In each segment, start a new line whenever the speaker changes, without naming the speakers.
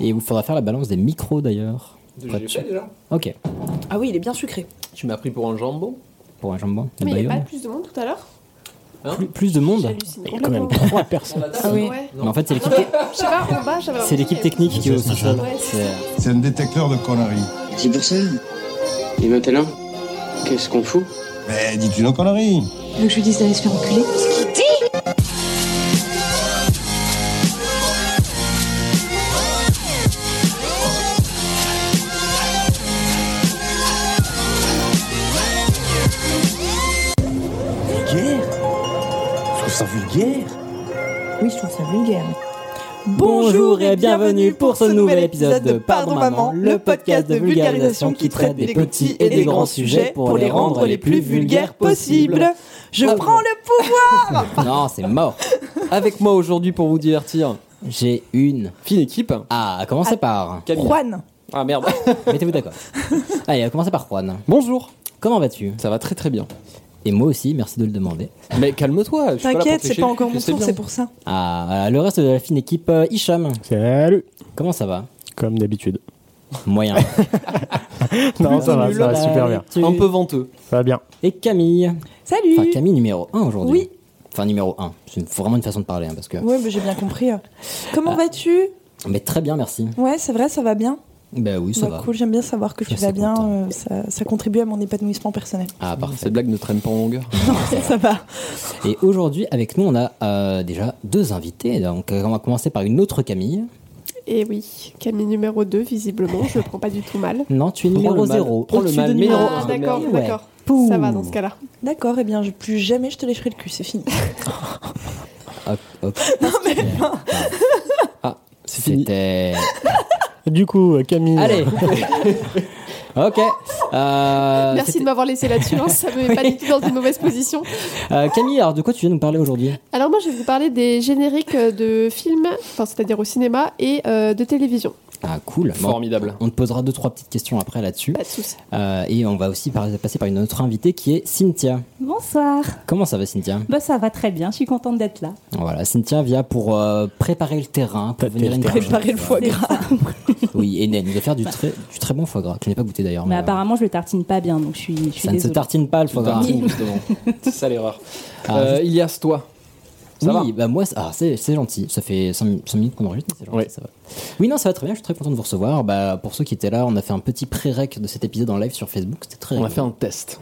Et il faudra faire la balance des micros d'ailleurs.
Je
Pour
l'ai
être
fait
sûr.
déjà.
Ok,
Ah oui, il est bien sucré.
Tu m'as pris pour un jambon
pour un jambon. de
Mais il n'y a
Bayonne.
pas plus de monde tout à l'heure
plus, plus de monde.
J'hallucine
Il y a quand même
complètement.
trois personnes.
Ah oui.
Ouais.
Mais en fait, c'est
Non,
l'équipe,
mais, je sais pas, en bas, j'avais
c'est l'équipe technique qui est au sous-sol.
Ouais, c'est
C'est-
C'est un détecteur de conneries.
C'est pour ça. Et maintenant, qu'est-ce qu'on fout
Mais dis-tu nos conneries
veux que je lui dise d'aller se faire enculer
Vulgaire Je trouve ça vulgaire
Oui, je trouve ça vulgaire.
Bonjour et bienvenue pour ce nouvel épisode de Pardon Maman, le podcast de vulgarisation qui traite des petits et des grands sujets pour les rendre les plus vulgaires possibles.
Je
Ah
prends
bon.
le pouvoir
Non, c'est mort.
Avec moi aujourd'hui pour vous divertir,
J'ai une.
fine équipe.
Ah, à commencer par.
Camille.
Juan
Ah merde.
Mettez-vous d'accord. Allez, on va commencer par Juan.
Bonjour.
Comment vas-tu
Ça va très très bien.
Et moi aussi, merci de le demander.
Mais calme-toi. je suis là pour
T'inquiète,
te
c'est
lécher,
pas encore
je
mon
sais
tour,
bien.
c'est pour ça.
Ah, voilà, le reste de la fine équipe, euh, Hicham.
Salut
Comment ça va
Comme d'habitude.
Moyen.
Non, ça va, ça va super bien.
Tu-
Un peu venteux.
Ça va bien.
Et Camille.
Salut
Enfin, Camille numéro 1 aujourd'hui.
Oui.
Enfin, numéro 1. C'est vraiment une façon de parler, hein, parce que.
Ouais, mais j'ai bien compris. Comment
Ah.
vas-tu
Mais très bien, merci.
Ouais, c'est vrai, ça va bien.
Ben oui, ça
Bah,
va.
Cool, j'aime bien savoir que
Je
tu
suis
vas bien.
content.
euh, ça, ça contribue à mon épanouissement personnel.
Ah, parfait.
Ces blagues ne traînent pas en longueur.
ça va.
Et aujourd'hui, avec nous, on a euh, déjà deux invités. Donc, euh, on va commencer par une autre Camille.
Et Eh oui, Camille numéro 2, visiblement, je le prends pas du tout mal.
Non, tu es
Prends
numéro
le mal,
0.
prends le mal, mais Numéro
Ah,
un.
d'accord,
Ouais.
d'accord.
Pouh. Euh,
Ça va dans ce cas-là.
D'accord, et bien, je- plus jamais je te lécherai le cul, c'est fini.
Hop, hop.
Ah, c'est fini.
C'était.
Du coup, euh, Camille.
Allez Ok. Euh,
Merci de
c'était-
m'avoir laissé là-dessus, hein, ça me met pas du tout dans une mauvaise position.
euh, Camille, alors de quoi tu viens nous parler aujourd'hui
Alors moi, je vais vous parler des génériques euh, de films, enfin c'est-à-dire au cinéma et euh, de télévision.
Ah, cool. Bon,
Formidable.
on te posera deux, trois petites questions après là-dessus.
Pas de soucis.
Euh, et on va aussi par- passer par une autre invitée qui est Cynthia.
Bonsoir.
Comment ça va, Cynthia
Bah ça va très bien, je suis contente d'être là.
Voilà, Cynthia vient pour euh, préparer le terrain, pour
Tâter
venir
le
une
terrain.
prochaine
Préparer le foie gras.
fois. Oui, et elle nous a fait du très, du très bon foie gras, que je n'ai pas goûté d'ailleurs.
Bah. Mais
mais, euh,
apparemment je le tartine pas bien, donc je suis, je suis
ça ne se
désolée.
tartine pas le foie gras.
Tartine, justement. c'est ça l'erreur.
Ah,
Euh, Ilias, toi. Ça
oui, bah moi, c'est- ah, c'est c'est gentil. Ça fait 5, minutes qu'on enregistre, mais c'est gentil,
Ouais.
ça va. Oui, non, ça va très bien. Je suis très content de vous recevoir. Bah, pour ceux qui étaient là, on a fait un petit pré-rec de cet épisode en live sur Facebook. C'était très.
va On a fait un test.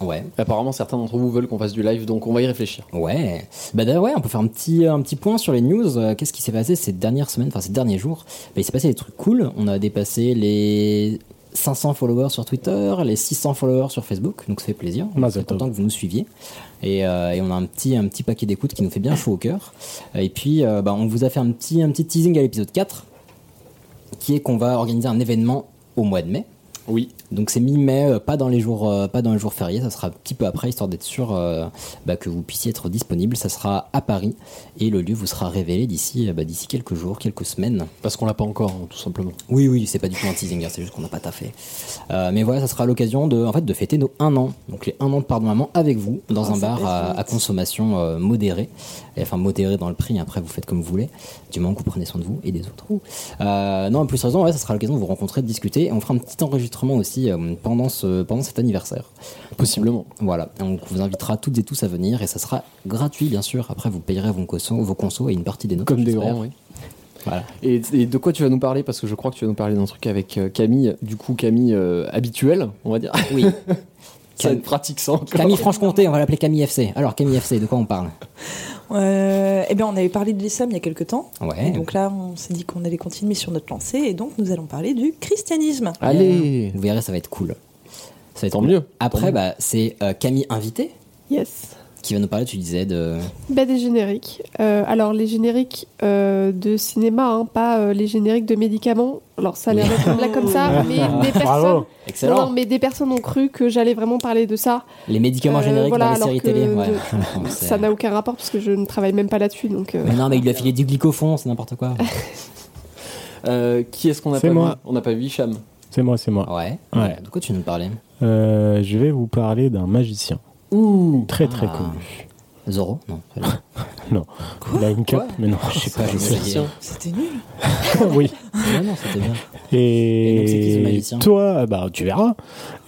Ouais,
Apparemment, certains d'entre vous veulent qu'on fasse du live, donc on va y réfléchir.
ouais. Bah d'ailleurs, ouais, on peut faire un petit, un petit point sur les news. Euh, Qu'est-ce qui s'est passé ces dernières semaines, enfin ces derniers jours Bah, Il s'est passé des trucs cool. On a dépassé les 500 followers sur Twitter, les 600 followers sur Facebook. Donc ça fait plaisir. On
Mazel
est
tov.
content que vous nous suiviez. Et, euh, et on a un petit, un petit paquet d'écoutes qui nous fait bien chaud au cœur. Et puis, euh, bah, on vous a fait un petit, un petit teasing à l'épisode 4, qui est qu'on va organiser un événement au mois de mai.
Oui.
Donc c'est mi-mai, euh, pas dans les jours, euh, pas dans les jours fériés, ça sera un petit peu après, histoire d'être sûr euh, bah, que vous puissiez être disponible. Ça sera à Paris et le lieu vous sera révélé d'ici, euh, bah, d'ici quelques jours, quelques semaines.
Parce qu'on l'a pas encore, hein, tout simplement.
Oui, oui, c'est pas du tout un teasing, hein, c'est juste qu'on n'a pas taffé. Euh, mais voilà, ça sera l'occasion de, en fait, de fêter nos 1 an. Donc les 1 an de Pardon Maman avec vous,
Ah,
dans un bar à, à consommation euh, modérée. Et, enfin, modérée dans le prix, après vous faites comme vous voulez. Du moment que vous prenez soin de vous et des autres. Euh, non, en plus raison, ouais, ça sera l'occasion de vous rencontrer, de discuter. Et on fera un petit enregistrement aussi euh, pendant, ce, pendant cet anniversaire.
Possiblement.
Voilà, Et on vous invitera toutes et tous à venir et ça sera gratuit, bien sûr. Après, vous payerez vos consos, vos consos et une partie des nôtres.
Comme des
j'espère.
grands, oui.
Voilà.
Et, et de quoi tu vas nous parler Parce que je crois que tu vas nous parler d'un truc avec euh, Camille, du coup Camille euh, habituelle, on va dire.
Oui.
Ça va être pratique ça encore.
Camille Franche-Comté, on va l'appeler Camille FC. Alors, Camille FC, de quoi on parle
Euh, eh bien, on avait parlé de l'islam il y a quelques temps.
Ouais.
Et donc là, on s'est dit qu'on allait continuer sur notre lancée. Et donc, nous allons parler du christianisme.
Ah. Allez
Vous verrez, ça va être cool. Ça va être
Eh, Tant
cool.
mieux. Tant
Après,
mieux.
bah, c'est euh, Camille invitée
Yes.
qui va nous parler, tu disais, de.
Ben, des génériques. Euh, alors les génériques euh, de cinéma, hein, pas euh, les génériques de médicaments. Alors ça a l'air d'être là comme ça, mais des personnes.
Bravo
Non,
Excellent.
non, mais des personnes ont cru que j'allais vraiment parler de ça.
Les médicaments
Euh,
génériques dans
voilà,
les
alors
séries
que
télé. Ouais,
de-
je comprends, c'est-
Ça n'a aucun rapport parce que je ne travaille même pas là-dessus, donc. euh,
Mais non, mais il lui a filé du glycophon, c'est n'importe quoi.
Euh, Qui est-ce qu'on n'a
C'est
pas
moi.
vu On n'a pas vu Hicham.
C'est moi, c'est moi.
Ouais.
Ouais.
De quoi tu veux nous parlais
Euh, je vais vous parler d'un magicien.
Ouh
Très très
Ah.
connu.
Zoro Non. pas lui.
Non. Il a une cape, mais non.
Je sais pas, je
C'est
sais.
sûr.
C'était nul.
oui.
Ouais, non, c'était bien. Et donc, c'est qui ce
Et
magicien
toi, bah, tu verras.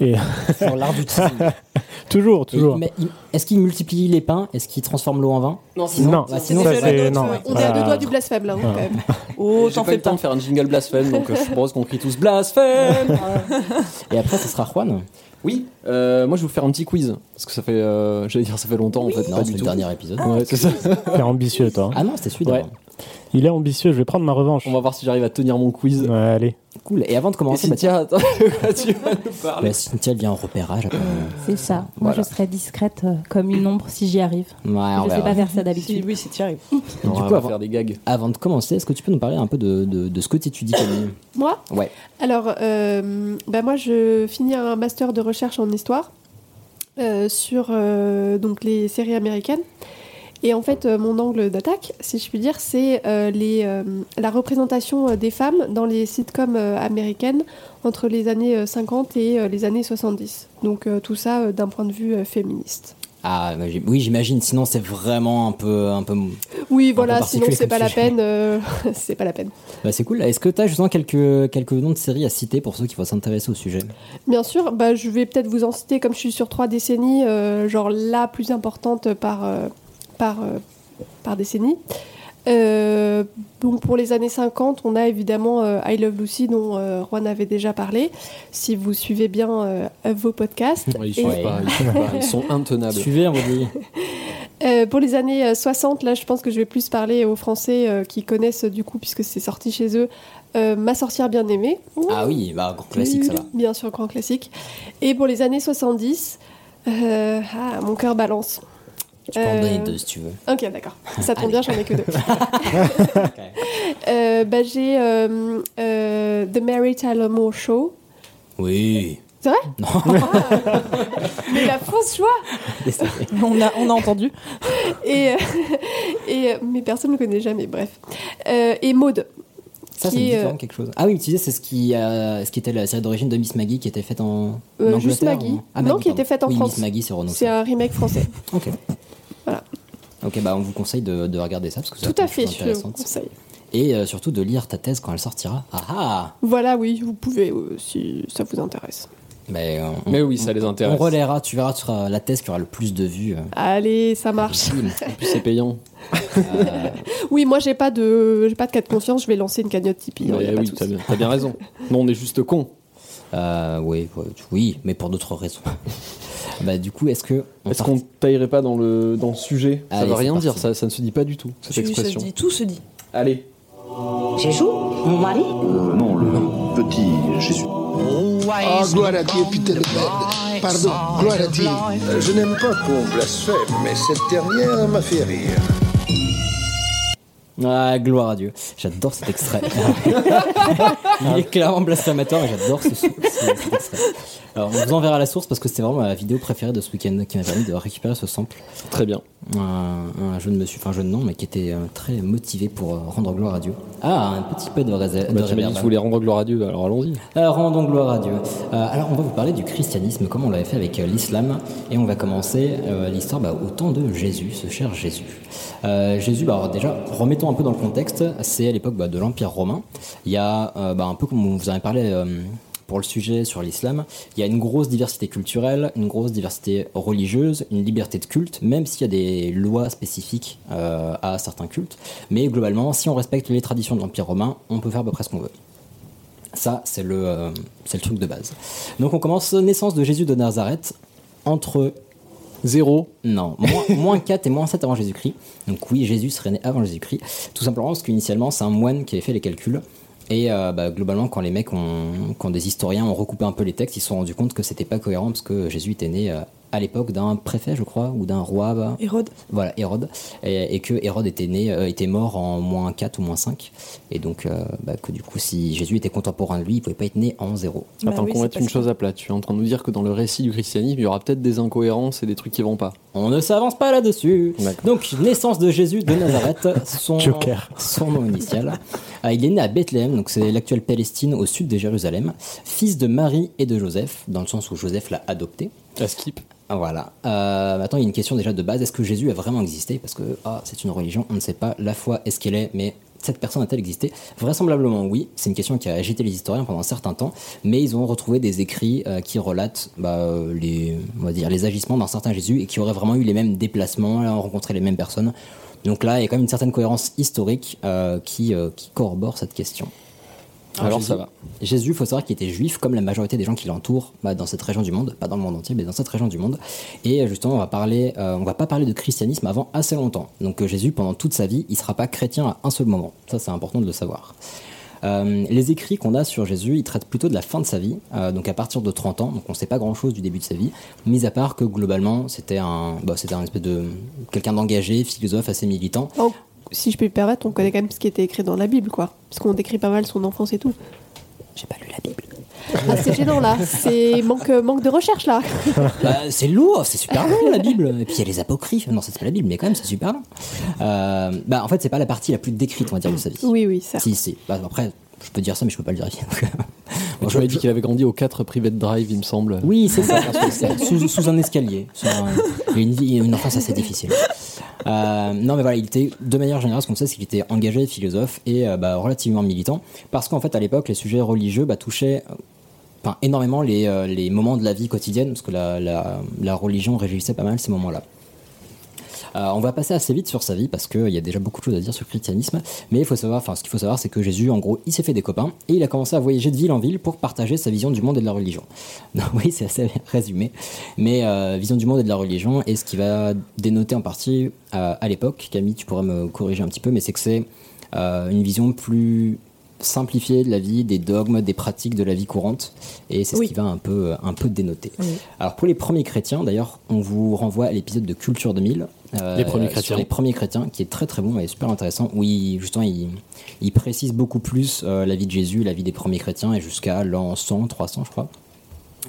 Et
Sur l'art du teasing.
toujours,
Et
toujours.
il- mais il- Est-ce qu'il multiplie les pains Est-ce qu'il transforme l'eau en vin
Non,
Non,
Bah,
sinon, ça
déjà la
c'est.
dose,
Non,
ouais.
ouais,
On est à deux
voilà.
doigts du blasphème là, hein, quand même.
Oh,
J'ai
t'en
pas eu
fais
le temps
pas.
de faire un jingle blasphème, donc euh, je pense qu'on crie tous blasphème.
Et après, ce sera Juan
Oui, euh, moi je vais vous faire un petit quiz parce que ça fait, euh, j'allais dire ça fait longtemps en fait,
Non, c'est
pas du
le
tout.
dernier épisode.
Ouais, c'est ça.
T'es ambitieux, toi. hein.
Ah non, c'était celui
Ouais.
d'avant.
Il est ambitieux, je vais prendre ma revanche.
On va voir si j'arrive à tenir mon quiz.
Ouais, allez.
Cool. Et avant de
Et
commencer, bah,
Cynthia, attends, tu vas nous
Ouais,
Ah
parler.
Bah, Cynthia vient en repérage. après. Ouais,
C'est ça. Moi, je serai discrète euh, comme une ombre si j'y arrive.
Ah.
Ah, on
je sais
verra.
pas faire ça
Si,
d'habitude.
oui, c'est terrible.
Du
On va
coup, à
voir.
faire des gags.
Avant de commencer, est-ce que tu peux nous parler un peu de, de, de ce que tu étudies, Camille
Moi
Ouais.
Alors, euh, bah moi, je finis un master de recherche en histoire euh, sur euh, donc les séries américaines. Et en fait, euh, mon angle d'attaque, si je puis dire, c'est euh, les, euh, la représentation euh, des femmes dans les sitcoms euh, américaines entre les années euh, 50 et euh, les années 70. Donc euh, tout ça euh, d'un point de vue euh, féministe.
Ah, bah, j'ai- oui, j'imagine. Sinon, c'est vraiment un peu. Un peu...
Oui,
peu
voilà, sinon
particulier
c'est
comme
pas la
sujet.
peine. euh, c'est pas la peine.
Bah, c'est cool. Est-ce que tu as justement quelques, quelques noms de séries à citer pour ceux qui vont s'intéresser au sujet
Bien sûr, bah, je vais peut-être vous en citer comme je suis sur trois décennies, euh, genre la plus importante par, euh, par, euh, par décennie. Euh, donc pour les années 50, on a évidemment euh, I Love Lucy dont euh, Juan avait déjà parlé, si vous suivez bien euh, vos podcasts.
Ouais, ils,
Et-
suivent pas, ils suivent pas, ils sont intenables.
Suivez, on vous dit.
Euh, pour les années euh, 60, là je pense que je vais plus parler aux Français euh, qui connaissent euh, du coup, puisque c'est sorti chez eux, euh, Ma sorcière bien aimée.
Ah oui, bah, grand classique, ça va.
Mmh, Bien sûr, grand classique. Et pour les années 70, euh, ah, mon cœur balance.
Tu peux en
Euh,
donner deux si tu veux.
Ok, d'accord. Ça tombe
Allez.
bien, j'en ai que deux. Euh, bah, J'ai euh, euh, The Mary Tyler Moore Show.
Oui.
C'est vrai Ah.
Non,
Mais la fausse joie
désolé.
On a, on a entendu.
et, euh, et, euh, Mais personne ne connaît jamais, bref. Euh, et Maude.
ça, c'est
Qui, euh,
différent quelque chose. Ah oui, tu disais, c'est ce qui, euh, ce qui était la série d'origine de Miss Maggie qui était faite en. en
Euh, juste
Angleterre,
Maggie.
ou- Ah,
Non, qui
pardon.
était faite en
oui,
France.
Miss Maggie, c'est Renaud.
C'est un remake français.
Ok.
Voilà.
Ok, bah on vous conseille de, de regarder ça parce que c'est
Tout à fait, je vous
intéressant.
conseille.
Et euh, surtout de lire ta thèse quand elle sortira. Ah ah
Voilà, oui, vous pouvez euh, si ça vous intéresse.
Mais euh, on,
Mais oui, ça les
on
intéresse.
relaiera, tu verras, tu seras la thèse qui aura le plus de vues. euh.
Allez, ça marche.
En plus, c'est payant.
Oui, moi j'ai pas de j'ai pas de cas de confiance, je vais lancer une cagnotte Tipeee. hein, y
Mais
a pas de
Eh oui,
souci.
t'as bien, t'as bien raison. Non, on est juste cons.
Euh, oui, ouais, tu- oui, mais pour d'autres raisons. bah du coup, est-ce que on
Est-ce
part-
qu'on taillerait pas dans le, dans le sujet Ça
Allez,
veut
c'est
rien
parti.
dire, ça, ça ne se dit pas du tout, cette
Tu- ça se
expression.
dit, tout se dit.
Allez,
Jésus, mon mari,
non, le petit Jésus.
Oh, gloire à Dieu, putain de merde. Pardon, gloire à Dieu.
Je n'aime pas qu'on blasphème, mais cette dernière m'a fait rire.
Ah, gloire à Dieu. J'adore cet extrait. Il est clairement blasphémateur, mais j'adore ce, ce- cet extrait. Alors, on vous enverra la source parce que c'était vraiment la vidéo préférée de ce week-end qui m'a permis de récupérer ce sample.
très bien.
un, un jeune monsieur, enfin jeune non, mais qui était euh, très motivé pour euh, rendre gloire à Dieu. Ah, un petit peu de, réserve.
Bah, tu m'as dit que tu voulais rendre gloire à Dieu, alors allons-y.
Euh, rendons gloire à Dieu. Euh, alors, on va vous parler du christianisme, comme on l'avait fait avec euh, l'islam, et on va commencer euh, l'histoire bah, au temps de Jésus, ce cher Jésus. Euh, Jésus, bah, alors, déjà, remettons un peu dans le contexte, c'est à l'époque bah, de l'Empire romain. Il y a, euh, bah, un peu comme on vous en avez parlé euh, pour le sujet sur l'islam, il y a une grosse diversité culturelle, une grosse diversité religieuse, une liberté de culte, même s'il y a des lois spécifiques euh, à certains cultes. Mais globalement, si on respecte les traditions de l'Empire romain, on peut faire à peu près ce qu'on veut. Ça, c'est le, euh, c'est le truc de base. Donc on commence naissance de Jésus de Nazareth entre...
Zéro.
Non, moins, moins 4 et moins 7 avant Jésus-Christ. Donc oui, Jésus serait né avant Jésus-Christ. Tout simplement parce qu'initialement, c'est un moine qui avait fait les calculs. Et euh, bah, globalement, quand les mecs, ont, quand des historiens ont recoupé un peu les textes, ils se sont rendus compte que c'était pas cohérent parce que Jésus était né euh, à l'époque d'un préfet, je crois, ou d'un roi. bah,
Hérode,
voilà, Hérode, et, et que Hérode était né, euh, était mort en moins 4 ou moins 5, et donc euh, bah, que du coup, si Jésus était contemporain de lui, il pouvait pas être né en 0.
Bah
Attends
oui,
qu'on
c'est
mette
pas
une
ça.
chose à plat. Tu es en train de nous dire que dans le récit du christianisme, il y aura peut-être des incohérences et des trucs qui vont pas.
On ne s'avance pas là-dessus.
D'accord.
Donc, naissance de Jésus de Nazareth, son,
Joker.
son nom initial. Ah, il est né à Bethléem, donc c'est l'actuelle Palestine au sud de Jérusalem, fils de Marie et de Joseph, dans le sens où Joseph l'a adopté.
La skip.
Voilà. Euh, maintenant, il y a une question déjà de base. Est-ce que Jésus a vraiment existé Parce que ah, c'est une religion, on ne sait pas la foi, est-ce qu'elle est, mais cette personne a-t-elle existé Vraisemblablement oui, c'est une question qui a agité les historiens pendant un certain temps, mais ils ont retrouvé des écrits euh, qui relatent bah, euh, les, on va dire, les agissements d'un certain Jésus et qui auraient vraiment eu les mêmes déplacements, rencontré les mêmes personnes. Donc là, il y a quand même une certaine cohérence historique euh, qui, euh, qui corrobore cette question.
Alors,
Jésus-
ça va.
Jésus, faut savoir qu'il était juif, comme la majorité des gens qui l'entourent bah, dans cette région du monde, pas dans le monde entier, mais dans cette région du monde. Et euh, justement, on va parler, euh, on va pas parler de christianisme avant assez longtemps. Donc euh, Jésus, pendant toute sa vie, il sera pas chrétien à un seul moment. Ça, c'est important de le savoir. Euh, les écrits qu'on a sur Jésus, ils traitent plutôt de la fin de sa vie, euh, donc à partir de 30 ans, donc on ne sait pas grand-chose du début de sa vie, mis à part que globalement c'était un, bah, c'était un espèce de quelqu'un d'engagé, philosophe, assez militant,
En- si je peux me permettre, on connaît quand même ce qui était écrit dans la Bible, quoi. Parce qu'on décrit pas mal son enfance et tout.
J'ai pas lu la Bible.
Ah, c'est gênant, là. C'est manque, euh, manque de recherche, là.
Bah, c'est lourd, c'est super long la Bible. Et puis il y a les apocryphes. Non, c'est pas la Bible, mais quand même c'est super long. Euh, bah en fait c'est pas la partie la plus décrite on va dire de sa vie.
Oui, oui, certes.
Si si. Bah, après je peux dire ça mais je peux pas le vérifier. donc, euh, bon,
Je m'avais
je-
dit qu'il avait grandi aux 4 private drive, il me semble.
Oui c'est ça. sous, sous un escalier. Sous un- il a une, vie- une enfance assez difficile. Euh, non mais voilà il était de manière générale ce qu'on sait c'est qu'il était engagé philosophe et euh, bah, relativement militant parce qu'en fait à l'époque les sujets religieux bah, touchaient euh, enfin, énormément les, euh, les moments de la vie quotidienne parce que la, la- la religion régissait pas mal ces moments là. Euh, on va passer assez vite sur sa vie parce qu'il y a déjà beaucoup de choses à dire sur le christianisme. Mais il faut savoir, enfin, ce qu'il faut savoir, c'est que Jésus, en gros, il s'est fait des copains et il a commencé à voyager de ville en ville pour partager sa vision du monde et de la religion. Donc, oui, c'est assez résumé. Mais euh, vision du monde et de la religion, et ce qui va dénoter en partie euh, à l'époque, Camille, tu pourras me corriger un petit peu, mais c'est que c'est euh, une vision plus simplifiée de la vie, des dogmes, des pratiques de la vie courante, et c'est
Oui.
ce qui va un peu, un peu dénoter. Alors pour les premiers chrétiens, d'ailleurs, on vous renvoie à l'épisode de Culture 2000. euh,
Les premiers
sur
chrétiens.
les premiers chrétiens, qui est très très bon et super intéressant, où il, justement il, il précise beaucoup plus euh, la vie de Jésus, la vie des premiers chrétiens, et jusqu'à l'an 100, 300 je crois.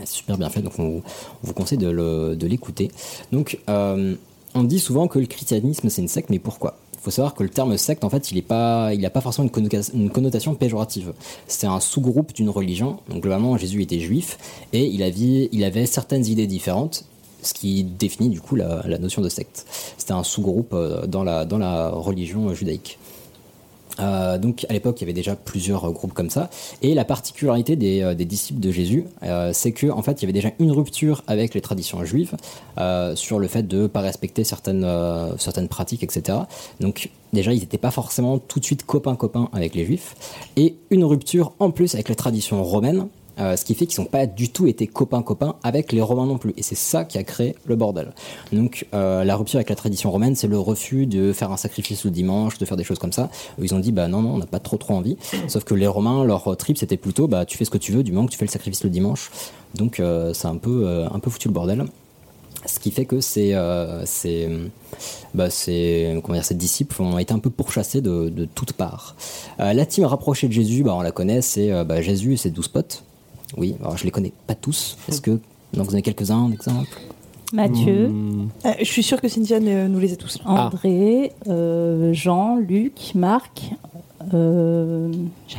C'est super bien fait, donc on, vous- on vous conseille de le- de l'écouter. Donc, euh, on dit souvent que le christianisme c'est une secte, mais pourquoi Il faut savoir que le terme secte, en fait, il n'a pas, il a pas forcément une, connoca- une connotation péjorative. C'est un sous-groupe d'une religion. Donc, globalement, Jésus était juif et il avait, il avait certaines idées différentes, ce qui définit du coup la, la notion de secte. C'était un sous-groupe euh, dans la, dans la religion euh, judaïque. Euh, donc à l'époque, il y avait déjà plusieurs euh, groupes comme ça. Et la particularité des, euh, des disciples de Jésus, euh, c'est que en fait, il y avait déjà une rupture avec les traditions juives euh, sur le fait de pas respecter certaines euh, certaines pratiques, etc. Donc déjà, ils n'étaient pas forcément tout de suite copains copains avec les juifs. Et une rupture en plus avec les traditions romaines. Euh, ce qui fait qu'ils n'ont pas du tout été copains-copains avec les Romains non plus. Et c'est ça qui a créé le bordel. Donc euh, la rupture avec la tradition romaine, c'est le refus de faire un sacrifice le dimanche, de faire des choses comme ça. Ils ont dit, bah non, non, on n'a pas trop trop envie. Sauf que les Romains, leur euh, trip, c'était plutôt, bah tu fais ce que tu veux, du moment que tu fais le sacrifice le dimanche. Donc euh, c'est un, peu, euh, un peu foutu le bordel. Ce qui fait que ces, euh, ces, bah, ces- comment dire, ces disciples ont été un peu pourchassés de, de toutes parts. Euh, la team rapprochée de Jésus, bah, on la connaît, c'est euh, bah, Jésus et ses douze potes. Oui, alors je les connais pas tous. Est-ce que non, vous en avez quelques-uns en exemple
Mathieu,
Hmm. Mm,
Euh, je suis sûre que Cynthia ne- nous les a tous.
André, euh, Jean, Luc, Marc, euh,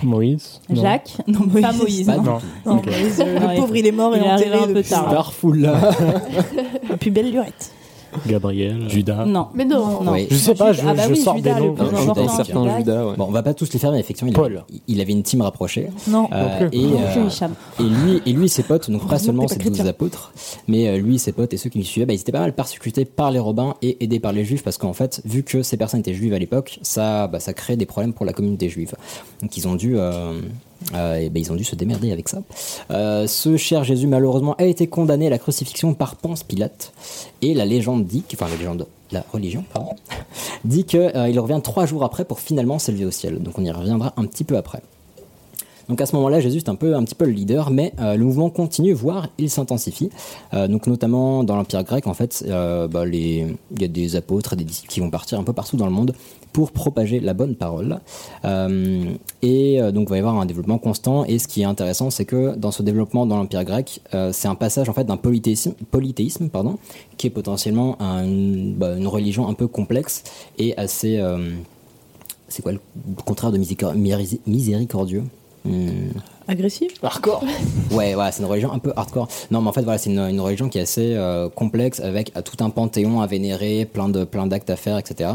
Moïse. non.
Jacques. Non, pas Moïse. hein.
Pas
non.
du
Non.
Non,
Ok.
Moïse, euh,
Ah
Ouais.
Le pauvre, il est mort
Il
et
est arrivé
enterré
un peu
depuis-
tard.
Starful là
Depuis belle lurette.
Gabriel. Judas.
Non.
Mais non.
Non.
Oui.
Je sais pas, je,
Ah bah
je
oui,
sors
Judas,
des
le
noms.
plus
Non, non,
important,
Judas,
certains
Judas.
Judas, ouais.
Bon, on va pas tous les faire, mais effectivement, il,
Paul.
Avait, il avait une team rapprochée.
Non.
Euh,
Non plus.
et,
Non plus,
euh,
Hicham.
et lui, et lui et ses potes, donc pas
Heureusement
seulement
que t'es
ses
pas
douze
chrétien.
apôtres, mais euh, lui, ses potes et ceux qui le suivaient, bah, ils étaient pas mal persécutés par les Robins et aidés par les Juifs parce qu'en fait, vu que ces personnes étaient juives à l'époque, ça, bah, ça crée des problèmes pour la communauté juive. Donc ils ont dû, euh, euh, eh ben, ils ont dû se démerder avec ça. Euh, ce cher Jésus, malheureusement, a été condamné à la crucifixion par Ponce Pilate et la légende dit, que- enfin la légende, la religion, pardon, dit qu'il revient trois jours après pour finalement s'élever au ciel. Donc on y reviendra un petit peu après. Donc à ce moment-là, Jésus est un, peu, un petit peu le leader, mais euh, le mouvement continue, voire il s'intensifie. Euh, donc notamment dans l'Empire grec, en fait, euh, bah, les- il y a des apôtres et des disciples qui vont partir un peu partout dans le monde pour propager la bonne parole. Euh, et euh, donc il va y avoir un développement constant. Et ce qui est intéressant, c'est que dans ce développement dans l'Empire grec, euh, c'est un passage en fait d'un polythéisme, polythéisme pardon, qui est potentiellement un- une, bah, une religion un peu complexe et assez... euh, c'est quoi le contraire de miséricor- miséri- miséricordieux Hmm.
Agressif
Hardcore
Ouais, ouais, c'est une religion un peu hardcore. Non, mais en fait, voilà, c'est une, une religion qui est assez euh, complexe avec euh, tout un panthéon à vénérer, plein de plein d'actes à faire, etc.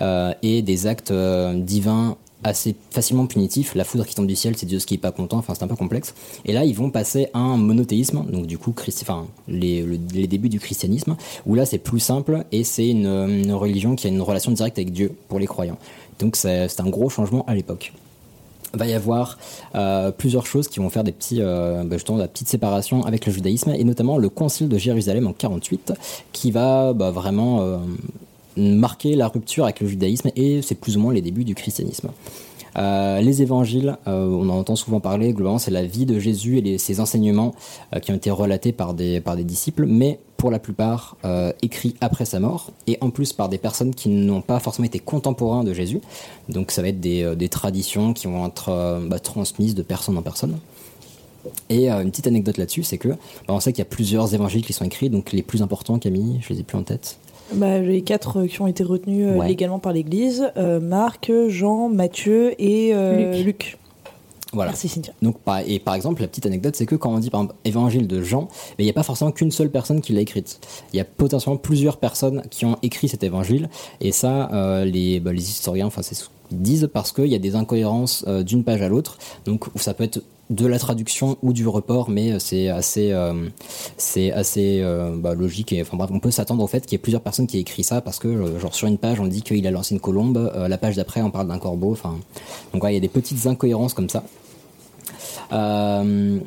Euh, et des actes euh, divins assez facilement punitif. La foudre qui tombe du ciel, c'est Dieu qui est pas content. Enfin, c'est un peu complexe. Et là, ils vont passer à un monothéisme. Donc, du coup, christi- enfin, les, le- les débuts du christianisme, où là, c'est plus simple et c'est une, une religion qui a une relation directe avec Dieu pour les croyants. Donc, c'est c'est un gros changement à l'époque va y avoir euh, plusieurs choses qui vont faire des petits, euh, bah, justement, la petite séparation avec le judaïsme, et notamment le concile de Jérusalem en 48, qui va bah, vraiment euh, marquer la rupture avec le judaïsme, et c'est plus ou moins les débuts du christianisme. Euh, les évangiles, euh, on en entend souvent parler, globalement c'est la vie de Jésus et les- ses enseignements euh, qui ont été relatés par des, par des disciples, mais pour la plupart euh, écrits après sa mort, et en plus par des personnes qui n'ont pas forcément été contemporains de Jésus. Donc ça va être des, euh, des traditions qui vont être euh, bah, transmises de personne en personne. Et euh, une petite anecdote là-dessus, c'est que bah, on sait qu'il y a plusieurs évangiles qui sont écrits, donc les plus importants, Camille, je les ai plus en tête.
Bah, les quatre euh, qui ont été retenus euh,
Ouais.
légalement par l'Église, euh, Marc, Jean, Matthieu et euh,
Luc.
Luc.
Voilà.
Merci Cynthia.
Donc, par- et par exemple, la petite anecdote, c'est que quand on dit par exemple évangile de Jean, mais il n'y a pas forcément qu'une seule personne qui l'a écrite. Il y a potentiellement plusieurs personnes qui ont écrit cet évangile, et ça, euh, les, bah, les historiens, enfin, c'est ce qu'ils disent parce qu'il y a des incohérences euh, d'une page à l'autre. Donc, ça peut être de la traduction ou du report, mais euh, c'est assez, euh, c'est assez euh, bah, logique. Et enfin bref, on peut s'attendre au fait qu'il y ait plusieurs personnes qui aient écrit ça parce que, euh, genre, sur une page, on dit qu'il a lancé une colombe, euh, la page d'après, on parle d'un corbeau. Enfin, donc, ouais, il y a des petites incohérences comme ça. Euh,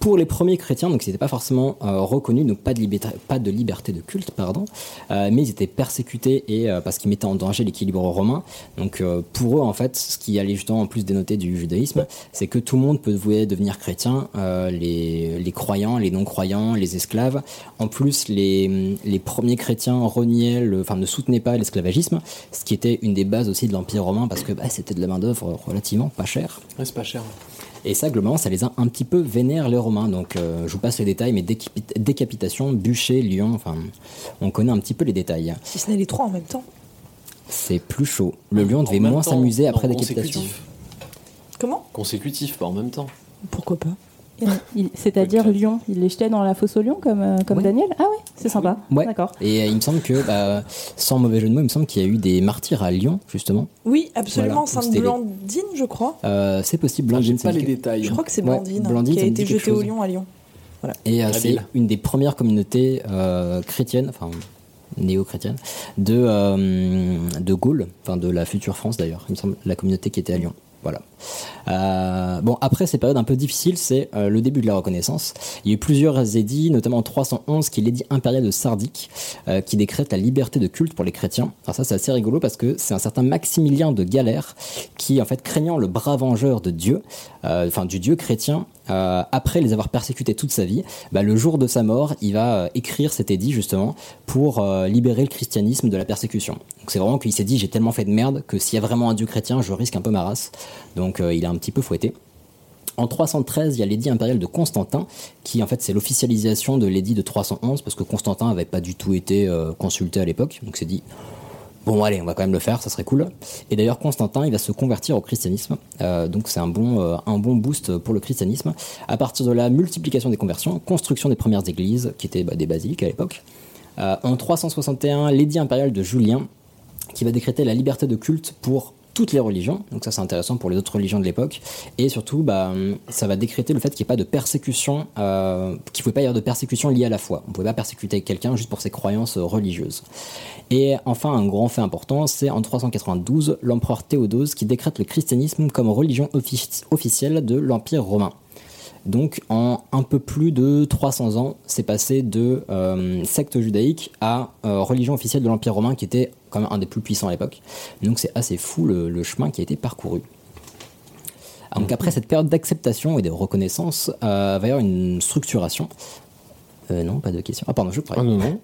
pour les premiers chrétiens, donc ils n'étaient pas forcément euh, reconnus, donc pas de, liberté, pas de liberté de culte, pardon, euh, mais ils étaient persécutés et euh, parce qu'ils mettaient en danger l'équilibre romain. Donc euh, pour eux, en fait, ce qui allait justement en plus dénoter du judaïsme, c'est que tout le monde peut voulait devenir chrétien, euh, les, les croyants, les non-croyants, les esclaves. En plus, les, les premiers chrétiens reniaient, le- enfin ne soutenaient pas l'esclavagisme, ce qui était une des bases aussi de l'empire romain parce que bah, c'était de la main d'œuvre relativement pas chère.
c'est pas cher.
Et ça, globalement, ça les a un petit peu vénères, les Romains. Donc, euh, je vous passe les détails, mais décapi- décapitation, bûcher, lion, enfin, on connaît un petit peu les détails.
Si ce n'est les trois en même temps.
C'est plus chaud. Le lion devait moins s'amuser après décapitation.
Comment
Consécutif, pas en même temps.
Pourquoi pas
Il- C'est-à-dire
Peut-être.
Lyon, il les jetait dans la fosse au lion comme, euh, comme
Ouais.
Daniel Ah ouais, c'est sympa.
Ouais.
D'accord.
Et euh, il me semble que, bah, sans mauvais jeu de mots, il me semble qu'il y a eu des martyrs à Lyon, justement.
Oui, absolument.
Voilà,
Sainte
c'était les-
Blandine, je crois.
Euh, c'est possible,
Ah, J'ai
Blandine.
pas
c'est
les
le-
détails.
Je crois que c'est
Ouais,
Blandine, hein,
Blandine,
qui
ça
a
me
été
dit quelque
jetée au
chose.
lion à Lyon.
Et euh,
Habile.
c'est une des premières communautés euh, chrétiennes, enfin néo-chrétiennes, de, euh, de Gaulle, enfin de la future France d'ailleurs, il me semble, la communauté qui était à Lyon. Voilà. Euh, bon, après ces périodes un peu difficiles, c'est euh, le début de la reconnaissance. Il y a eu plusieurs édits, notamment en 311, qui est l'édit impérial de Sardique, euh, qui décrète la liberté de culte pour les chrétiens. Alors ça, c'est assez rigolo parce que c'est un certain Maximilien de Galère qui, en fait, craignant le bras vengeur de Dieu, euh, enfin du Dieu chrétien, euh, après les avoir persécutés toute sa vie, bah, le jour de sa mort, il va euh, écrire cet édit justement pour euh, libérer le christianisme de la persécution. Donc c'est vraiment qu'il s'est dit j'ai tellement fait de merde que s'il y a vraiment un dieu chrétien, je risque un peu ma race. Donc euh, il a un petit peu fouetté. En 313, il y a l'édit impérial de Constantin, qui en fait c'est l'officialisation de l'édit de 311, parce que Constantin n'avait pas du tout été euh, consulté à l'époque, donc c'est dit bon allez, on va quand même le faire, ça serait cool. Et d'ailleurs Constantin, il va se convertir au christianisme, Euh, donc c'est un bon euh, un bon boost pour le christianisme. À partir de la multiplication des conversions, construction des premières églises, qui étaient bah, des basiliques à l'époque. Euh, en 361, l'édit impérial de Julien, qui va décréter la liberté de culte pour toutes les religions, donc ça c'est intéressant pour les autres religions de l'époque, et surtout bah, ça va décréter le fait qu'il n'y ait pas de persécution, euh, qu'il ne pouvait pas y avoir de persécution liée à la foi. On ne pouvait pas persécuter quelqu'un juste pour ses croyances euh, religieuses. Et enfin un grand fait important, c'est en 392 l'empereur Théodose qui décrète le christianisme comme religion offici- officielle de l'Empire romain. Donc en un peu plus de 300 ans, c'est passé de euh, secte judaïque à euh, religion officielle de l'Empire romain qui était quand même un des plus puissants à l'époque. Donc c'est assez fou le, le chemin qui a été parcouru. Ah, Donc après cette période d'acceptation et de reconnaissance, euh, va y avoir une structuration. Euh, non, pas de question. Ah pardon, je crois.
Ah non, non.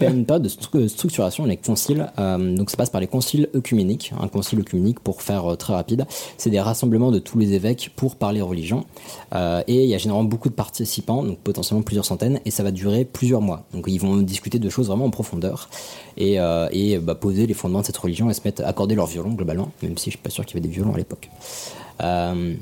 Il y a une période de stru- euh, structuration, les conciles, euh, donc ça passe par les conciles œcuméniques. Un concile œcuménique, pour faire euh, très rapide, c'est des rassemblements de tous les évêques pour parler religion. Euh, et il y a généralement beaucoup de participants, donc potentiellement plusieurs centaines, et ça va durer plusieurs mois. Donc ils vont discuter de choses vraiment en profondeur et, euh, et, bah, poser les fondements de cette religion et se mettre, accorder leur violon globalement, même si je suis pas sûr qu'il y avait des violons à l'époque. Euh,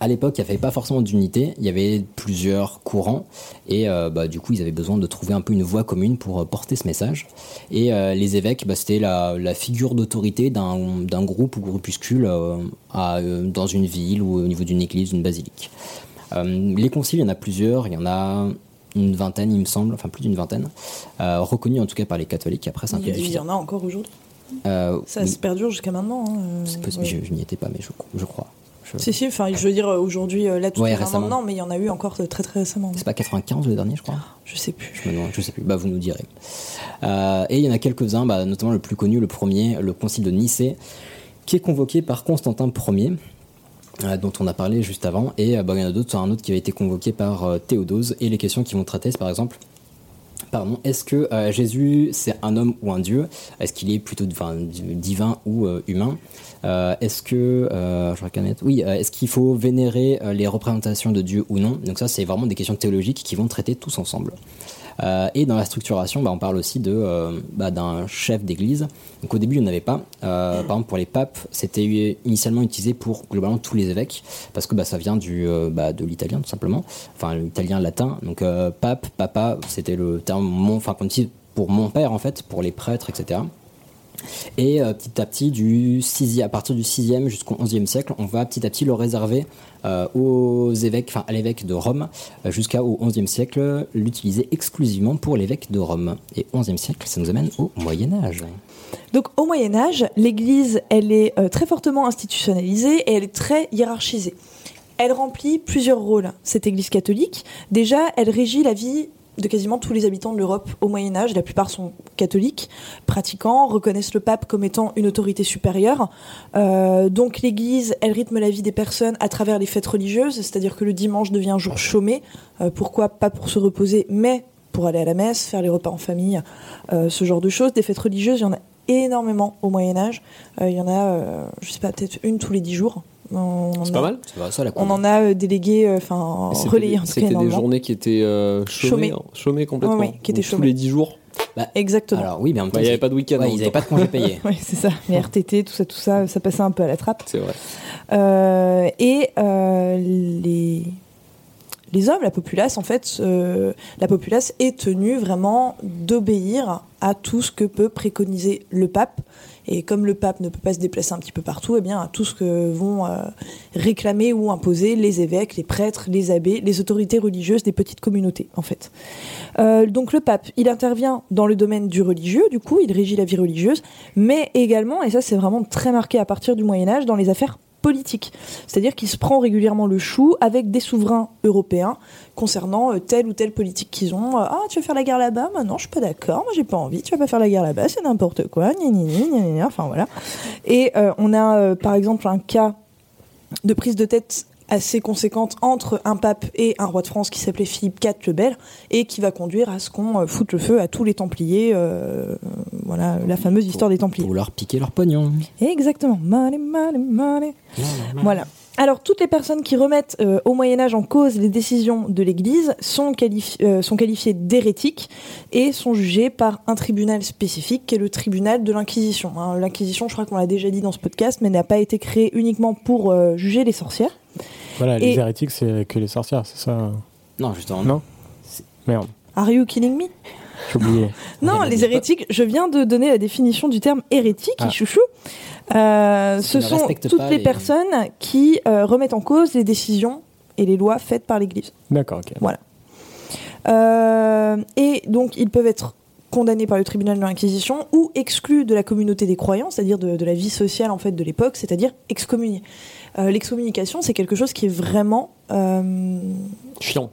à l'époque, il n'y avait pas forcément d'unité, il y avait plusieurs courants, et euh, bah, du coup, ils avaient besoin de trouver un peu une voie commune pour euh, porter ce message. Et euh, les évêques, bah, c'était la, la figure d'autorité d'un d'un groupe ou groupuscule euh, à, euh, dans une ville ou au niveau d'une église, d'une basilique. Euh, les conciles, il y en a plusieurs, il y en a une vingtaine, il me semble, enfin plus d'une vingtaine, euh, reconnus en tout cas par les catholiques, après c'est un peu
Il y
difficile.
en a encore aujourd'hui.
Euh,
Ça
oui,
se perdure jusqu'à maintenant. hein, euh,
c'est possible,
ouais.
je, je n'y étais pas, mais je, je crois. Je-
Si, si, enfin, je veux dire, euh, aujourd'hui, euh, là, tout
Ouais,
est vraiment
récemment.
non, mais il y en a eu encore de très très récemment.
C'est pas 95 le dernier, je crois
Je sais plus.
Je me demande, je sais plus, bah vous nous direz. Euh, et il y en a quelques-uns, bah, notamment le plus connu, le premier, le concile de Nicée, qui est convoqué par Constantin Ier, euh, dont on a parlé juste avant, et euh, bah, il y en a d'autres, un autre qui a été convoqué par euh, Théodose, et les questions qu'ils vont traiter, c'est par exemple, pardon, est-ce que euh, Jésus c'est un homme ou un dieu Est-ce qu'il est plutôt enfin, divin ou euh, humain Euh, Est-ce que, euh, je reconnais, oui, euh, est-ce qu'il faut vénérer euh, les représentations de Dieu ou non Donc ça, c'est vraiment des questions théologiques qui vont traiter tous ensemble. Euh, et dans la structuration, bah, on parle aussi de, euh, bah, d'un chef d'église. Donc au début, il n'y en avait pas. Euh, par exemple, pour les papes, c'était eu- initialement utilisé pour globalement tous les évêques, parce que bah, ça vient du, euh, bah, de l'italien tout simplement, enfin l'italien latin. Donc euh, pape, papa, c'était le terme mon, enfin qu'on utilise pour mon père en fait, pour les prêtres, etc. Et euh, petit à petit, du sixième- à partir du 6e jusqu'au 11e siècle, on va petit à petit le réserver euh, aux évêques, enfin à l'évêque de Rome, euh, jusqu'au 11e siècle, euh, l'utiliser exclusivement pour l'évêque de Rome. Et 11e siècle, ça nous amène au Moyen-Âge.
Donc au Moyen Âge, l'Église, elle est euh, très fortement institutionnalisée et elle est très hiérarchisée. Elle remplit plusieurs rôles. Cette Église catholique, déjà, elle régit la vie de quasiment tous les habitants de l'Europe au Moyen Âge. La plupart sont catholiques, pratiquants, reconnaissent le pape comme étant une autorité supérieure. Euh, donc l'Église, elle rythme la vie des personnes à travers les fêtes religieuses, c'est-à-dire que le dimanche devient un jour chômé. Euh, pourquoi Pas pour se reposer, mais pour aller à la messe, faire les repas en famille, euh, ce genre de choses. Des fêtes religieuses, il y en a énormément au Moyen Âge. Euh, il y en a, euh, je sais pas, peut-être une tous les dix jours. On en
C'est
a-
pas mal.
Ça va, ça la
On en a euh, délégué, euh, enfin
Et c'était
relayé
des-
en tout cas
C'était des
énormément.
journées qui étaient euh, chômées,
Chômées.
hein, chômées complètement.
Ouais, ouais, qui étaient
Donc, Tous
chômées.
les 10 jours.
Exactement.
Alors oui, mais en même
Bah,
temps,
Il n'y
ils-
avait pas de week-end.
ouais,
en
ils
même
n'avaient
temps.
pas de congé payé.
Oui, c'est ça. Les RTT, tout ça, tout ça, ça passait un peu à la trappe.
C'est vrai.
Euh, et euh, les les hommes, la populace, en fait, euh, la populace est tenue vraiment d'obéir à tout ce que peut préconiser le pape. Et comme le pape ne peut pas se déplacer un petit peu partout, eh bien, à tout ce que vont euh, réclamer ou imposer les évêques, les prêtres, les abbés, les autorités religieuses des petites communautés, en fait. Euh, donc le pape, il intervient dans le domaine du religieux, du coup, il régit la vie religieuse, mais également, et ça c'est vraiment très marqué à partir du Moyen Âge, dans les affaires politiques. C'est-à-dire qu'il se prend régulièrement le chou avec des souverains européens concernant euh, telle ou telle politique qu'ils ont. Euh, ah, tu veux faire la guerre là-bas Moi, non, je suis pas d'accord, moi, j'ai pas envie, tu vas pas faire la guerre là-bas, c'est n'importe quoi, gna gna gna gna gna, enfin voilà. Et euh, on a euh, par exemple un cas de prise de tête assez conséquente entre un pape et un roi de France qui s'appelait Philippe IV le Bel et qui va conduire à ce qu'on euh, foute le feu à tous les Templiers, euh, voilà la fameuse histoire des Templiers.
Pour leur piquer leur pognon.
Exactement. Money, money, money. Voilà. Alors, toutes les personnes qui remettent euh, au Moyen-Âge en cause les décisions de l'Église sont, qualifi- euh, sont qualifiées d'hérétiques et sont jugées par un tribunal spécifique qui est le tribunal de l'Inquisition. hein. L'Inquisition, je crois qu'on l'a déjà dit dans ce podcast, mais n'a pas été créée uniquement pour euh, juger les sorcières.
Voilà, les
Et-
hérétiques, c'est que les sorcières, c'est ça
Non, justement.
Non. Merde,
Are you killing me
j'ai oublié.
Non,
Ouais,
les hérétiques, je viens de donner la définition du terme hérétique,
Ah.
chouchou. Euh,
Ceux
ce
qui ne
sont
respectent
toutes
pas
les,
les-
personnes qui euh, remettent en cause les décisions et les lois faites par l'Église.
D'accord, ok.
Euh, et donc, ils peuvent être condamnés par le tribunal de l'Inquisition ou exclus de la communauté des croyants, c'est-à-dire de, de la vie sociale en fait de l'époque, c'est-à-dire excommuniés. Euh, L'excommunication, c'est quelque chose qui est vraiment euh,
Chiant.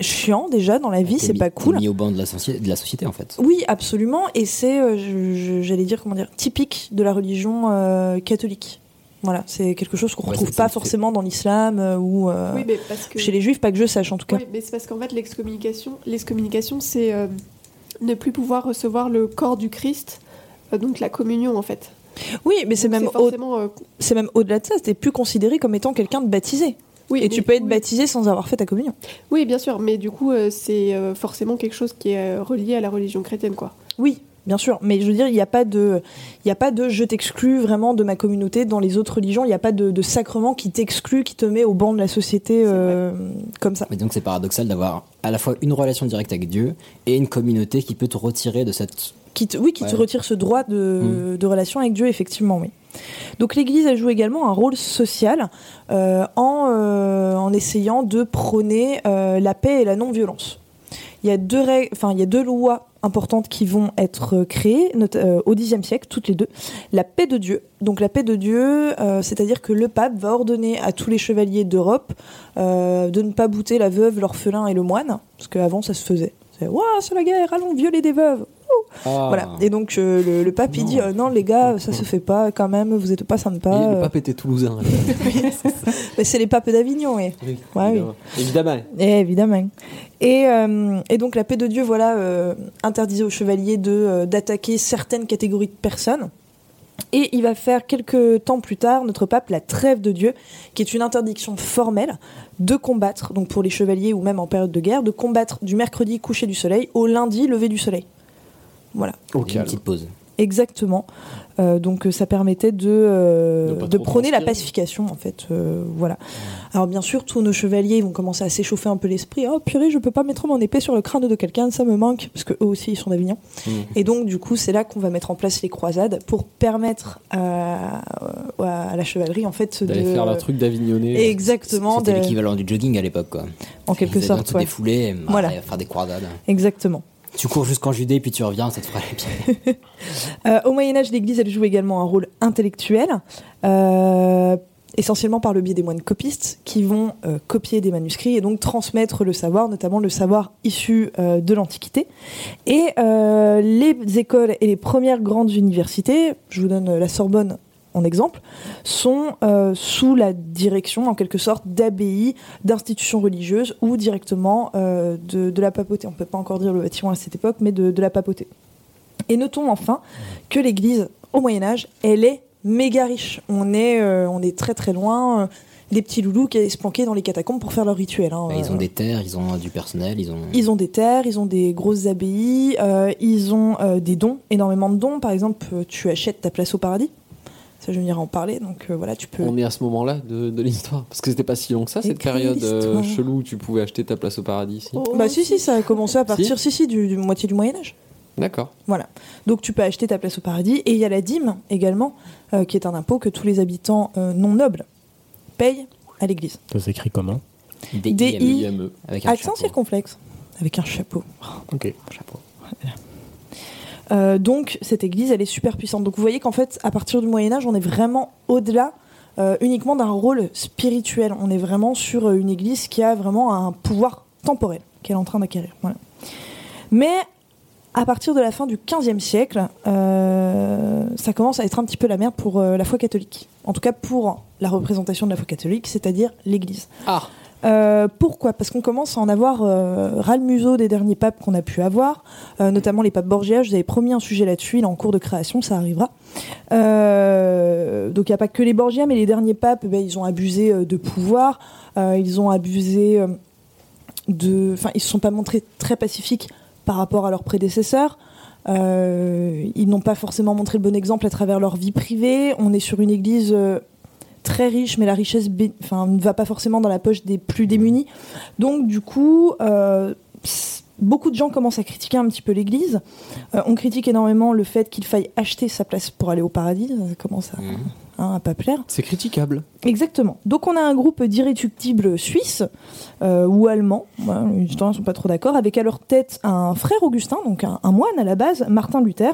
chiant déjà dans la vie,
T'es
c'est
mis-
pas
t'es
cool.
mis au banc de la, socie- de la société, en fait.
Oui, absolument. Et c'est, euh, je- je- j'allais dire, comment dire, typique de la religion euh, catholique. Voilà, c'est quelque chose qu'on
Ouais,
retrouve
c'est- c'est-
pas forcément dans l'islam euh, ou euh,
Oui, mais parce que.
chez les juifs, pas que je sache en tout cas.
Oui, mais c'est parce qu'en fait, l'excommunication, l'excommunication, c'est euh, ne plus pouvoir recevoir le corps du Christ, euh, donc la communion en fait.
Oui, mais c'est
Donc,
même, au-
forcément. euh,
c'est même au-delà de ça, c'était plus considéré comme étant quelqu'un de baptisé.
oui,
et tu
mais-
peux être
oui.
baptisé sans avoir fait ta communion.
Oui, bien sûr, mais du coup, euh, c'est euh, forcément quelque chose qui est euh, relié à la religion chrétienne, quoi.
Oui, bien sûr. Mais je veux dire, il n'y a pas de, il y a pas de, je t'exclus vraiment de ma communauté dans les autres religions. Il n'y a pas de, de sacrement qui t'exclut, qui te met au banc de la société euh, comme ça.
Mais donc c'est paradoxal d'avoir à la fois une relation directe avec Dieu et une communauté qui peut te retirer de cette.
Qui te- oui, qui te
Ouais.
retire ce droit de, de relation avec Dieu, effectivement, oui. Donc l'Église, elle joue également un rôle social euh, en, euh, en essayant de prôner euh, la paix et la non-violence. Il y, a deux règles, enfin, il y a deux lois importantes qui vont être euh, créées not- euh, au Xe siècle, toutes les deux. La paix de Dieu. Donc la paix de Dieu, euh, c'est-à-dire que le pape va ordonner à tous les chevaliers d'Europe euh, de ne pas bouter la veuve, l'orphelin et le moine, parce qu'avant ça se faisait. C'est Ouah, c'est la guerre, allons violer des veuves. Ouh.
Ah.
Voilà. Et donc euh, le, le pape il dit euh, non les gars ça se fait pas quand même vous êtes pas sympa. euh,
Et le pape était toulousain. à la base.
Mais c'est les papes d'Avignon oui. Ouais, oui.
Évidemment. Évidemment.
Eh, évidemment. Et, euh, et donc la paix de Dieu voilà euh, interdisait aux chevaliers de euh, d'attaquer certaines catégories de personnes. Et il va faire quelques temps plus tard, notre pape, la trêve de Dieu, qui est une interdiction formelle de combattre, donc pour les chevaliers ou même en période de guerre, de combattre du mercredi coucher du soleil au lundi lever du soleil. Voilà.
Au
Une
calme.
petite pause.
Exactement. Euh, donc euh, ça permettait de,
De
euh,
pas
de
trop
prôner la
transpirer.
pacification en fait. euh, voilà. Alors bien sûr tous nos chevaliers ils vont commencer à s'échauffer un peu l'esprit. Oh purée je peux pas mettre mon épée sur le crâne de quelqu'un ça me manque parce que eux aussi ils sont d'Avignon.
Mmh.
Et donc du coup c'est là qu'on va mettre en place les croisades pour permettre à, à la chevalerie en fait
D'aller
de
faire leur truc d'avignonner.
exactement
C'était
de-
l'équivalent du jogging à l'époque, quoi.
en quelque
Ils allaient
sorte
se
ouais.
défouler, et
Voilà.
euh, faire des croisades.
exactement.
Tu cours jusqu'en Judée, puis tu reviens, ça te fera les pieds.
Euh, au Moyen Âge, l'Église elle joue également un rôle intellectuel, euh, essentiellement par le biais des moines copistes qui vont euh, copier des manuscrits et donc transmettre le savoir, notamment le savoir issu euh, de l'Antiquité. Et euh, les écoles et les premières grandes universités, je vous donne euh, la Sorbonne en exemple, sont euh, sous la direction en quelque sorte d'abbayes, d'institutions religieuses ou directement euh, de, de la papauté. On ne peut pas encore dire le bâtiment à cette époque, mais de- de la papauté. Et notons enfin que l'Église, au Moyen Âge, elle est méga riche. On est, euh, on est très très loin euh, des petits loulous qui allaient se planquer dans les catacombes pour faire leur rituel. hein.
Bah, ils ont
Euh,
des terres, ils ont euh, du personnel, ils ont.
ils ont des terres, ils ont des grosses abbayes, euh, ils ont euh, des dons, énormément de dons. Par exemple, euh, tu achètes ta place au paradis. Ça, je vais venir en parler. Donc euh, voilà, tu peux.
On est à ce moment-là de, de l'histoire. Parce que c'était pas si long que ça, cette
Écris
période euh,
l'histoire.
chelou où tu pouvais acheter ta place au paradis. si.
Bah si si, ça a commencé à partir si si du, du moitié du Moyen Âge.
D'accord.
Voilà. Donc tu peux acheter ta place au paradis. Et il y a la dîme également, euh, qui est un impôt que tous les habitants euh, non nobles payent à l'Église.
Ça s'écrit comment
Des
des
IME,
I- Ah,
IME.
Avec un
Accent
chapeau.
circonflexe. Avec un chapeau.
Ok.
Euh, donc cette église, elle est super puissante. Donc vous voyez qu'en fait, à partir du Moyen Âge, on est vraiment au-delà euh, uniquement d'un rôle spirituel. On est vraiment sur euh, une église qui a vraiment un pouvoir temporel qu'elle est en train d'acquérir. Voilà. Mais à partir de la fin du XVe siècle, euh, ça commence à être un petit peu la merde pour euh, la foi catholique. En tout cas pour la représentation de la foi catholique, c'est-à-dire l'Église.
Ah
Euh, pourquoi Parce qu'on commence à en avoir euh, ras le museau des derniers papes qu'on a pu avoir, euh, notamment les papes Borgia. Je vous avais promis un sujet là-dessus, il est en cours de création, ça arrivera. Euh, donc il n'y a pas que les Borgia, mais les derniers papes, eh ben, ils ont abusé euh, de pouvoir, euh, ils ont abusé euh, de. Enfin, ils se sont pas montrés très pacifiques par rapport à leurs prédécesseurs. Euh, ils n'ont pas forcément montré le bon exemple à travers leur vie privée. On est sur une église euh, très riche, mais la richesse bé- enfin, ne va pas forcément dans la poche des plus démunis. Donc, du coup, euh, pss, beaucoup de gens commencent à critiquer un petit peu l'église. Euh, on critique énormément le fait qu'il faille acheter sa place pour aller au paradis. Ça commence à, hein, à pas plaire.
C'est critiquable.
Exactement. Donc on a un groupe d'irréductibles suisses euh, ou allemands, voilà, les historiens ne sont pas trop d'accord, avec à leur tête un frère Augustin, donc un, un moine à la base, Martin Luther,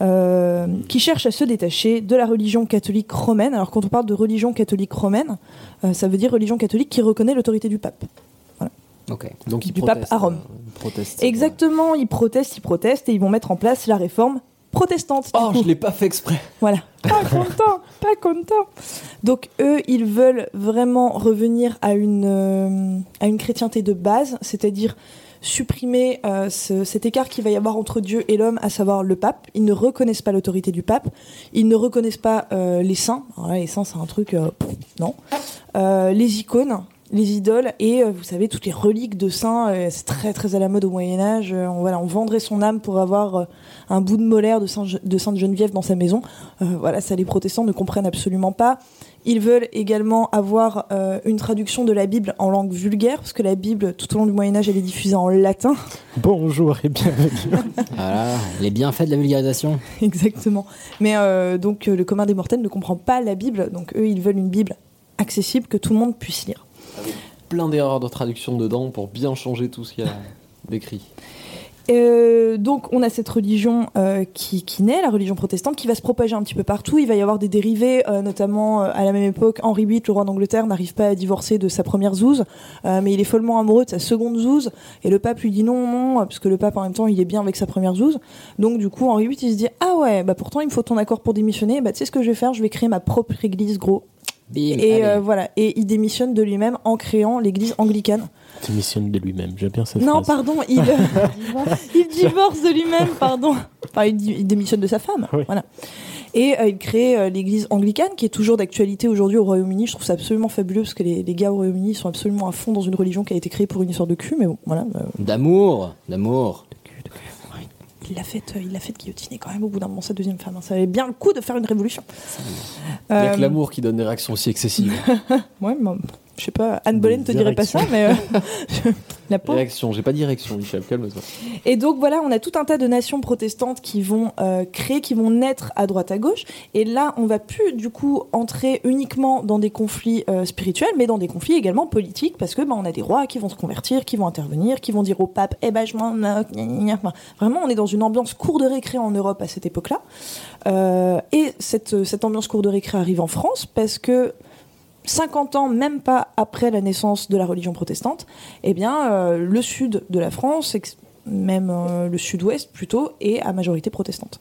euh, qui cherche à se détacher de la religion catholique romaine. Alors quand on parle de religion catholique romaine, euh, ça veut dire religion catholique qui reconnaît l'autorité du pape.
Ok.
Donc il
Du pape à Rome.
euh,
Proteste.
Exactement, ils protestent, ils protestent et ils vont mettre en place la réforme protestante. du
Oh,
coup.
je l'ai pas fait exprès.
Voilà. Pas content, pas content. Donc eux, ils veulent vraiment revenir à une, euh, à une chrétienté de base, c'est-à-dire supprimer euh, ce- cet écart qu'il va y avoir entre Dieu et l'homme, à savoir le pape. Ils ne reconnaissent pas l'autorité du pape, ils ne reconnaissent pas euh, les saints. Alors là, les saints, c'est un truc... euh, pff, non. Euh, les icônes. les idoles et euh, vous savez toutes les reliques de saints. euh, c'est très très à la mode au Moyen Âge. Euh, on, voilà, on vendrait son âme pour avoir euh, un bout de molaire de, Saint- de Sainte Geneviève dans sa maison. Euh, voilà, ça les protestants ne comprennent absolument pas. Ils veulent également avoir euh, une traduction de la Bible en langue vulgaire parce que la Bible tout au long du Moyen Âge elle est diffusée en latin.
Bonjour et bienvenue.
Voilà, les bienfaits de la vulgarisation.
Exactement. Mais euh, donc euh, le commun des mortels ne comprend pas la Bible, donc eux ils veulent une Bible accessible que tout le monde puisse lire.
Plein d'erreurs de traduction dedans pour bien changer tout ce qu'il y a décrit.
Euh, donc on a cette religion euh, qui, qui naît, la religion protestante, qui va se propager un petit peu partout. Il va y avoir des dérivés, euh, notamment euh, à la même époque, Henri VIII, le roi d'Angleterre, n'arrive pas à divorcer de sa première zouze, euh, mais il est follement amoureux de sa seconde zouze, et le pape lui dit non, non, euh, parce que le pape en même temps il est bien avec sa première zouze. Donc du coup Henri VIII il se dit ah ouais, bah pourtant il me faut ton accord pour démissionner, bah tu sais ce que je vais faire, je vais créer ma propre église gros.
Bim, allez.
Et euh, voilà, et il démissionne de lui-même en créant l'église anglicane.
Démissionne de lui-même, j'aime bien cette
Non,
phrase.
pardon, il, euh, il divorce de lui-même, pardon. Enfin, il, di- il démissionne de sa femme.
Oui.
Voilà. Et euh, il crée euh, l'église anglicane, qui est toujours d'actualité aujourd'hui au Royaume-Uni. Je trouve ça absolument fabuleux, parce que les, les gars au Royaume-Uni sont absolument à fond dans une religion qui a été créée pour une histoire de cul, mais bon, voilà. euh,
D'amour, d'amour.
il l'a fait, euh, il l'a fait guillotiner quand même au bout d'un moment, sa deuxième femme. hein. Ça avait bien le coup de faire une révolution.
Il n'y a
Euh,
que l'amour qui donne des réactions aussi excessives.
Ouais, mais, je sais pas, Anne
Des
Boleyn te dirait pas ça, mais euh, la pauvre.
Réaction, j'ai pas dit réaction, Michel, calme-toi.
Et donc voilà, on a tout un tas de nations protestantes qui vont euh, créer, qui vont naître à droite à gauche. Et là, on va plus du coup entrer uniquement dans des conflits euh, spirituels, mais dans des conflits également politiques, parce que bah, on a des rois qui vont se convertir, qui vont intervenir, qui vont dire au pape, eh ben je m'en moque, gna, gna, gna. Enfin, Vraiment, on est dans une ambiance cour de récré en Europe à cette époque-là. Euh, et cette, cette ambiance cour de récré arrive en France parce que 50 ans, même pas après la naissance de la religion protestante, eh bien, euh, le sud de la France, ex- même euh, le sud-ouest plutôt, est à majorité protestante.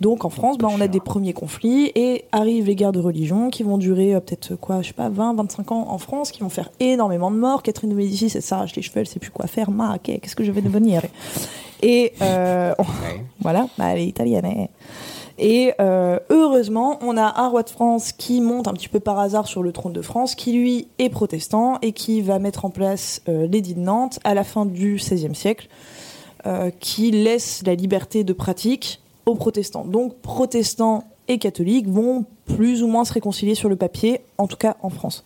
Donc en France, bah, on a des premiers conflits et arrivent les guerres de religion qui vont durer euh, peut-être quoi, je sais pas, 20, 25 ans en France, qui vont faire énormément de morts. Catherine de Médicis, elle s'arrache les cheveux, elle sait plus quoi faire. Ma, ok, qu'est-ce que je vais devenir Et euh, voilà, bah, elle est italienne. eh. Et euh, heureusement, on a un roi de France qui monte un petit peu par hasard sur le trône de France, qui lui est protestant et qui va mettre en place euh, l'édit de Nantes à la fin du XVIe siècle, euh, qui laisse la liberté de pratique aux protestants. Donc protestants et catholiques vont plus ou moins se réconcilier sur le papier, en tout cas en France.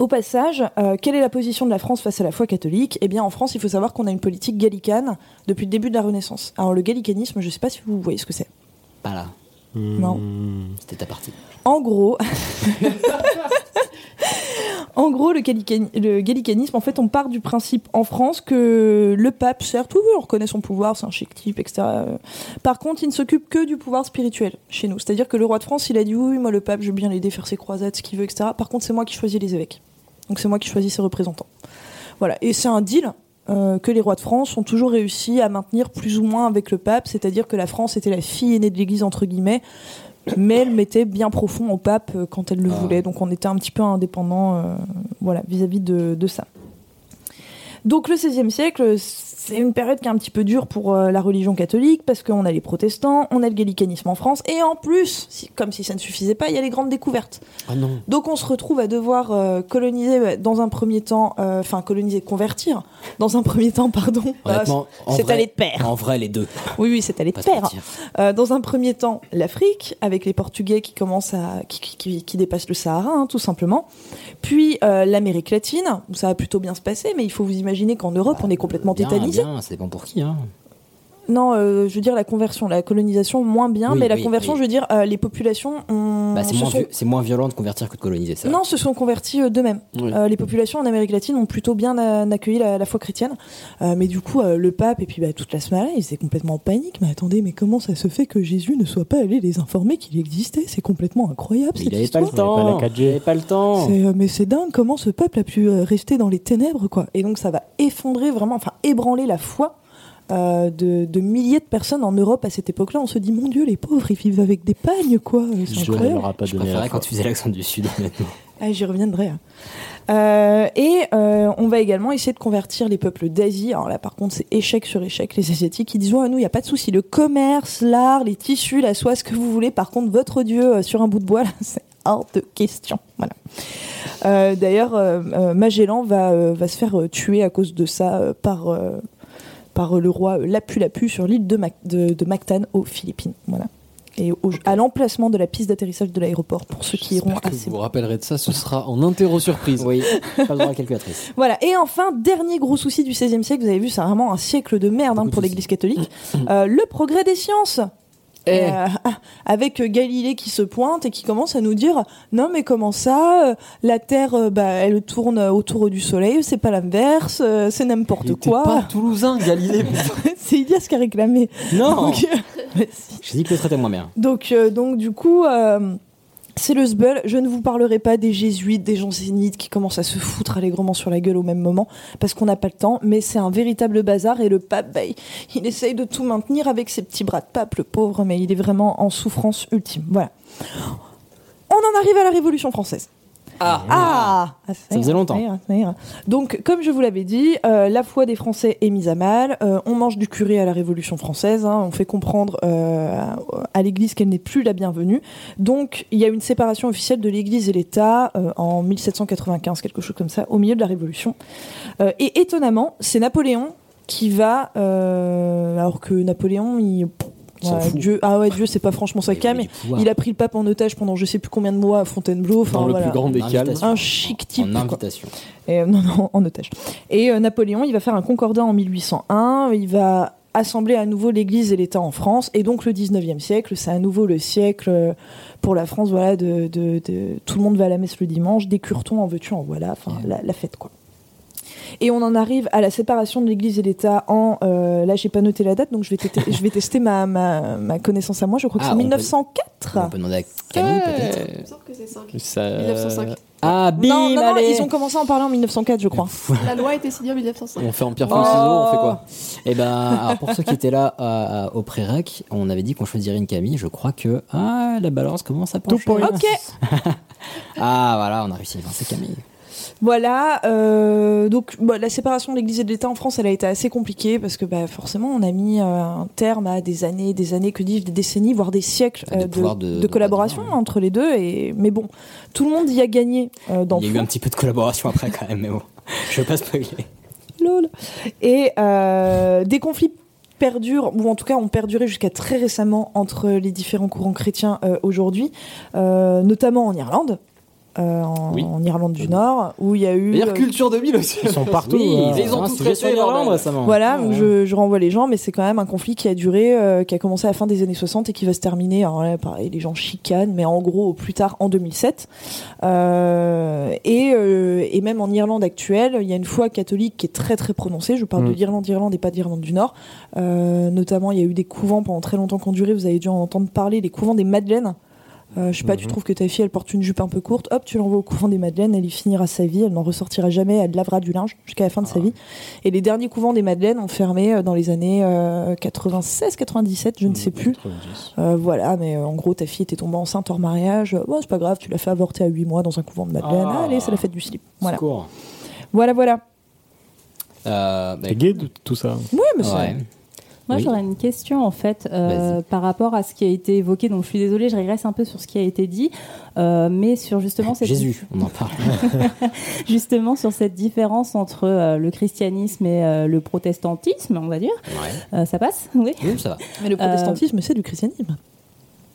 Au passage, euh, quelle est la position de la France face à la foi catholique Eh bien, en France, il faut savoir qu'on a une politique gallicane depuis le début de la Renaissance. Alors, le gallicanisme, je ne sais pas si vous voyez ce que c'est.
Pas là,
Hmm,
Non.
c'était ta partie.
En gros. En gros, le, gallican- le gallicanisme, en fait, on part du principe en France que le pape, certes, oui, oui, on reconnaît son pouvoir, c'est un chic type, etc. Euh, Par contre, il ne s'occupe que du pouvoir spirituel chez nous. C'est-à-dire que le roi de France, il a dit oui, oui, moi, le pape, je veux bien l'aider, faire ses croisades, ce qu'il veut, etc. Par contre, c'est moi qui choisis les évêques. Donc, c'est moi qui choisis ses représentants. Voilà. Et c'est un deal euh, que les rois de France ont toujours réussi à maintenir plus ou moins avec le pape, c'est-à-dire que la France était la fille aînée de l'Église, entre guillemets, mais elle mettait bien profond au pape euh, quand elle le
Ah.
voulait, donc on était un petit peu indépendant euh, voilà, vis-à-vis de, de ça. Donc le XVIe siècle, c'est une période qui est un petit peu dure pour euh, la religion catholique, parce qu'on a les protestants, on a le gallicanisme en France, et en plus, si- comme si ça ne suffisait pas, il y a les grandes découvertes.
Ah non.
Donc on se retrouve à devoir euh, coloniser bah, dans un premier temps, euh, enfin coloniser, convertir, dans un premier temps, pardon. Euh,
Honnêtement, en
Bah, c'est
vrai-
allé de pair.
En vrai, les deux.
Oui, oui, c'est allé de
Pas se
pair.
mentir.
Euh, dans un premier temps, l'Afrique, avec les Portugais qui commencent à, qui, qui- qui- qui dépassent le Sahara, hein, tout simplement. Puis euh, l'Amérique latine, où ça va plutôt bien se passer, mais il faut vous imaginer qu'en Europe, on est complètement
Bien,
tétanisé.
bien, c'est bon pour qui, hein
Non, euh, je veux dire la conversion, la colonisation moins bien,
Oui,
mais la
oui,
conversion,
oui.
je veux dire euh, les populations ont,
Bah, c'est
se
moins,
sont-
vieux- c'est moins violent de convertir que de coloniser, ça.
Hum, non, se sont convertis euh, d'eux-mêmes.
Oui.
Euh, les populations en Amérique latine ont plutôt bien euh, accueilli la, la foi chrétienne. Euh, mais du coup, euh, le pape et puis bah, toute la semaine, ils étaient complètement en panique. Mais attendez, mais comment ça se fait que Jésus ne soit pas allé les informer qu'il existait C'est complètement incroyable
Mais
cette
il avait pas
histoire.
le temps.
On avait pas la 4G.
Il avait pas le temps.
C'est, euh, mais c'est dingue comment ce peuple a pu euh, rester dans les ténèbres, quoi. Et donc ça va effondrer vraiment, enfin ébranler la foi euh, de, de milliers de personnes en Europe à cette époque-là. On se dit, mon Dieu, les pauvres, ils vivent avec des pagnes, quoi. C'est
Je ne
incroyable.
leur ai pas
Je
donné la
préférais
fin.
quand tu faisais l'accent du Sud, honnêtement.
Ah, j'y reviendrai. Euh, et euh, on va également essayer de convertir les peuples d'Asie. Alors là, par contre, c'est échec sur échec. Les Asiatiques, ils disent Ouais, nous, il n'y a pas de souci. Le commerce, l'art, les tissus, la soie, ce que vous voulez. Par contre, votre dieu euh, sur un bout de bois, là, c'est hors de question. Voilà. Euh, D'ailleurs, euh, euh, Magellan va, euh, va se faire euh, tuer à cause de ça euh, par, euh, par euh, le roi euh, Lapu Lapu sur l'île de, Mac- de, de Mactan aux Philippines. Voilà. Et au- à l'emplacement de la piste d'atterrissage de l'aéroport pour ceux qui iront
J'espère
à
que
ces
vous vous rappellerez de ça, ce sera en interro surprise.
Oui, pas besoin de calculatrice.
Voilà. Et enfin, dernier gros souci du XVIe siècle, vous avez vu, c'est vraiment un siècle de merde hein,
Beaucoup de
pour
soucis.
l'Église catholique. Euh, le progrès des sciences.
Eh.
Euh, ah, avec Galilée qui se pointe et qui commence à nous dire non mais comment ça euh, la Terre euh, bah, elle tourne autour du Soleil c'est pas l'inverse euh, c'est n'importe quoi
pas toulousain, Galilée.
c'est Ilias qui a réclamé
Non
donc, mais si.
Je dis que le traitait moins bien.
Donc, euh, donc du coup, euh, c'est le sbul. Je ne vous parlerai pas des jésuites, des jansénites qui commencent à se foutre allègrement sur la gueule au même moment parce qu'on n'a pas le temps, mais c'est un véritable bazar et le pape, bah, il- il essaye de tout maintenir avec ses petits bras de pape, le pauvre, mais il est vraiment en souffrance ultime. Voilà. On en arrive à la Révolution française.
Ah.
Ah, Ah,
Ça faisait
ira,
longtemps.
ira, ça ira. Donc, comme je vous l'avais dit, euh, la foi des Français est mise à mal. Euh, on mange du curé à la Révolution française. hein. on fait comprendre euh, à l'Église qu'elle n'est plus la bienvenue. Donc, il y a une séparation officielle de l'Église et l'État euh, en 1795, quelque chose comme ça, au milieu de la Révolution. Euh, et étonnamment, c'est Napoléon qui va, euh, alors que Napoléon, il,
S'en
Ouais,
fout.
Dieu, ah ouais, Dieu, c'est pas franchement sa
Il
cam.
voulait du pouvoir.
Il a pris le pape en otage pendant je sais plus combien de mois à Fontainebleau. Enfin,
Dans le
voilà.
plus grand des
En
calmes.
invitation.
Un chic type.
En
quoi.
invitation.
Et, euh, non, non, en otage. Et euh, Napoléon, il va faire un concordat en 1801. Il va assembler à nouveau l'Église et l'État en France. Et donc le 19e siècle, c'est à nouveau le siècle euh, pour la France. Voilà, de, de- de- tout le monde va à la messe le dimanche, des curtons en veux-tu, en voilà. Enfin, la, la fête, quoi. Et on en arrive à la séparation de l'Église et l'État en. euh, là, j'ai pas noté la date, donc je vais, téter- je vais tester ma, ma- ma connaissance à moi. Je crois que
Ah,
c'est
on peut-
1904.
On peut demander à Camille peut-être.
Il me semble que c'est 5.
Ça-
euh,
1905.
Ah, bim
Non, non, non,
allez.
ils ont commencé à en parler en 1904, je crois. Oh.
La loi a été signée en 1905.
On fait en pierre feuille ciseaux, on fait quoi
Eh ben, alors pour ceux qui étaient là à- à- au pré-rack, on avait dit qu'on choisirait une Camille. Je crois que ah, la balance commence à pencher.
pour une.
Ok,
Ah, voilà, on a réussi. Enfin, c'est Camille.
Voilà, euh, donc bah, la séparation de l'Église et de l'État en France, elle a été assez compliquée parce que bah, forcément, on a mis euh, un terme à des années, des années, que dis-je, des décennies, voire des siècles
De
euh, de,
pouvoir de-
de
de
collaboration
droit de
entre les deux. Et mais bon, tout le monde y a gagné euh, dans
Il y a
le
eu
fond.
un petit peu de collaboration après quand même, mais bon, je veux pas spoiler.
Lol. Et euh, des conflits perdurent, ou en tout cas ont perduré jusqu'à très récemment entre les différents courants chrétiens euh, aujourd'hui, euh, notamment en Irlande. euh, en,
Oui.
en Irlande du Nord, où il y a eu.
D'ailleurs,
euh,
culture 2000 aussi.
Ils sont partout.
Oui,
hein.
ils ont
un
tout
sujet
traité,
sur l'Irlande
bordel.
récemment.
Voilà,
Ouais, ouais.
je, je renvoie les gens, mais c'est quand même un conflit qui a duré, euh, qui a commencé à la fin des années 60 et qui va se terminer, alors là, pareil, les gens chicanent, mais en gros, au plus tard en 2007. Euh, et, euh, et même en Irlande actuelle, il y a une foi catholique qui est très très prononcée. Je parle
Mm.
de l'Irlande, d'Irlande et pas d'Irlande du Nord. Euh, notamment, il y a eu des couvents pendant très longtemps qui ont duré, vous avez dû en entendre parler, les couvents des Madeleines. Euh, je sais
Mhm.
pas, tu trouves que ta fille elle porte une jupe un peu courte, hop, tu l'envoies au couvent des Madeleines, elle y finira sa vie, elle n'en ressortira jamais, elle lavera du linge jusqu'à la fin de
Ah.
sa vie. Et les derniers couvents des Madeleines ont fermé euh, dans les années euh, 96, 97, je ne
Mhm.
sais plus.
90.
Euh, voilà, mais euh, en gros, ta fille était tombée enceinte hors mariage, Euh, bon, c'est pas grave, tu l'as fait avorter à 8 mois dans un couvent de Madeleine,
Ah.
allez, c'est la fête du slip. Voilà,
Secours.
voilà, voilà.
Euh, bah,
C'est gay de- tout ça.
Oui, mais c'est-
ouais.
Moi,
Oui.
j'aurais une question en fait euh,
Vas-y.
par rapport à ce qui a été évoqué. Donc, je suis désolée, je régresse un peu sur ce qui a été dit, euh, mais sur justement cette
Jésus, on en parle.
justement sur cette différence entre euh, le christianisme et euh, le protestantisme, on va dire.
Ouais.
Euh, ça passe Oui.
Oui, ça va.
Mais le protestantisme, c'est du christianisme.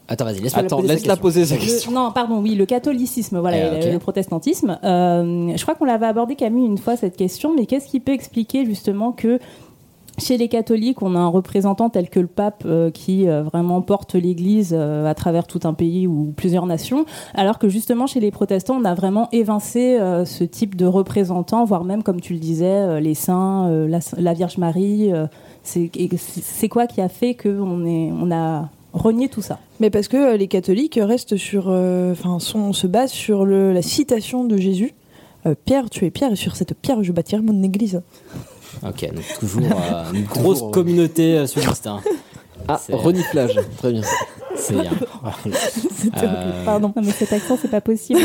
Attends, vas-y, laisse-moi
Attends,
poser sa
laisse-la
question.
poser sa
Le-
question.
non, pardon, oui, le catholicisme, voilà,
Euh,
et le-
ok.
le protestantisme. Euh, je crois qu'on l'avait abordé, Camille, une fois cette question, mais qu'est-ce qui peut expliquer justement que chez les catholiques, on a un représentant tel que le pape euh, qui euh, vraiment porte l'Église euh, à travers tout un pays ou plusieurs nations, alors que justement chez les protestants, on a vraiment évincé euh, ce type de représentant, voire même, comme tu le disais, euh, les saints, euh, la, la Vierge Marie. euh, c'est c'est quoi qui a fait qu'on est- on a renié tout ça
Mais parce que euh, les catholiques restent sur, euh, enfin, sont- se basent sur le, la citation de Jésus. Euh, Pierre, tu es Pierre, et sur cette pierre, je bâtirai mon église.
Ok, donc toujours euh, une grosse
Toujours, euh,
communauté euh, sioniste. hein.
Ah,
C'est-
reniflage. Très bien.
C'est bien.
C'est
Euh,
horrible, Pardon.
Non, mais cet accent, c'est pas possible.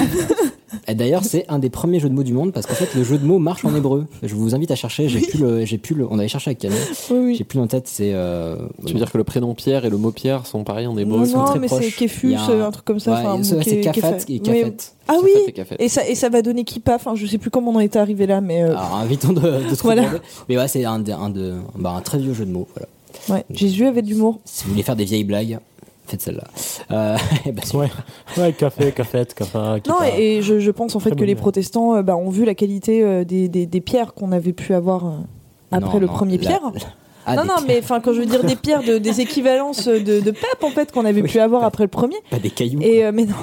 Et d'ailleurs, c'est un des premiers jeux de mots du monde parce qu'en fait, le jeu de mots marche en hébreu. Je vous invite à chercher. J'ai plus le, j'ai plus le- on avait cherché avec Camille. J'ai plus en tête. C'est. euh,
Tu veux dire que le prénom Pierre et le mot Pierre sont pareils en hébreu
Non,
ils sont
non,
très
mais
proches.
c'est Kefus,
Il y a un-
un truc comme ça.
Ouais,
enfin,
ça,
bon,
c'est
Kef-
Kefet
Kefet.
et
Oui.
Kefet.
Ah
Kefet et
oui
Kefet.
Et ça, et ça va donner Kippa. Enfin, je sais plus comment on en était arrivé là, mais euh,
Alors, invitons de, de trop
Voilà.
demander. Mais ouais, c'est un, de- un, de, bah, un très vieux jeu de mots. Voilà.
ouais, Jésus avait de l'humour.
Si vous voulez faire des vieilles blagues, faites celle-là. Euh, eh ben, c'est-
Ouais, ouais, café, café, café.
Non, et, et je, je pense en fait
Très
que
bon
les
lieu.
protestants euh, bah, ont vu la qualité euh, des, des- des pierres qu'on avait pu avoir euh, après
Non,
le
non, la-
premier pierre.
Ah,
non,
des-
non, mais enfin, quand je veux dire des pierres, de- des équivalences de, de papes en fait qu'on avait pu avoir après le premier.
Pas des cailloux.
Et euh, mais non.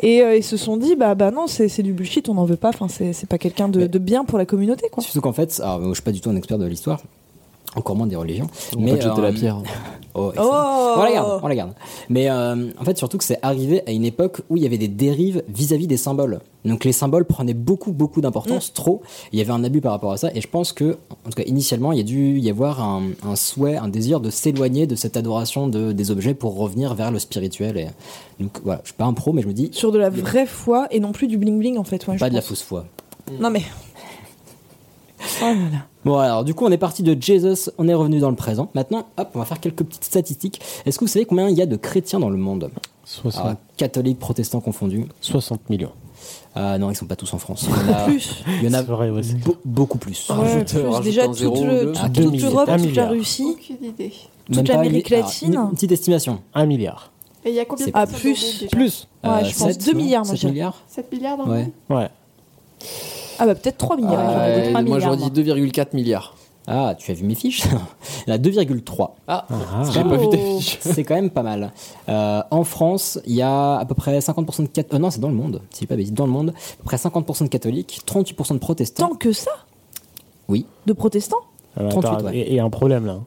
Et euh, ils se sont dit bah bah non c'est c'est du bullshit on n'en veut pas enfin c'est c'est pas quelqu'un de,
Mais-
de bien pour la communauté quoi.
Surtout qu'en fait, alors, je suis pas du tout un expert de l'histoire, encore moins des religions.
On peut
mais
te jeter
euh,
la pierre.
Oh, excellent.
Oh
on la garde, on la garde. Mais euh, en fait, surtout que c'est arrivé à une époque où il y avait des dérives vis-à-vis des symboles. Donc les symboles prenaient beaucoup, beaucoup d'importance,
Mm.
trop. Il y avait un abus par rapport à ça. Et je pense que, en tout cas, initialement, il y a dû y avoir un, un souhait, un désir de s'éloigner de cette adoration de, des objets pour revenir vers le spirituel. Et donc voilà, je suis pas un pro, mais je me dis,
Sur de la vraie foi et non plus du bling bling en fait. Ouais, je
pas de la
pense.
fausse foi.
Non mais. Oh là là.
Bon, alors du coup, on est parti de Jesus, on est revenu dans le présent. Maintenant, hop, on va faire quelques petites statistiques. Est-ce que vous savez combien il y a de chrétiens dans le monde
60,
Alors, Catholiques, protestants confondus.
60 millions.
Euh, non, ils sont pas tous en France. Il y en a,
Plus.
il y en a
C'est vrai, ouais, c'est-
be- beaucoup plus.
Ouais,
Rajoute-
plus.
rajoute
déjà
un
toute,
zéro,
le-
deux.
toute
Ah, deux
l'Europe,
milliards. Un
toute la
milliard.
Russie.
Aucune idée.
toute
pas
l'Amérique
une- alors,
latine.
Une, une petite estimation. Euh,
1 milliard.
Et il y a combien de
C'est-
Ah,
personnes
plus.
au monde déjà
Plus
Ouais, je pense 2 milliards, moi, je
7
dirais.
milliards
7 milliards dans le
Ouais.
monde
Ouais.
Ah bah peut-être 3 milliards.
Ah, j'aurais dit trois
moi j'aurais
milliards,
dit 2,4 milliards.
Ah, tu as vu mes fiches Il y en a 2,3.
Ah,
Ah.
j'ai pas vu tes fiches.
C'est quand même pas mal. Euh, en France, il y a à peu près 50% de catholiques. non, c'est dans le monde. Si je dis pas de bêtises, dans le monde, à peu près 50% de catholiques, 38% de protestants.
Tant que ça
Oui.
De protestants
Alors,
38,
attends,
ouais.
et, et un problème là.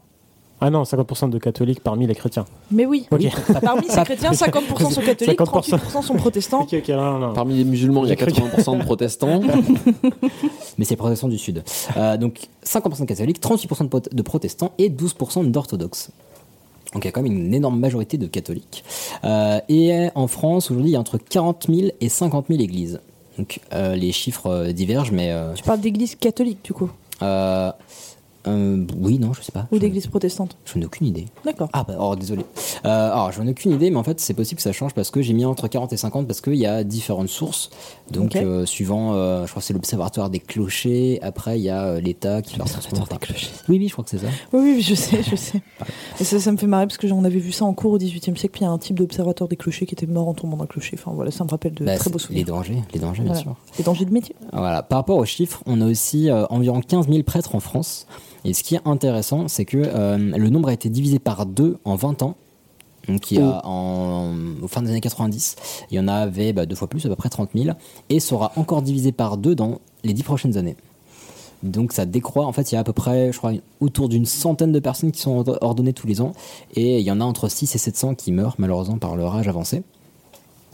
Ah non, 50% de catholiques parmi les chrétiens.
Mais oui.
Ok.
Parmi ces chrétiens, 50% sont catholiques,
50%.
38% sont protestants.
Ok, ok, non, non, non.
Parmi les musulmans, il y a
J'ai cru que-
80% de protestants.
mais c'est protestants du Sud. Euh, donc 50% de catholiques, 38% de, pot- de protestants et 12% d'orthodoxes. Donc il y a quand même une énorme majorité de catholiques. Euh, et en France, aujourd'hui, il y a entre 40 000 et 50 000 églises. Donc euh, les chiffres euh, divergent, mais... euh,
Tu parles d'église catholique du coup
euh, euh, oui, non, je sais pas.
ou
Je-
d'église protestante
Je n'ai aucune idée.
D'accord.
Ah bah, oh, désolé. Euh, alors, j'en ai aucune idée, mais en fait, c'est possible que ça change parce que j'ai mis entre 40 et 50 parce qu'il y a différentes sources. Donc,
Ok.
euh, suivant, euh, je crois que c'est l'Observatoire des clochers. Après, il y a euh, l'État qui leur L'Observatoire des clochers. Oui, oui, je crois que c'est ça.
Oui, oui, je sais, je sais. Et ça, ça me fait marrer parce que j'en avais vu ça en cours au XVIIIe siècle. Puis il y a un type d'observateur des clochers qui était mort en tombant d'un clocher. Enfin voilà, ça me rappelle de
Bah,
très beaux
c'est les
souvenirs.
dangers, les dangers, bien
Voilà.
sûr.
Les dangers de métier.
Voilà. Par rapport aux chiffres, on a aussi euh, environ 15 000 prêtres en France. Et ce qui est intéressant, c'est que euh, le nombre a été divisé par deux en 20 ans. Donc, il y
Oh.
a en, au fin des années 90, il y en avait bah, deux fois plus, à peu près 30 000, et sera encore divisé par deux dans les dix prochaines années. Donc ça décroît. En fait, il y a à peu près, je crois, autour d'une centaine de personnes qui sont ordo- ordonnées tous les ans, et il y en a entre 6 et 700 qui meurent malheureusement par leur âge avancé.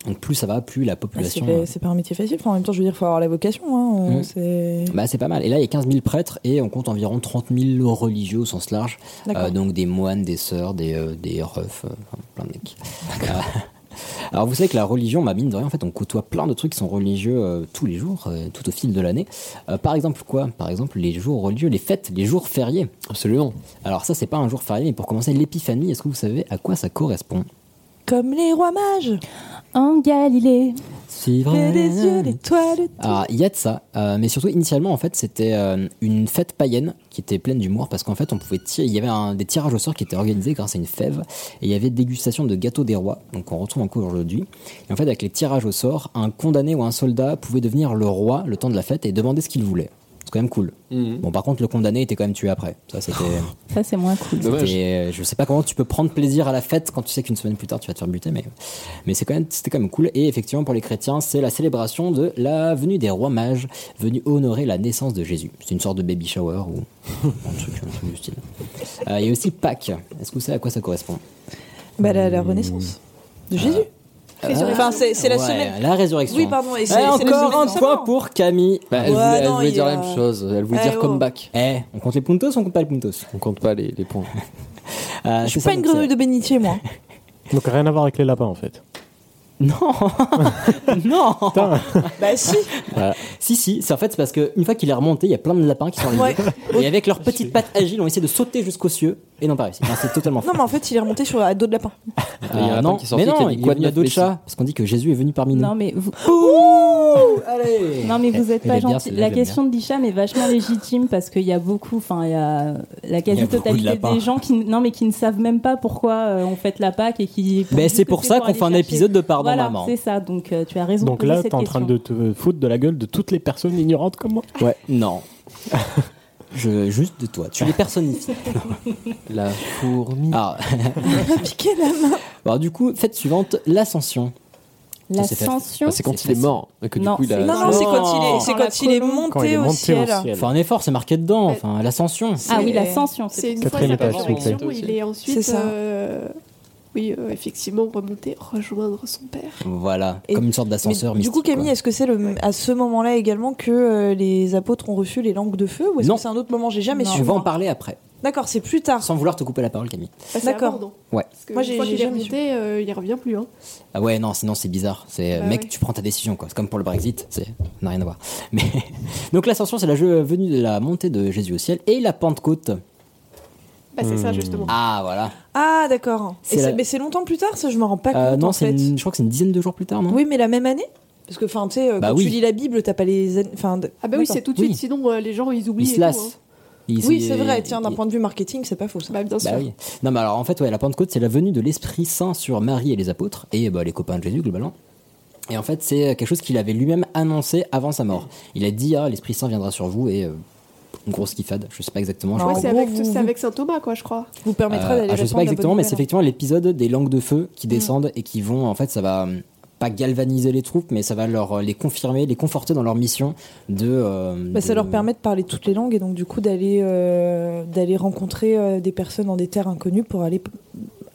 Donc plus ça va, plus la
Ah, C'est
population. euh,
pas, c'est pas un métier facile. Enfin, en même temps, je veux dire, il faut avoir la vocation. hein, euh,
Mm.
c'est-
Bah, c'est pas mal. Et là, il y a 15 000 prêtres et on compte environ 30 000 religieux au sens large.
D'accord.
Euh, donc des moines, des sœurs, des, euh, des refs, euh, enfin, plein de mecs. Euh, alors vous savez que la religion, bah, mine de rien, en fait, on côtoie plein de trucs qui sont religieux euh, tous les jours, euh, tout au fil de l'année. Euh, par exemple quoi Par exemple les jours religieux, les fêtes, les jours fériés.
Absolument.
Alors ça, c'est pas un jour férié, mais pour commencer, l'épiphanie, est-ce que vous savez à quoi ça correspond
Comme les rois mages,
Mm.
En Galilée.
Suivre
fais des yeux l'étoile.
Ah, il y a de ça. Euh, mais surtout, initialement, en fait, c'était euh, une fête païenne qui était pleine d'humour parce qu'en fait, on pouvait tirer. Il y avait un- des tirages au sort qui étaient organisés grâce à une fève et il y avait dégustation de gâteaux des rois. Donc, on retrouve encore aujourd'hui. Et en fait, avec les tirages au sort, un condamné ou un soldat pouvait devenir le roi le temps de la fête et demander ce qu'il voulait. C'est quand même cool.
Mm. Mmh.
Bon, par contre, le condamné était quand même tué après. Ça, c'était.
Ça, c'est moins cool.
Dommage.
c'était- euh, je sais pas comment tu peux prendre plaisir à la fête quand tu sais qu'une semaine plus tard tu vas te faire buter, mais, mais c'est quand même, c'était quand même cool. Et effectivement, pour les chrétiens, c'est la célébration de la venue des rois mages, venus honorer la naissance de Jésus. C'est une sorte de baby shower ou un truc, un truc du style. Euh, Il y a aussi Pâques. Est-ce que vous savez à quoi ça correspond
Bah, la, la renaissance
Mm.
de Jésus.
Ah,
Enfin, c'est c'est la
Ouais,
semaine.
La résurrection.
Oui, pardon, et
Eh,
c'est- c'est la
encore
semaine
un
de
point
Saint-Laurent.
pour Camille.
Bah, elle
Ouais,
voulait, elle
non,
voulait
il
dire
y
la
a-
même chose. Elle voulait
Eh
dire
oh.
comeback.
Eh, on compte les puntos ou on compte pas les puntos
On compte pas les, les points.
Euh,
Je
c'est
suis
ça,
pas une
donc, c'est-
grenouille de bénitier, moi.
Donc rien à voir avec les lapins en fait.
Non Non
Bah si
Euh, si, si, c'est en fait c'est parce qu'une fois qu'il est remonté, il y a plein de lapins qui sont arrivés. Et avec leurs petites pattes agiles, ont essayé de sauter jusqu'aux cieux et n'ont pas réussi. Non, c'est totalement faux.
Non mais en fait il est remonté sur la dos de lapin.
Euh,
Il y a un lapin
non,
qui est sorti,
mais
qui a
non,
dit
il
quoi
est
de
venu à
neuf,
dos de
Messi
chat parce qu'on dit que Jésus est venu parmi nous.
Non, mais vous,
Ouh, allez
Non, mais vous
Eh,
n'êtes
elle
pas
est bien,
gentil.
celle-là,
La
j'aime bien.
question de Hicham est vachement légitime parce qu'il y a beaucoup, enfin, il y a la
Il y a
quasi-totalité
beaucoup de lapins.
des gens qui, non, mais qui ne savent même pas pourquoi euh, on fête la Pâque et qui.
Ben, c'est pour ça qu'on
aller
fait un
chercher.
épisode de Pardon
voilà,
Maman.
C'est ça, donc euh, tu as raison.
Donc
de poser
là,
cette
t'es en train
question.
de te foutre de la gueule de toutes les personnes ignorantes comme moi.
Ouais, non. Je, juste de toi, tu les personnifies.
La fourmi.
Alors,
Piquer la main.
alors, du coup, fête suivante, l'ascension. Ça, c'est
L'ascension.
Ah, c'est quand
C'est
il est
facile.
mort. et que du
Non,
coup, il a-
c'est-
Non, non, c'est quand il est, c'est
Dans
quand
la
il est
colombe.
monté,
Quand il est
au,
monté
ciel.
au ciel.
Enfin, un effort, c'est marqué dedans. Enfin, l'ascension.
Euh, Ah
C'est-
oui, l'ascension. c'est-
C'est une fois
Quatrième
sa
étage, s'il vous plaît.
résurrection, il est ensuite.
C'est ça.
euh, oui, euh, effectivement, remonter, rejoindre son père.
Voilà,
Et-
comme une sorte
Mais
d'ascenseur
du
mystique.
coup, Camille,
quoi.
est-ce que c'est le- à ce moment-là également que euh, les apôtres ont reçu les langues de feu ou est-ce
Non.
que c'est un autre moment J'ai jamais
Ah, on
su.
va en parler après,
D'accord, c'est plus tard.
sans vouloir te couper la parole, Camille.
Bah, c'est
D'accord.
avant, non
Ouais.
Parce que
Moi,
une
j'ai-
fois
j'ai
qu'il est
jamais
remonté, euh, il revient plus. Hein.
Ah ouais, non, sinon c'est bizarre. C'est
Bah
mec,
ouais.
tu prends ta décision quoi. C'est comme pour le Brexit, c'est ça n'a rien à voir. Mais donc l'ascension, c'est la jeu- venue de la montée de Jésus au ciel et la Pentecôte.
Bah, c'est ça, justement.
Ah voilà.
Ah d'accord. Et
C'est
c'est-
la-
Mais c'est longtemps plus tard, ça je m'en rends pas compte
Euh, non,
Ah, en
c'est
fait.
une- je crois que c'est une dizaine de jours plus tard, non
Oui, mais la même année Parce que enfin, tu sais, euh,
Bah
quand
oui.
tu lis la Bible, t'as pas les. an- Enfin, d-
Ah, bah oui,
d'accord.
c'est tout de suite,
Oui.
sinon euh, les gens ils
Ils
oublient. et
se
tout,
lassent. Ils-
Oui, c'est vrai.
ils-
Tiens, d'un point de vue marketing, c'est pas faux ça.
hein. Bah, bien sûr.
Bah oui. Non, mais alors en fait, ouais, la Pentecôte, c'est la venue de l'Esprit Saint sur Marie et les apôtres, et bah, les copains de Jésus globalement. Et en fait, c'est euh, quelque chose qu'il avait lui-même annoncé avant sa mort. Il a dit, ah, l'Esprit Saint viendra sur vous, et euh, une grosse kiffade, je sais pas exactement. je
Ah,
Ouais,
crois
en
c'est
gros,
avec,
vous-
c'est avec saint Thomas, quoi, je crois.
Vous permettra
Euh,
d'aller.
ah, je sais
répandre
pas
la bonne
exactement,
hein.
mais c'est
nouvelle.
effectivement l'épisode des langues de feu
Mm.
qui descendent et qui vont, en fait, ça va hum, pas galvaniser les troupes, mais ça va leur euh, les confirmer, les conforter dans leur mission de. euh,
Bah, ça
de-
leur permet de parler toutes les langues et donc du coup d'aller euh, d'aller rencontrer euh, des personnes dans des terres inconnues pour aller p-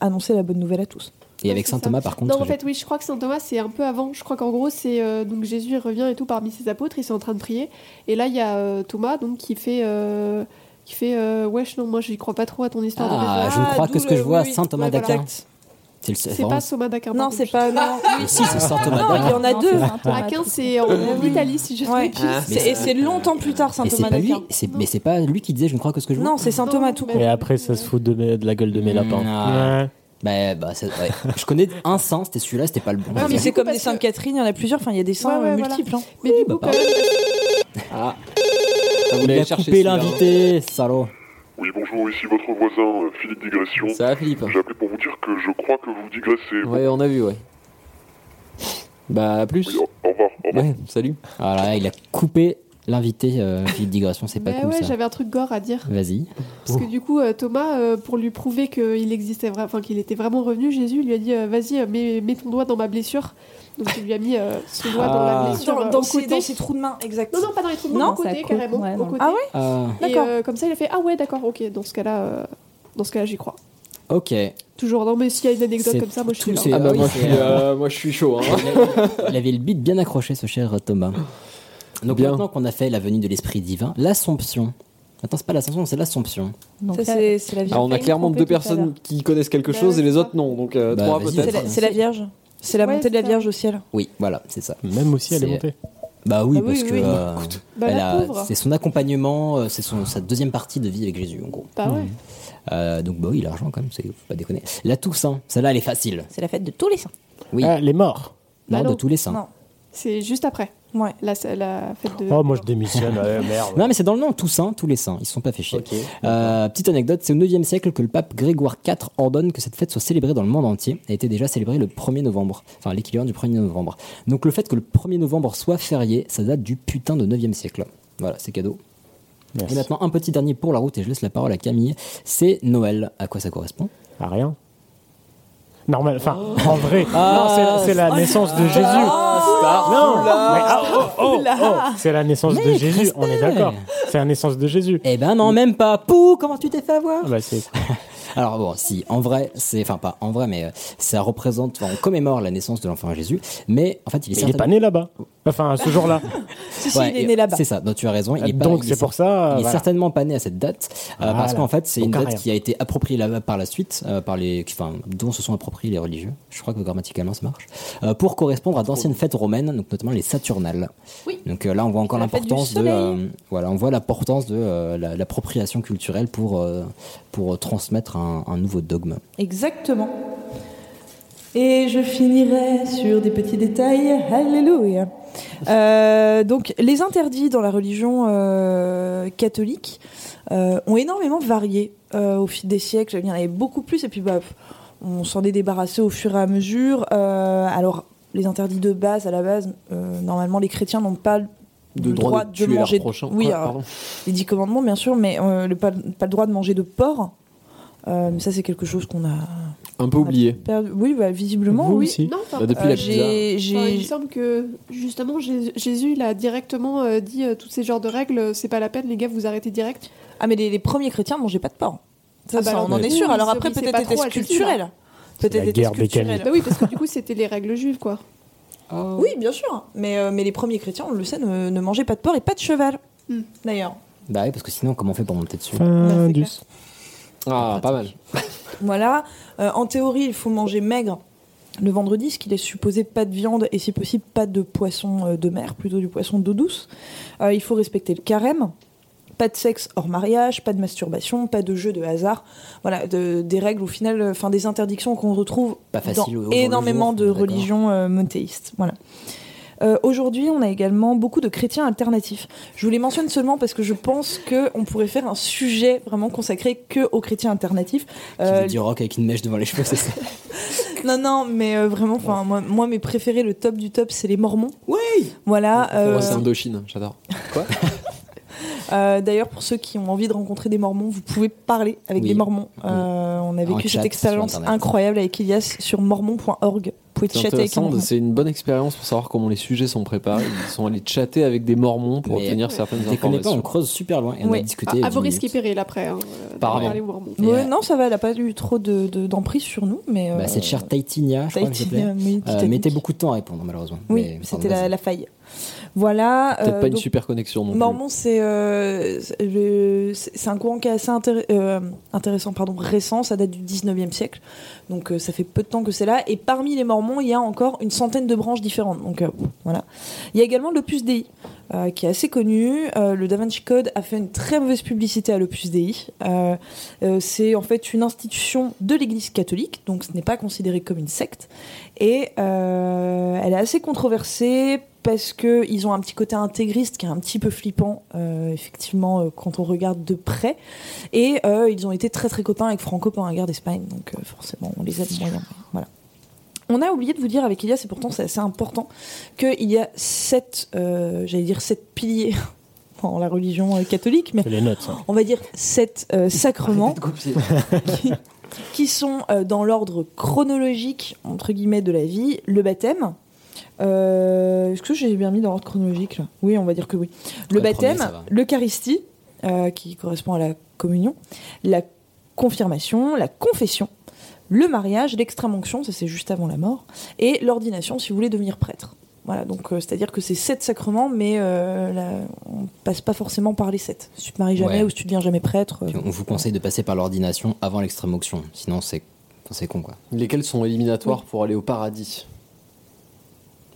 annoncer la bonne nouvelle à tous.
Et avec
Ouais,
saint
c'est
Thomas,
ça.
par contre.
Non, en
j'ai-
fait, oui, je crois que saint Thomas, c'est un peu avant. Je crois qu'en gros, c'est. euh, donc Jésus il revient et tout parmi ses apôtres, ils sont en train de prier. Et là, il y a euh, Thomas, donc, qui fait. euh, qui fait. euh, Wesh, non, moi, j'y crois pas trop à ton histoire de
Ah,
résurrection.
je ne
Ah,
crois que
d'où
ce que
le-
je vois,
oui, oui.
saint Thomas
Ouais, voilà.
d'Aquin. C'est le
C'est pas Thomas d'Aquin.
Non,
pardon,
c'est
je-
pas non.
Mais si, c'est saint Thomas
Non, il y
d'Aquin.
en a
Non,
deux.
Ah, c'est un
Ah,
tour à
Aquin,
tour.
c'est en
oui.
Italie, si je ne
Ouais.
me trompe
C'est- et c'est longtemps plus tard saint
Et c'est
Thomas
pas lui,
d'Aquin.
c'est- mais c'est pas lui qui disait je ne crois que ce que je vois.
Non, c'est saint Thomas tout court.
Et après, ça se fout de, mes- de la gueule de mes lapins.
Ah.
Ouais.
Bah, bah, c'est- ouais. je connais un saint, c'était celui-là, c'était pas le bon.
Ah,
Non, mais
du
c'est
coup,
comme
parce
les saintes
que-
Catherine, il y en a plusieurs. Enfin, il y a des saints
Ouais, ouais,
euh,
voilà.
multiples. hein.
Mais du coup,
bah,
quand même,
Ah, vous
Il
l'avez
a
cherché,
coupé
celui-là, hein.
l'invité, salaud.
Oui, bonjour, ici votre voisin, euh, Philippe Digression.
Ça va, Philippe
J'ai appelé pour vous dire que je crois que vous digressez.
Ouais, on a vu, ouais. Bah, à plus.
Oui, au, au revoir, au revoir.
Ouais, salut.
Voilà, Ah il a coupé l'invité, euh, Philippe Digression, c'est pas
Bah
cool
ouais,
ça.
j'avais un truc gore à dire.
Vas-y.
Parce que du coup, euh, Thomas, euh, pour lui prouver qu'il existait, vra- enfin qu'il était vraiment revenu, Jésus lui a dit euh, Vas-y, euh, mets, mets ton doigt dans ma blessure. Donc il lui a mis euh, son doigt dans la
Ah.
blessure euh,
dans,
au
ses,
côté.
dans ses trous de main, exact.
Non, non, pas dans les trous de
Non,
main, au
ça
côté,
coupe,
carrément.
ouais,
au
dans le-
côté.
Ah ouais
Euh,
Et
D'accord.
euh, comme ça, il a fait Ah ouais, d'accord, ok, dans ce cas-là, euh, dans ce cas-là, j'y crois.
ok.
Toujours, non, mais s'il y a une anecdote
C'est
comme ça, moi je
tout,
suis là.
c'est-
Ah, bah,
oui,
moi, je suis,
c'est-
euh, moi, je suis chaud. Hein.
Il avait le bide bien accroché, ce cher euh, Thomas. Donc
Bien.
maintenant qu'on a fait la venue de l'Esprit divin, l'Assomption. Attends, c'est pas l'Assomption, c'est l'Assomption.
Donc
Ça,
là,
c'est c'est la Vierge.
Alors, on a
failli me
clairement
tromper
deux
tout à l'heure.
personnes qui connaissent quelque
Bah,
chose et
ouais,
les
c'est
autres
ça.
non. Donc, euh,
Bah,
trois
vas-y,
C'est
peut-être.
la- c'est la Vierge. C'est la
Ouais,
montée de la
ça.
Vierge au ciel.
Oui, voilà, c'est ça.
Même aussi, elle est
C'est-
montée.
Bah oui,
Bah oui,
parce
oui,
que
oui.
euh,
Bah,
elle
la
a-
pauvre.
c'est son accompagnement, euh, c'est son- sa deuxième partie de vie avec Jésus, en gros.
Bah ouais.
Euh, donc bah oui, l'argent quand même, c'est faut pas déconner. La Toussaint, celle-là, elle est facile.
C'est la fête de tous les saints.
Oui,
Ah, elle est morte.
non,
bah
de
non.
tous les saints.
Non.
C'est juste après,
Ouais.
la, la fête de.
Oh, moi, je démissionne. ouais, merde.
Non, mais c'est dans le nom, Toussaint, tous les saints, ils se sont pas fait chier. Euh, petite anecdote, c'est au 9e siècle que le pape Grégoire IV ordonne que cette fête soit célébrée dans le monde entier. Elle était déjà célébrée le 1er novembre, enfin l'équivalent du 1er novembre. Donc le fait que le 1er novembre soit férié, ça date du putain de 9e siècle. Voilà, c'est cadeau.
Merci.
Et maintenant, un petit dernier pour la route, et je laisse la parole à Camille. C'est Noël. À quoi ça correspond
Ah, rien. Normal, enfin, en vrai.
Ah,
non, c'est la- c'est la naissance de Jésus. non, mais, ah, oh, oh, oh, c'est la naissance de
Mais
Jésus, on est
Christelle.
d'accord. C'est la naissance de Jésus.
Eh ben non, même pas. Pou, comment tu t'es fait
Ah
avoir
bah, c'est-
Alors bon, si en vrai, c'est enfin pas en vrai, mais euh, ça représente, enfin, on commémore la naissance de l'enfant Jésus, mais en fait, il est
Mais il est pas né là-bas. Enfin, ce jour-là.
Si, si, il est né là-bas.
C'est ça. Non, tu as raison. Il est pas-
Donc,
il
c'est
est-
pour ça, euh,
Il est
voilà.
certainement pas né à cette date euh, parce
Voilà.
qu'en fait, c'est
Bon
une date
carrière.
qui a été appropriée là-bas par la suite, euh, par les, enfin, dont se sont appropriés les religieux. Je crois que grammaticalement, ça marche. euh, pour correspondre à d'anciennes fêtes romaines, donc notamment les Saturnales. Donc euh, là, on voit encore
La fête du
l'importance de,
soleil.
euh, voilà, on voit l'importance de euh, la- l'appropriation culturelle pour euh, pour transmettre un, un nouveau dogme.
Exactement. Et je finirai sur des petits détails. Alléluia. Euh, donc, les interdits dans la religion euh, catholique euh, ont énormément varié euh, au fil des siècles. Il y en avait beaucoup plus, et puis bah, on s'en est débarrassé au fur et à mesure. Euh, alors, les interdits de base, à la base, euh, normalement, les chrétiens n'ont pas
De
le
droit de tuer leur
manger.
prochain.
Oui,
Quoi,
alors,
pardon.
les dix commandements, bien sûr, mais euh, le, pas, pas le droit de manger de porc. Euh, mais ça, c'est quelque chose qu'on a
Un peu oublié.
perdu. Oui, bah, visiblement,
Vous
oui.
aussi.
Non, enfin,
Bah, depuis la
euh,
pizza.
j'ai- j'ai-
enfin, il me semble que justement Jésus, Jésus, il a directement euh, dit euh, tous ces genres de règles, euh, c'est pas la peine, les gars, vous arrêtez direct.
Ah, mais les, les premiers chrétiens mangeaient pas de porc. Ça,
Ah bah
ça,
alors,
on en
oui,
est sûr.
oui,
Alors
c'est-
après,
oui, c'est
peut-être
pas
était-ce
trop accessible,
culturel. Peut-être
La
était-ce
guerre des
culturel.
Canuts.
Bah oui, parce que du coup, c'était les règles juives, quoi.
Bah Oui, bien sûr. Mais, euh, mais les premiers chrétiens, on le sait, ne, ne mangeaient pas de porc et pas de cheval,
Hmm.
d'ailleurs.
Bah oui, parce que sinon, comment on fait pour monter dessus
Fin du.
Ah, pas mal.
Voilà. Euh, en théorie, il faut manger maigre le vendredi, ce qu'il est supposé pas de viande et si possible pas de poisson euh, de mer, plutôt du poisson d'eau douce. Euh, il faut respecter le carême. Pas de sexe hors mariage, pas de masturbation, pas de jeu de hasard. Voilà, de- des règles au final, euh, enfin des interdictions qu'on retrouve
Pas facile au jour
dans
le
énormément
jour,
de
d'accord.
religions euh, monothéistes. Voilà. Euh, Aujourd'hui, on a également beaucoup de chrétiens alternatifs. Je vous les mentionne seulement parce que je pense qu'on pourrait faire un sujet vraiment consacré que aux chrétiens alternatifs.
Qui
Euh,
veut dire rock avec une mèche devant les cheveux, c'est ça
non, non, mais euh, vraiment, enfin, moi, moi, mes préférés, le top du top, c'est les Mormons.
Oui
Voilà. euh,
Moi, c'est Indochine, j'adore. Quoi
euh, D'ailleurs, pour ceux qui ont envie de rencontrer des Mormons, vous pouvez parler avec
Oui.
des Mormons. Euh, on a
En chat
vécu cette
sur
expérience
Internet.
incroyable avec Ilias sur mormon.org. Vous pouvez
C'est
chatter avec un
intéressant,
Mormon.
c'est une bonne expérience pour savoir comment les sujets sont préparés. Ils sont allés chatter avec des mormons pour
Mais
obtenir certaines
Déconnez pas, on
informations.
creuse super loin et on
Oui.
a
Ah,
discuté.
à vos
dix
risques et
minutes.
périls après. Hein, euh,
Pardon.
d'aller voir mon-
Et,
Ouais,
euh,
non, ça va, elle a pas eu trop d'emprise de, d'emprise sur nous, mais. euh,
Bah, cette chère Taitinia, je crois que
Tahiti,
s'appelait.
euh, oui,
Euh,
Titanic.
mettait beaucoup de temps à répondre, malheureusement.
Oui,
Mais,
c'était
pardon,
la,
vas-y.
la faille. Voilà.
Peut-être
euh,
pas hein. une
donc,
super connexion non plus.
Mormon, c'est euh, c'est le- c'est- c'est un courant qui est assez intér- euh, intéressant, pardon, récent, ça date du 19e siècle, donc euh, ça fait peu de temps que c'est là, et parmi les Mormons, il y a encore une centaine de branches différentes, donc euh, voilà. Il y a également l'Opus Dei, euh, qui est assez connu, Euh, le Da Vinci Code a fait une très mauvaise publicité à l'Opus Dei, Euh, euh, c'est en fait une institution de l'Église catholique, donc ce n'est pas considéré comme une secte, et euh, elle est assez controversée parce que ils ont un petit côté intégriste qui est un petit peu flippant, euh, effectivement, euh, quand on regarde de près. Et euh, ils ont été très très copains avec Franco pendant la guerre d'Espagne, donc euh, forcément, on les aime moyen. Voilà. On a oublié de vous dire avec Ilias, et pourtant c'est assez important, qu'il y a sept, euh, j'allais dire sept piliers dans la religion euh, catholique, mais
C'est les notes. ça.
on va dire sept euh, sacrements qui, qui sont euh, dans l'ordre chronologique entre guillemets de la vie, le baptême. Euh, Est-ce que j'ai bien mis dans l'ordre chronologique là Oui, on va dire que oui. Le
Ouais,
baptême,
premier, ça va.
l'Eucharistie, euh, qui correspond à la communion, la confirmation, la confession, le mariage, l'extrême-onction, ça c'est juste avant la mort, et l'ordination si vous voulez devenir prêtre. Voilà, donc euh, c'est-à-dire que c'est sept sacrements, mais euh, là, on passe pas forcément par les sept. Si tu te maries jamais
Ouais.
ou si tu deviens jamais prêtre. euh,
Puis on vous conseille de passer par l'ordination avant l'extrême onction, sinon c'est enfin, c'est con quoi.
Lesquels sont éliminatoires pour aller au paradis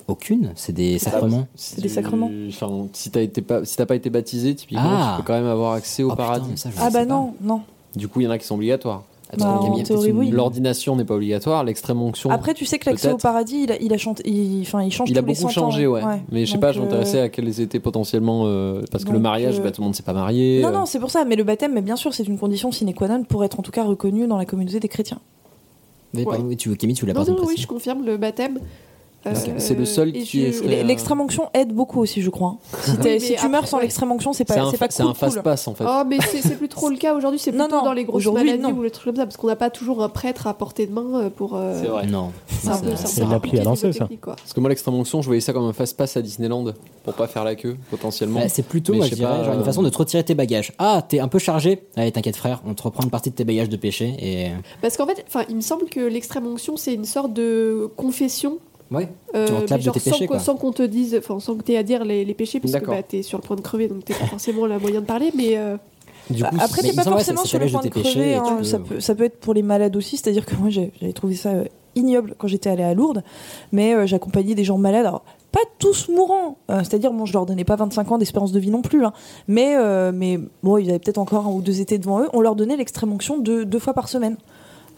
Aucune, c'est des sacrements.
des
du-
sacrements.
Enfin, si t'as été pas, si t'as pas été baptisé, typiquement,
Ah.
tu peux quand même avoir accès au
Oh, putain,
paradis.
mais ça, je
Ah
sais
bah
pas.
non, non.
Du coup, il y en a qui sont obligatoires.
Bah,
Attends, il y a
en
bien
théorie,
peut-être une-
oui. Ah,
L'ordination n'est pas obligatoire, l'extrême onction.
Après, tu sais que l'accès au
Peut-être.
paradis, il a, il a chanté, il, enfin, il change
il a
tous les
beaucoup
100 ans,
changé, ouais. Mais je sais
Donc,
pas,
euh,
je m'intéressais à quels étaient potentiellement. euh, parce que le
donc,
mariage,
euh,
bah, tout le monde s'est pas marié.
Non,
euh,
non, c'est pour ça. Mais le baptême, mais bien sûr, c'est une condition sine qua non pour être en tout cas reconnu dans la communauté des chrétiens.
Mais pardon, oui, tu veux Camille, tu voulais
Non,
pas te
non, oui,
préciser.
je confirme le baptême. Euh,
Ok. C'est le seul
et
qui est-
je-
serait, euh,
L'extrême onction aide beaucoup aussi, je crois. hein. Si, t'es-
Oui,
si
mais
tu meurs
après,
sans
ouais.
l'extrême onction, c'est pas,
C'est un
c'est
fa-
pas
c'est
cool,
un fast-pass, en fait.
Oh, mais c'est c'est plus trop le cas aujourd'hui, c'est
Non,
plutôt
non,
dans les grosses
aujourd'hui,
maladies
non.
ou les trucs comme ça, parce qu'on n'a pas toujours un prêtre à portée de main euh, pour. euh,
C'est vrai.
Non.
C'est un peu-
c'est de l'appli à
compliqué
lancer,
niveau
ça.
technique, quoi.
Parce que moi, l'extrême onction, je voyais ça comme un fast-pass à Disneyland pour pas faire la queue, potentiellement.
Bah, c'est plutôt,
Mais
moi,
je
je
sais
dirais,
pas,
genre,
euh,
une façon de te retirer tes bagages. Ah, t'es un peu chargé Allez, t'inquiète, frère, on te reprend une partie de tes bagages de péché. Et...
Parce qu'en fait, enfin, il me semble que l'extrême onction, c'est une sorte de confession.
Ouais,
euh,
tu
mais
reclames de
genre
tes
sans
péchés,
qu'on-
quoi.
sans qu'on te dise, enfin sans que t'aies à dire les, les péchés, puisque
D'accord.
bah, t'es sur le point de crever, donc t'es pas forcément la moyen de parler, mais euh,
Du coup,
Après,
Mais
t'es
il
pas
me semble, ouais,
forcément
ça
sur le
t'allège
point
de
de
tes péchés
crever.
et
hein.
tu
Ça,
peux-
peut, ça peut être pour les malades aussi. C'est-à-dire que moi, j'ai- j'avais trouvé ça euh, ignoble quand j'étais allée à Lourdes. Mais euh, j'accompagnais des gens malades. Alors, pas tous mourants. Euh, C'est-à-dire, bon, je leur donnais pas 25 ans d'espérance de vie non plus. hein. Mais, euh, mais bon, ils avaient peut-être encore un ou deux étés devant eux. On leur donnait l'extrême onction deux, deux fois par semaine.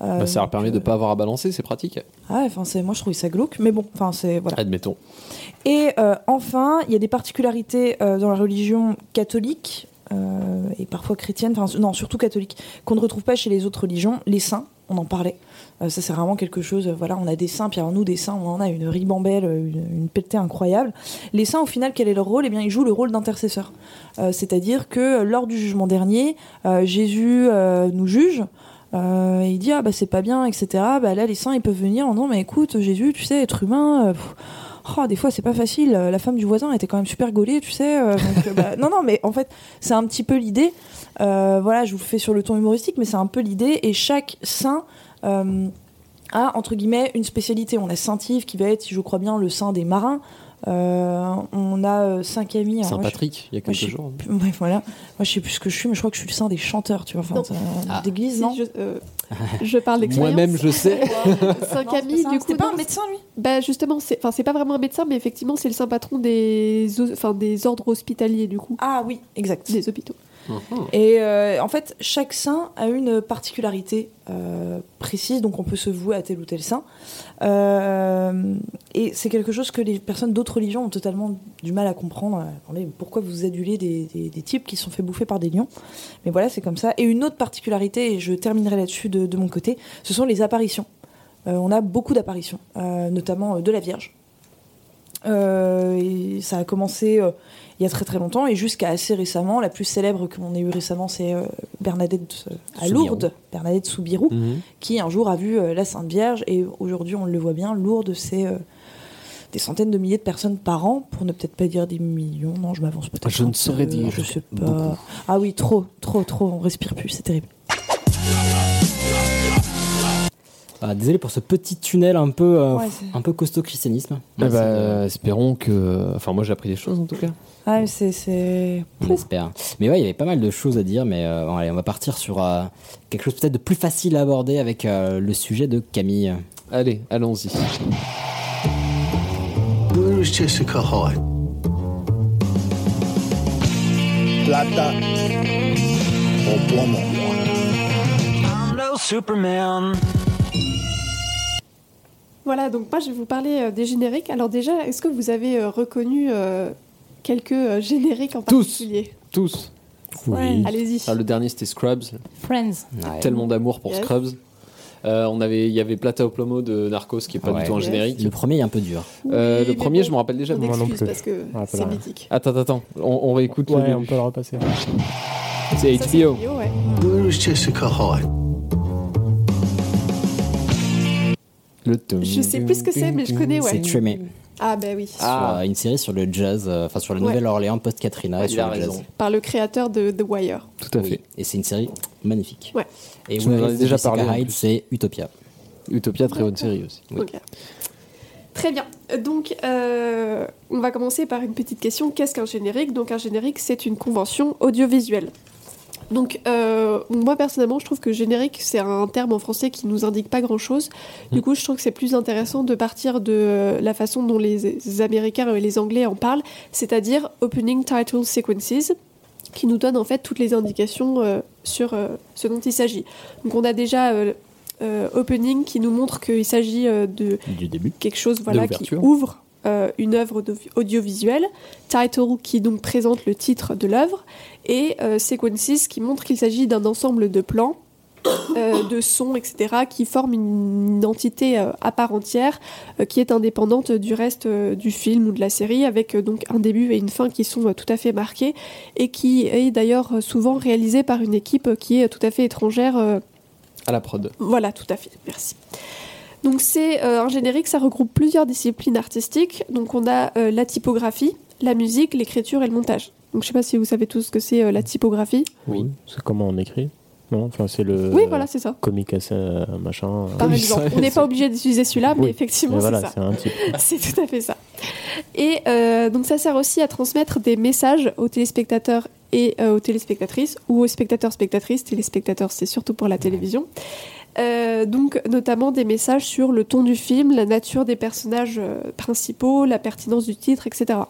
Euh,
bah, ça leur
donc,
permet de
euh,
pas avoir à balancer, c'est pratique.
ah, enfin, c'est- moi, je trouvais ça glauque. Mais bon, enfin, c'est. Voilà.
Bah, Admettons.
Et euh, enfin, il y a des particularités euh, dans la religion catholique euh, et parfois chrétienne, enfin non, surtout catholique, qu'on ne retrouve pas chez les autres religions, les saints. On en parlait. Euh, ça, c'est vraiment quelque chose. euh, voilà, on a des saints, puis alors nous, des saints, on en a une ribambelle, euh, une, une pelletée incroyable. Les saints, au final, quel est leur rôle Eh bien, ils jouent le rôle d'intercesseur. Euh, C'est-à-dire que euh, lors du jugement dernier, euh, Jésus euh, nous juge. euh, et il dit ah bah c'est pas bien etc bah là les saints ils peuvent venir en disant mais écoute Jésus tu sais être humain euh, pff, oh, des fois c'est pas facile euh, la femme du voisin était quand même super gaulée tu sais euh, donc, euh, bah, non non mais en fait c'est un petit peu l'idée Euh, voilà je vous le fais sur le ton humoristique mais c'est un peu l'idée et chaque saint euh, a entre guillemets une spécialité on a saint Yves qui va être si je crois bien le saint des marins Euh, on a euh, saint Camille alors moi, je-
Saint-Patrick, il y a
moi, je
quelques
sais
jours.
plus- ouais, voilà. Moi, je sais plus ce que je suis, mais je crois que je suis le saint des chanteurs, tu vois. Enfin,
Non.
ça-
Ah.
d'église,
si
non
je, euh, je parle d'expérience.
Moi-même, je sais.
Saint
Non,
Camille,
c'est pas
du
ça.
coup,
C'était pas
non,
un médecin, lui
Bah justement, c'est enfin c'est pas vraiment un médecin, mais effectivement c'est le saint patron des o- enfin des ordres hospitaliers du coup,
Ah oui, exact.
des hôpitaux.
Et euh, en fait, chaque saint a une particularité euh, précise, donc on peut se vouer à tel ou tel saint. Euh, et c'est quelque chose que les personnes d'autres religions ont totalement du mal à comprendre. Euh, attendez, pourquoi vous adulez des, des- des types qui se sont fait bouffer par des lions Mais voilà, c'est comme ça. Et une autre particularité, et je terminerai là-dessus de, de mon côté, ce sont les apparitions. Euh, on a beaucoup d'apparitions, euh, notamment euh, de la Vierge. Euh, et ça a commencé euh, il y a très très longtemps et jusqu'à assez récemment. La plus célèbre qu'on ait eue récemment, c'est euh, Bernadette euh, à
Soubirous.
Lourdes, Bernadette Soubirous,
Mhm.
qui un jour a vu euh, la Sainte Vierge. Et aujourd'hui, on le voit bien, Lourdes, c'est euh, des centaines de milliers de personnes par an, pour ne peut-être pas dire des millions. Non, je m'avance peut-être.
Je
un
ne saurais
peu,
dire.
Je sais pas.
Beaucoup.
Ah oui, trop, trop, trop. On respire plus, c'est terrible.
Ah, désolé pour ce petit tunnel un peu, euh,
Ouais, c'est-
un peu costaud christianisme.
Eh
Ouais, c'est,
bah,
euh,
espérons que. Enfin, moi, j'ai appris des choses en tout cas.
Ah, mais c'est- c'est.
On espère. Mais ouais, il y avait pas mal de choses à dire, mais euh, bon, allez, on va partir sur euh, quelque chose peut-être de plus facile à aborder avec euh, le sujet de Camille.
Allez, allons-y.
Where is Jessica Hyde?
Plata o plomo.
Voilà, donc moi je vais vous parler euh, des génériques. Alors déjà, est-ce que vous avez euh, reconnu euh, quelques euh, génériques en
Tous.
particulier
Tous.
Oui.
Allez-y.
Ah, le dernier, c'était Scrubs.
Friends.
Ouais.
Tellement d'amour pour
Yes.
Scrubs. Euh, on avait, il y avait Plata au Plomo de Narcos qui est pas
Ouais.
du tout un
Yes.
générique.
Le premier est un peu dur.
Euh,
Oui,
le
mais
premier,
bon,
je me rappelle déjà.
on
Moi non
excuse
plus.
parce que
Ah, pas
c'est
grave.
mythique.
Attends, attends, on, on réécoute le
Ouais,
début.
on peut le repasser.
C'est
Ça, c'est
HBO.
HBO, ouais.
Where is Jessica Hyde?
Le
Je sais plus ce que c'est, mais je connais, ouais.
C'est Tremé,
Ah bah oui.
Ah.
sur, euh, une série sur le jazz, euh, enfin sur la
Ouais.
Nouvelle-Orléans post-Katrina et
Il
Ah, sur
a
le
raison.
jazz.
Par le créateur de The Wire.
Tout à
Oui.
fait.
Et c'est une série magnifique.
Ouais.
Et
Tu nous en
Where
as
is
déjà
Jessica
parlé, en
Hyde,
plus.
c'est Utopia.
Utopia, très bonne série aussi.
Ok. Très bien. Donc, euh, on va commencer par une petite question. Qu'est-ce qu'un générique Donc, un générique, c'est une convention audiovisuelle. Donc, euh, moi personnellement, je trouve que générique, c'est un terme en français qui nous indique pas grand-chose. Du coup, je trouve que c'est plus intéressant de partir de euh, la façon dont les, les Américains et les Anglais en parlent, c'est-à-dire opening title sequences, qui nous donnent en fait toutes les indications euh, sur euh, ce dont il s'agit. Donc, on a déjà euh, euh, opening qui nous montre qu'il s'agit euh, de
Du début.
quelque chose voilà, qui
l'ouverture.
ouvre euh, une œuvre audio- audiovisuelle, title qui donc présente le titre de l'œuvre, et euh, sequences qui montre qu'il s'agit d'un ensemble de plans euh, de sons, etc., qui forment une identité euh, à part entière, euh, qui est indépendante du reste euh, du film ou de la série, avec euh, donc un début et une fin qui sont euh, tout à fait marqués, et qui est d'ailleurs euh, souvent réalisée par une équipe euh, qui est tout à fait étrangère. euh,
À la prod.
voilà, tout à fait. Merci. Donc c'est euh, un générique, ça regroupe plusieurs disciplines artistiques. Donc on a euh, la typographie, la musique, l'écriture et le montage. Donc je sais pas si vous savez tous ce que c'est euh, la typographie.
Oui. C'est comment on écrit Non, enfin, c'est le.
Oui, voilà, c'est ça.
Comique à ça, machin.
Par exemple, on n'est pas obligé d'utiliser celui-là, mais
Oui.
effectivement
Mais
c'est
voilà,
ça.
c'est un type.
C'est tout à fait ça. Et euh, donc ça sert aussi à transmettre des messages aux téléspectateurs et euh, aux téléspectatrices, ou aux spectateurs, spectatrices, téléspectateurs, c'est surtout pour la télévision. Euh, donc notamment des messages sur le ton du film, la nature des personnages euh, principaux, la pertinence du titre, etc.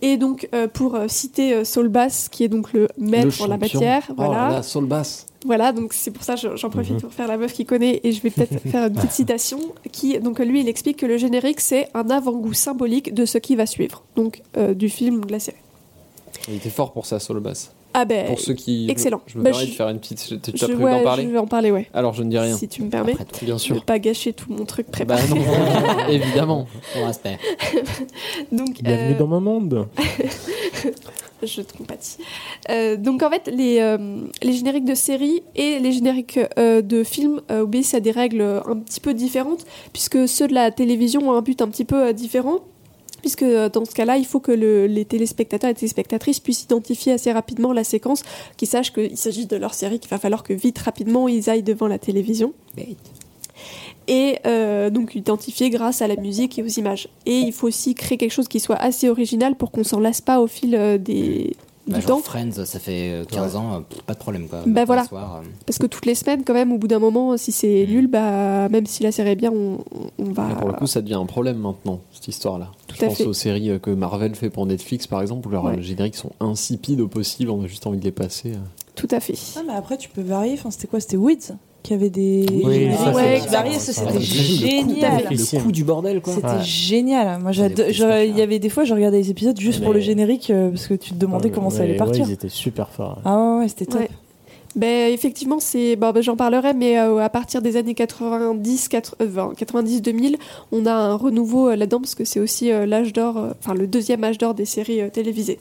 Et donc euh, pour euh, citer euh, Saul Bass, qui est donc le
Le
maître en la
champion.
matière,
Oh là
voilà.
là, Saul Bass.
Voilà, donc c'est pour ça que j'en profite
Mhm.
pour faire la meuf qui connaît et je vais peut-être faire une petite citation. Qui, donc lui, il explique que le générique, c'est un avant-goût symbolique de ce qui va suivre, donc euh, du film ou de la série.
Il était fort pour ça, Saul Bass.
Ah ben,
pour ceux qui. je-
excellent.
Je me
Bah,
permets
je-
de faire une petite. Tu t'as
je,
prévu
ouais,
d'en parler
je vais en parler, ouais.
Alors je ne dis rien.
Si tu me permets,
Après tout.
Bien
je ne
sûr.
vais pas gâcher tout mon truc
Bah
préparé.
non, évidemment.
Pour respect.
donc,
Bienvenue
euh,
dans mon monde.
je te compatis. Euh, donc en fait, les, euh, les génériques de séries et les génériques euh, de films euh, obéissent à des règles euh, un petit peu différentes, puisque ceux de la télévision ont un but un petit peu euh, différent. Puisque euh, dans ce cas-là, il faut que le- les téléspectateurs et téléspectatrices puissent identifier assez rapidement la séquence, qu'ils sachent qu'il s'agit de leur série, qu'il va falloir que vite, rapidement, ils aillent devant la télévision et euh, donc identifié grâce à la musique et aux images. Et il faut aussi créer quelque chose qui soit assez original pour qu'on s'en lasse pas au fil euh, des
Bah,
du
genre
temps.
Friends, ça fait 15 ans, euh, pff, pas de problème quoi.
Bah,
Le
voilà.
soir, euh,
Parce que toutes les semaines, quand même, au bout d'un moment, si c'est nul, bah même si la série est bien, on, on- on va.
Mm. Là, pour le coup, ça devient un problème maintenant, cette histoire-là. Je
à
pense
fait.
aux séries euh, que Marvel fait pour Netflix, par exemple, où leurs
Ouais.
euh, génériques sont insipides au possible, on a juste envie de les passer. euh.
Tout à fait.
Non, Ah, mais après, tu peux varier. Enfin, c'était quoi C'était Weeds qui avait des.
Oui, ça,
ouais,
c'est-
qui variait. Ça,
ça,
c'était
c'est-
génial.
Le coup du bordel quoi.
C'était
Ouais.
génial. Moi, j'ado-
Des
je-
petits
il y avait des fois, je regardais les épisodes juste pour
Mais- Ah,
le générique euh, parce que tu te demandais comment ça allait
Ouais,
partir.
Ils étaient super forts.
Ah ouais, ouais, c'était top.
Ouais. Ben, effectivement, c'est bon, ben, j'en parlerai, mais euh, à partir des années euh, 90, 90-2000, on a un renouveau euh, là-dedans parce que c'est aussi euh, l'âge d'or, euh, enfin le deuxième âge d'or des séries euh, télévisées.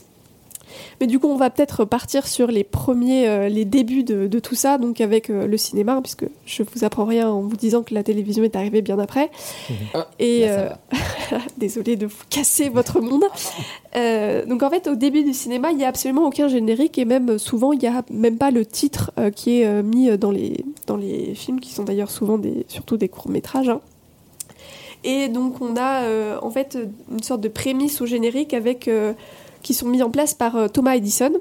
Mais du coup, on va peut-être partir sur les premiers, euh, les débuts de, de tout ça, donc avec euh, le cinéma, hein, puisque je vous apprends rien en vous disant que la télévision est arrivée bien après.
Ah,
Et
Là, ça
euh,
va.
Désolée de vous casser votre monde. Euh, donc en fait, au début du cinéma, il n'y a absolument aucun générique et même euh, souvent, il n'y a même pas le titre euh, qui est euh, mis euh, dans les, dans les films, qui sont d'ailleurs souvent des, surtout des courts-métrages. hein. Et donc on a euh, en fait une sorte de prémisse au générique avec, euh, qui sont mis en place par euh, Thomas Edison.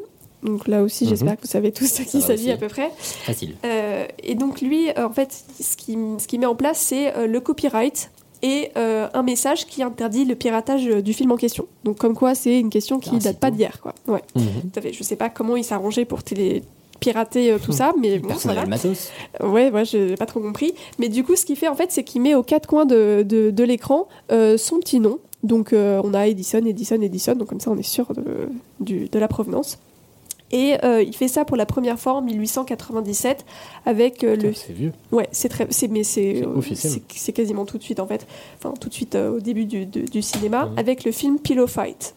Donc là aussi,
Mhm.
j'espère que vous savez tous de qui il
va
s'agit
aussi.
à peu près.
Facile.
Euh, et donc lui, euh, en fait, ce qu'il ce qu'il met en place, c'est euh, le copyright et euh, un message qui interdit le piratage euh, du film en question. Donc comme quoi, c'est une question qui
Ah, c'est
date pas
tout.
d'hier, quoi. Ouais,
Mhm.
tout à fait. Je sais pas comment il s'est arrangé pour télé pirater euh, tout
Hum.
ça, mais bon,
Personne n'a
voilà.
le matos.
Ouais, ouais, j'ai pas trop compris. Mais du coup, ce qu'il fait en fait, c'est qu'il met aux quatre coins de, de, de l'écran euh, son petit nom. Donc euh, on a Edison, Edison, Edison, donc comme ça on est sûr de, du- de la provenance. Et euh, il fait ça pour la première fois en 1897 avec euh, le
C'est vieux.
Ouais, c'est très, c'est mais c'est,
C'est
euh,
officiel.
c'est c'est quasiment tout de suite en fait, enfin tout de suite euh, au début du, de- du cinéma
Mhm.
avec le film Pillow Fight.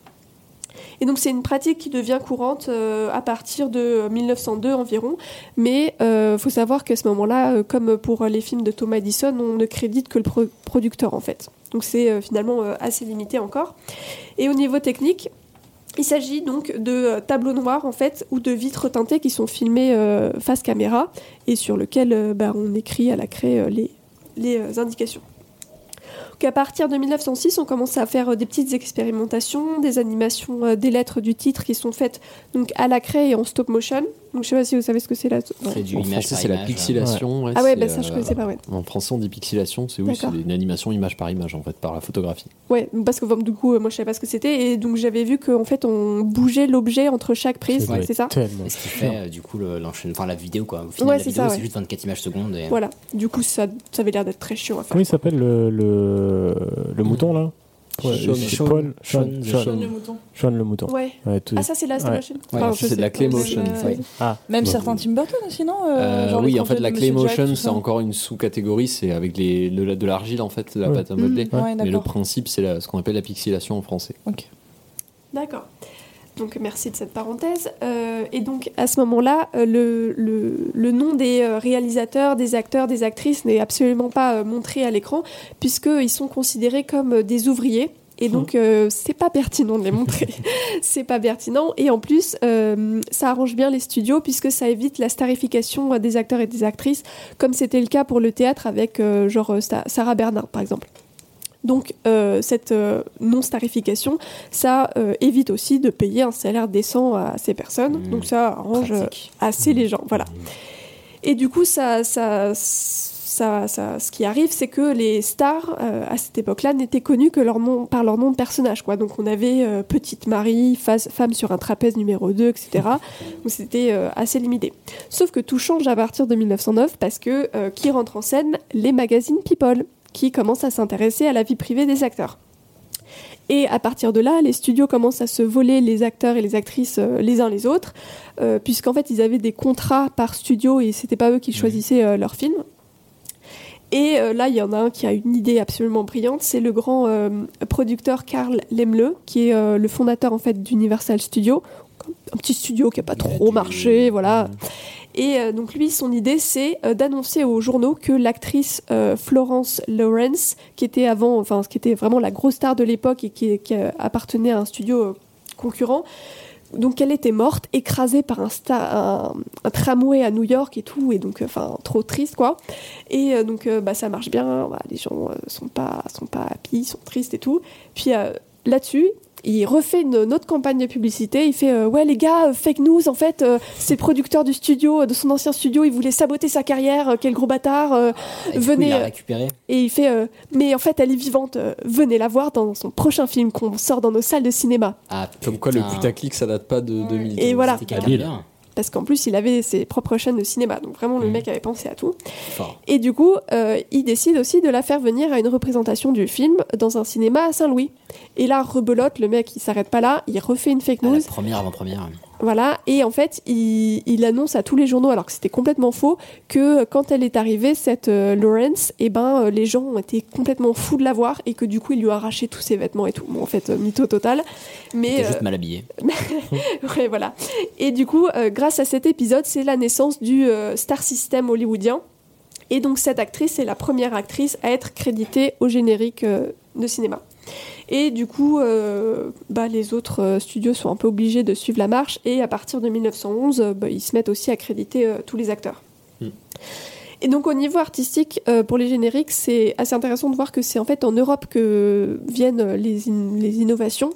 Et donc c'est une pratique qui devient courante euh, à partir de 1902 environ, mais euh, faut savoir qu'à ce moment-là, euh, comme pour les films de Thomas Edison, on ne crédite que le pro- producteur en fait. Donc c'est euh, finalement euh, assez limité encore. Et au niveau technique, il s'agit donc de euh, tableaux noirs en fait ou de vitres teintées qui sont filmées euh, face caméra et sur lequel euh, bah, on écrit à la craie euh, les, les euh, indications. Donc à partir de 1906, on commence à faire euh, des petites expérimentations, des animations euh, des lettres du titre qui sont faites donc à la craie et en stop motion. Donc je sais pas si vous savez ce que c'est là.
C'est du
En
image
français,
par
c'est la
image,
pixelation. ouais,
Ah ouais,
c'est,
bah ça je
euh,
connaissais pas. Ouais,
En français, on dit pixelation, c'est oui, c'est
D'accord.
une animation image par image, en fait, par la photographie.
ouais parce que bon, du coup euh, moi je savais pas ce que c'était et donc j'avais vu qu'en fait on bougeait l'objet entre chaque prise,
doit
c'est
être
ça.
tellement
Et ce qui fait euh, du coup le- l'enchaînement, enfin la vidéo quoi. Au final,
Ouais,
la
c'est
vidéo
ça,
c'est
ouais.
juste 24 images secondes. Et...
Voilà. Du coup ça, ça avait l'air d'être très chiant à faire.
Comment il s'appelle le, le, le mouton là
Paul,
Sean,
Sean,
Paul,
Sean,
Sean,
Sean.
Sean.
le
mouton.
Sean le mouton.
Ouais.
tout-
Ah, ça, c'est Last
Ouais.
Motion.
Ouais,
Enfin, je
c'est de la
sais pas,
Claymotion.
mais, euh,
Oui.
Ah.
Même
Bah,
certains Tim Burton aussi, non Euh,
Euh,
genre les
oui, en
Croquettes
fait, la
de Monsieur Jack,
Claymotion,
tout
c'est
ça.
encore une sous-catégorie, c'est avec les, de la- de l'argile, en fait, la
Ouais.
pâte à
Mhm.
modeler.
Ouais,
Mais le
d'accord.
principe, c'est la- ce qu'on appelle la pixelation en français.
D'accord. Donc merci de cette parenthèse. Euh, et donc à ce moment-là, euh, le, le- le nom des euh, réalisateurs, des acteurs, des actrices n'est absolument pas euh, montré à l'écran puisqu'ils sont considérés comme euh, des ouvriers. Et donc euh, c'est pas pertinent de les montrer. c'est pas pertinent. Et en plus, euh, ça arrange bien les studios puisque ça évite la starification euh, des acteurs et des actrices comme c'était le cas pour le théâtre avec euh, genre euh, Sta- Sarah Bernard par exemple. Donc euh, cette euh, non-starification, ça euh, évite aussi de payer un salaire décent à ces personnes. Donc ça arrange euh, assez les gens. Voilà. Et du coup, ça, ça, ça, ça- ce qui arrive, c'est que les stars, euh, à cette époque-là, n'étaient connues que leur nom, par leur nom de personnage. Quoi. Donc on avait euh, Petite Marie, Face- Femme sur un trapèze numéro 2, etc. Donc c'était euh, assez limité. Sauf que tout change à partir de 1909 parce que euh, qui rentre en scène Les magazines People, qui commencent à s'intéresser à la vie privée des acteurs. Et à partir de là, les studios commencent à se voler les acteurs et les actrices euh, les uns les autres, euh, puisqu'en fait, ils avaient des contrats par studio et c'était pas eux qui choisissaient euh, leurs films. Et euh, là, il y en a un qui a une idée absolument brillante, c'est le grand euh, producteur Karl Lemle, qui est euh, le fondateur en fait d'Universal Studios, un petit studio qui a pas trop marché, voilà. Et euh, donc lui, son idée, c'est euh, d'annoncer aux journaux que l'actrice euh, Florence Lawrence, qui était avant, enfin, qui était vraiment la grosse star de l'époque et qui, qui, euh, appartenait à un studio euh, concurrent, donc elle était morte, écrasée par un, sta- un, un tramway à New York et tout, et donc euh, enfin trop triste quoi. Et euh, donc euh, bah, ça marche bien, bah, les gens euh, sont pas sont pas happy, ils sont tristes et tout. Puis euh, là-dessus, il refait une, une autre campagne de publicité. Il fait euh, ouais les gars, euh, fake news en fait, euh, c'est le producteur du studio, euh, de son ancien studio, il voulait saboter sa carrière, euh, quel gros bâtard. euh,
Et du coup,
venez.
il a
euh,
récupéré.
et il fait euh, Mais en fait, elle est vivante, euh, venez la voir dans son prochain film qu'on sort dans nos salles de cinéma.
Ah,
Comme quoi, le
putain.
putaclic, ça date pas de 2000.
Et voilà.
C'était habile.
Parce qu'en plus, il avait ses propres chaînes de cinéma. Donc vraiment, le mec avait pensé à tout.
Fort.
Et du coup, euh, il décide aussi de la faire venir à une représentation du film dans un cinéma à Saint-Louis. Et là, rebelote, le mec, il s'arrête pas là, il refait une fake news.
Première avant-première.
Voilà, et en fait, il, il annonce à tous les journaux, alors que c'était complètement faux, que euh, quand elle est arrivée, cette euh, Lawrence, eh ben, euh, les gens ont été complètement fous de la voir et que du coup, ils lui ont arraché tous ses vêtements et tout. Bon, en fait, euh, mytho total. Mais
T'es
euh,
juste mal habillé.
ouais, voilà. Et du coup, euh, grâce à cet épisode, c'est la naissance du euh, star system hollywoodien. Et donc, cette actrice est la première actrice à être créditée au générique euh, de cinéma. Et du coup, euh, bah, les autres euh, studios sont un peu obligés de suivre la marche. Et à partir de 1911, euh, bah, ils se mettent aussi à créditer euh, tous les acteurs. Et donc au niveau artistique, euh, pour les génériques, c'est assez intéressant de voir que c'est en fait en Europe que viennent les, in- les innovations,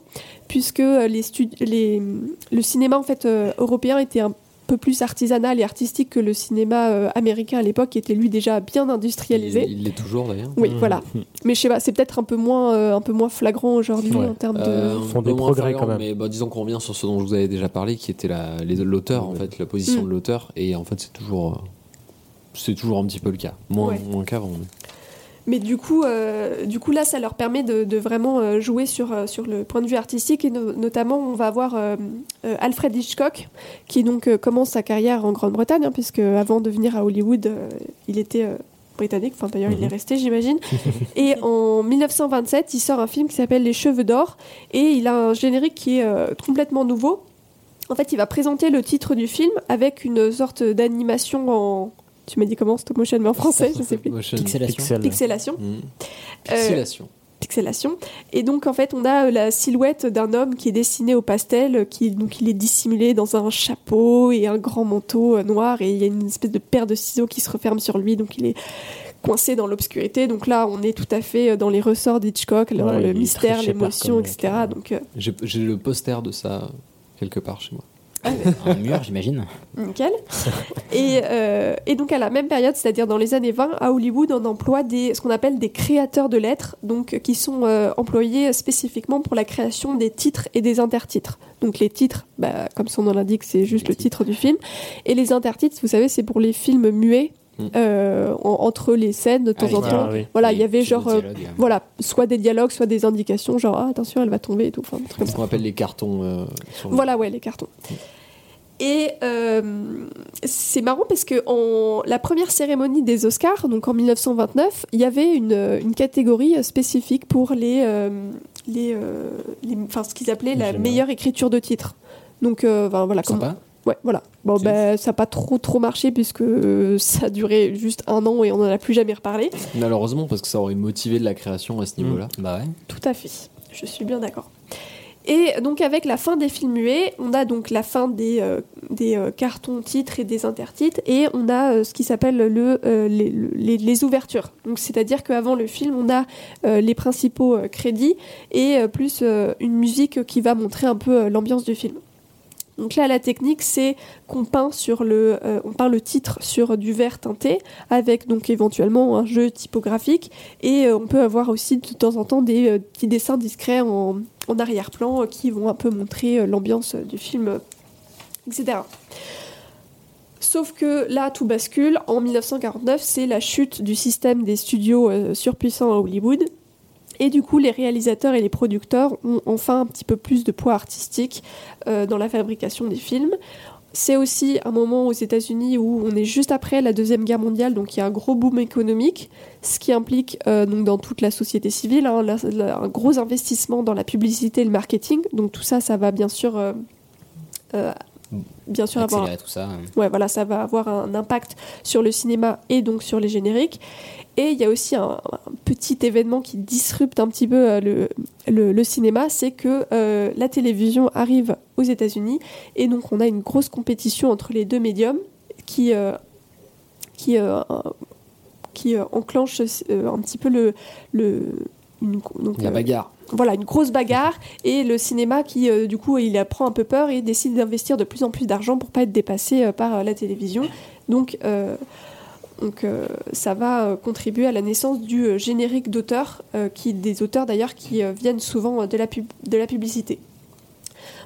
puisque euh, les stud- les- le cinéma en fait euh, européen était un peu plus artisanal et artistique que le cinéma euh, américain à l'époque, qui était lui déjà bien
Il
industrialisé.
il l'est toujours, d'ailleurs.
Oui, voilà. Mais je sais pas, c'est peut-être un peu moins, euh, un peu moins flagrant aujourd'hui
Ouais.
en termes de.
Euh,
Ils font des
un peu moins
progrès,
flagrant,
quand même.
Mais bah, disons qu'on revient sur ce dont je vous avais déjà parlé, qui était la- les- l'auteur, en fait, la position
Mm.
de l'auteur. Et en fait, c'est toujours, euh, c'est toujours un petit peu le cas. Moins,
Ouais.
moins qu'avant. mais-
Mais du coup, euh, du coup, là, ça leur permet de, de vraiment euh, jouer sur, euh, sur le point de vue artistique. Et no- notamment, on va avoir euh, euh, Alfred Hitchcock, qui donc euh, commence sa carrière en Grande-Bretagne, hein, puisque avant de venir à Hollywood, euh, il était euh, britannique. Enfin, d'ailleurs, il est resté, j'imagine. et en 1927, il sort un film qui s'appelle Les Cheveux d'Or. Et il a un générique qui est euh, complètement nouveau. En fait, il va présenter le titre du film avec une sorte d'animation en. Tu m'as dit comment Stop motion, mais en français, je sais plus.
Motion.
Pixelation. Pixel.
Pixelation.
Mm.
Euh,
Pixelation.
pixelation. Et donc, en fait, on a euh, la silhouette d'un homme qui est dessiné au pastel, euh, qui donc il est dissimulé dans un chapeau et un grand manteau euh, noir, et il y a une espèce de paire de ciseaux qui se referme sur lui, donc il est coincé dans l'obscurité. Donc là, on est tout à fait euh, dans les ressorts d'Hitchcock, dans
Ouais, il
le
est très
mystère,
Shepard
l'émotion,
comme
etc. Donc, euh,
J'ai j'ai le poster de ça quelque part chez moi.
ah
Un mur, j'imagine.
Nickel. et, euh, et donc à la même période, c'est-à-dire dans les années 20, à Hollywood, on emploie des, ce qu'on appelle des créateurs de lettres, donc euh, qui sont euh, employés spécifiquement pour la création des titres et des intertitres. Donc les titres, bah, comme son nom l'indique, c'est juste le titre du film. Et les intertitres, vous savez, c'est pour les films muets euh, en- entre les scènes de temps
Ah,
en
oui.
temps.
Ah, oui.
Voilà, il
Oui,
y avait
petit
genre,
peu de
euh,
dialogue, hein.
voilà, soit des dialogues, soit des indications, genre ah, attention, elle va tomber et tout. Enfin, des trucs comme
C'est ce
ça.
qu'on appelle les cartons. euh, sur le-
Voilà, ouais, les cartons. Et euh, c'est marrant parce que en la première cérémonie des Oscars, donc en 1929, il y avait une, une catégorie euh, spécifique pour les, euh, les, euh, les- enfin ce qu'ils appelaient la
J'aime.
meilleure écriture de titre. Donc euh, ben, voilà. comme-
Sympa.
Ouais, voilà. Bon ben ça n'a pas trop trop marché puisque euh, ça a duré juste un an et on n'en a plus jamais reparlé.
Malheureusement, parce que ça aurait motivé de la création à ce
Mm.
niveau-là.
Bah ouais.
Tout à fait, je suis bien d'accord. Et donc avec la fin des films muets, on a donc la fin des, euh, des euh, cartons titres et des intertitres, et on a euh, ce qui s'appelle le, euh, les, les- les ouvertures. Donc c'est-à-dire qu'avant le film, on a euh, les principaux euh, crédits et euh, plus euh, une musique qui va montrer un peu euh, l'ambiance du film. Donc là, la technique, c'est qu'on peint sur le, euh, on peint le titre sur du vert teinté, avec donc éventuellement un jeu typographique, et euh, on peut avoir aussi de temps en temps des euh, petits dessins discrets en, en arrière-plan euh, qui vont un peu montrer euh, l'ambiance euh, du film, euh, etc. Sauf que là, tout bascule. En 1949, c'est la chute du système des studios euh, surpuissants à Hollywood. Et du coup, les réalisateurs et les producteurs ont enfin un petit peu plus de poids artistique euh, dans la fabrication des films. C'est aussi un moment aux États-Unis où on est juste après la Deuxième Guerre mondiale, donc il y a un gros boom économique, ce qui implique euh, donc dans toute la société civile hein, la- la- un gros investissement dans la publicité et le marketing. Donc tout ça, ça va bien sûr, euh, euh, bien sûr avoir
Accélérer tout ça. hein.
Ouais, voilà, ça va avoir un impact sur le cinéma et donc sur les génériques. Et il y a aussi un, un petit événement qui disrupte un petit peu euh, le, le, le cinéma, c'est que euh, la télévision arrive aux États-Unis et donc on a une grosse compétition entre les deux médiums qui, euh, qui, euh, un- qui euh, enclenche euh, un petit peu le, le, une, co- donc,
La
euh,
bagarre.
voilà, une grosse bagarre et le cinéma qui, euh, du coup, il prend un peu peur et décide d'investir de plus en plus d'argent pour pas être dépassé euh, par euh, la télévision. Donc, euh, donc euh, ça va euh, contribuer à la naissance du euh, générique d'auteur, euh, qui, des auteurs d'ailleurs qui euh, viennent souvent euh, de la, pub- de la publicité.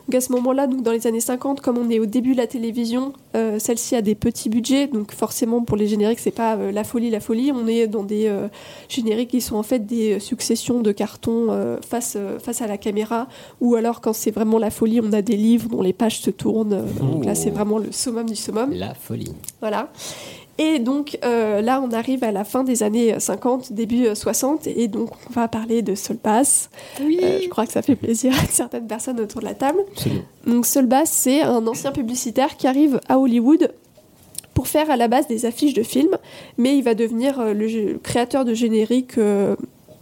Donc à ce moment-là, donc dans les années 50, comme on est au début de la télévision, euh, celle-ci a des petits budgets, donc forcément pour les génériques, c'est pas euh, la folie, la folie. On est dans des euh, génériques qui sont en fait des euh, successions de cartons euh, face, euh, face à la caméra, ou alors quand c'est vraiment la folie, on a des livres dont les pages se tournent. euh, donc là,
Oh.
c'est vraiment le summum du summum.
La folie.
Voilà. Et donc euh, là, on arrive à la fin des années 50, début euh, 60, et donc on va parler de Solbass.
Oui.
je crois que ça fait plaisir à certaines personnes autour de la table.
Absolument.
Donc Solbass, c'est un ancien publicitaire qui arrive à Hollywood pour faire à la base des affiches de films, mais il va devenir euh, le gé- créateur de génériques euh,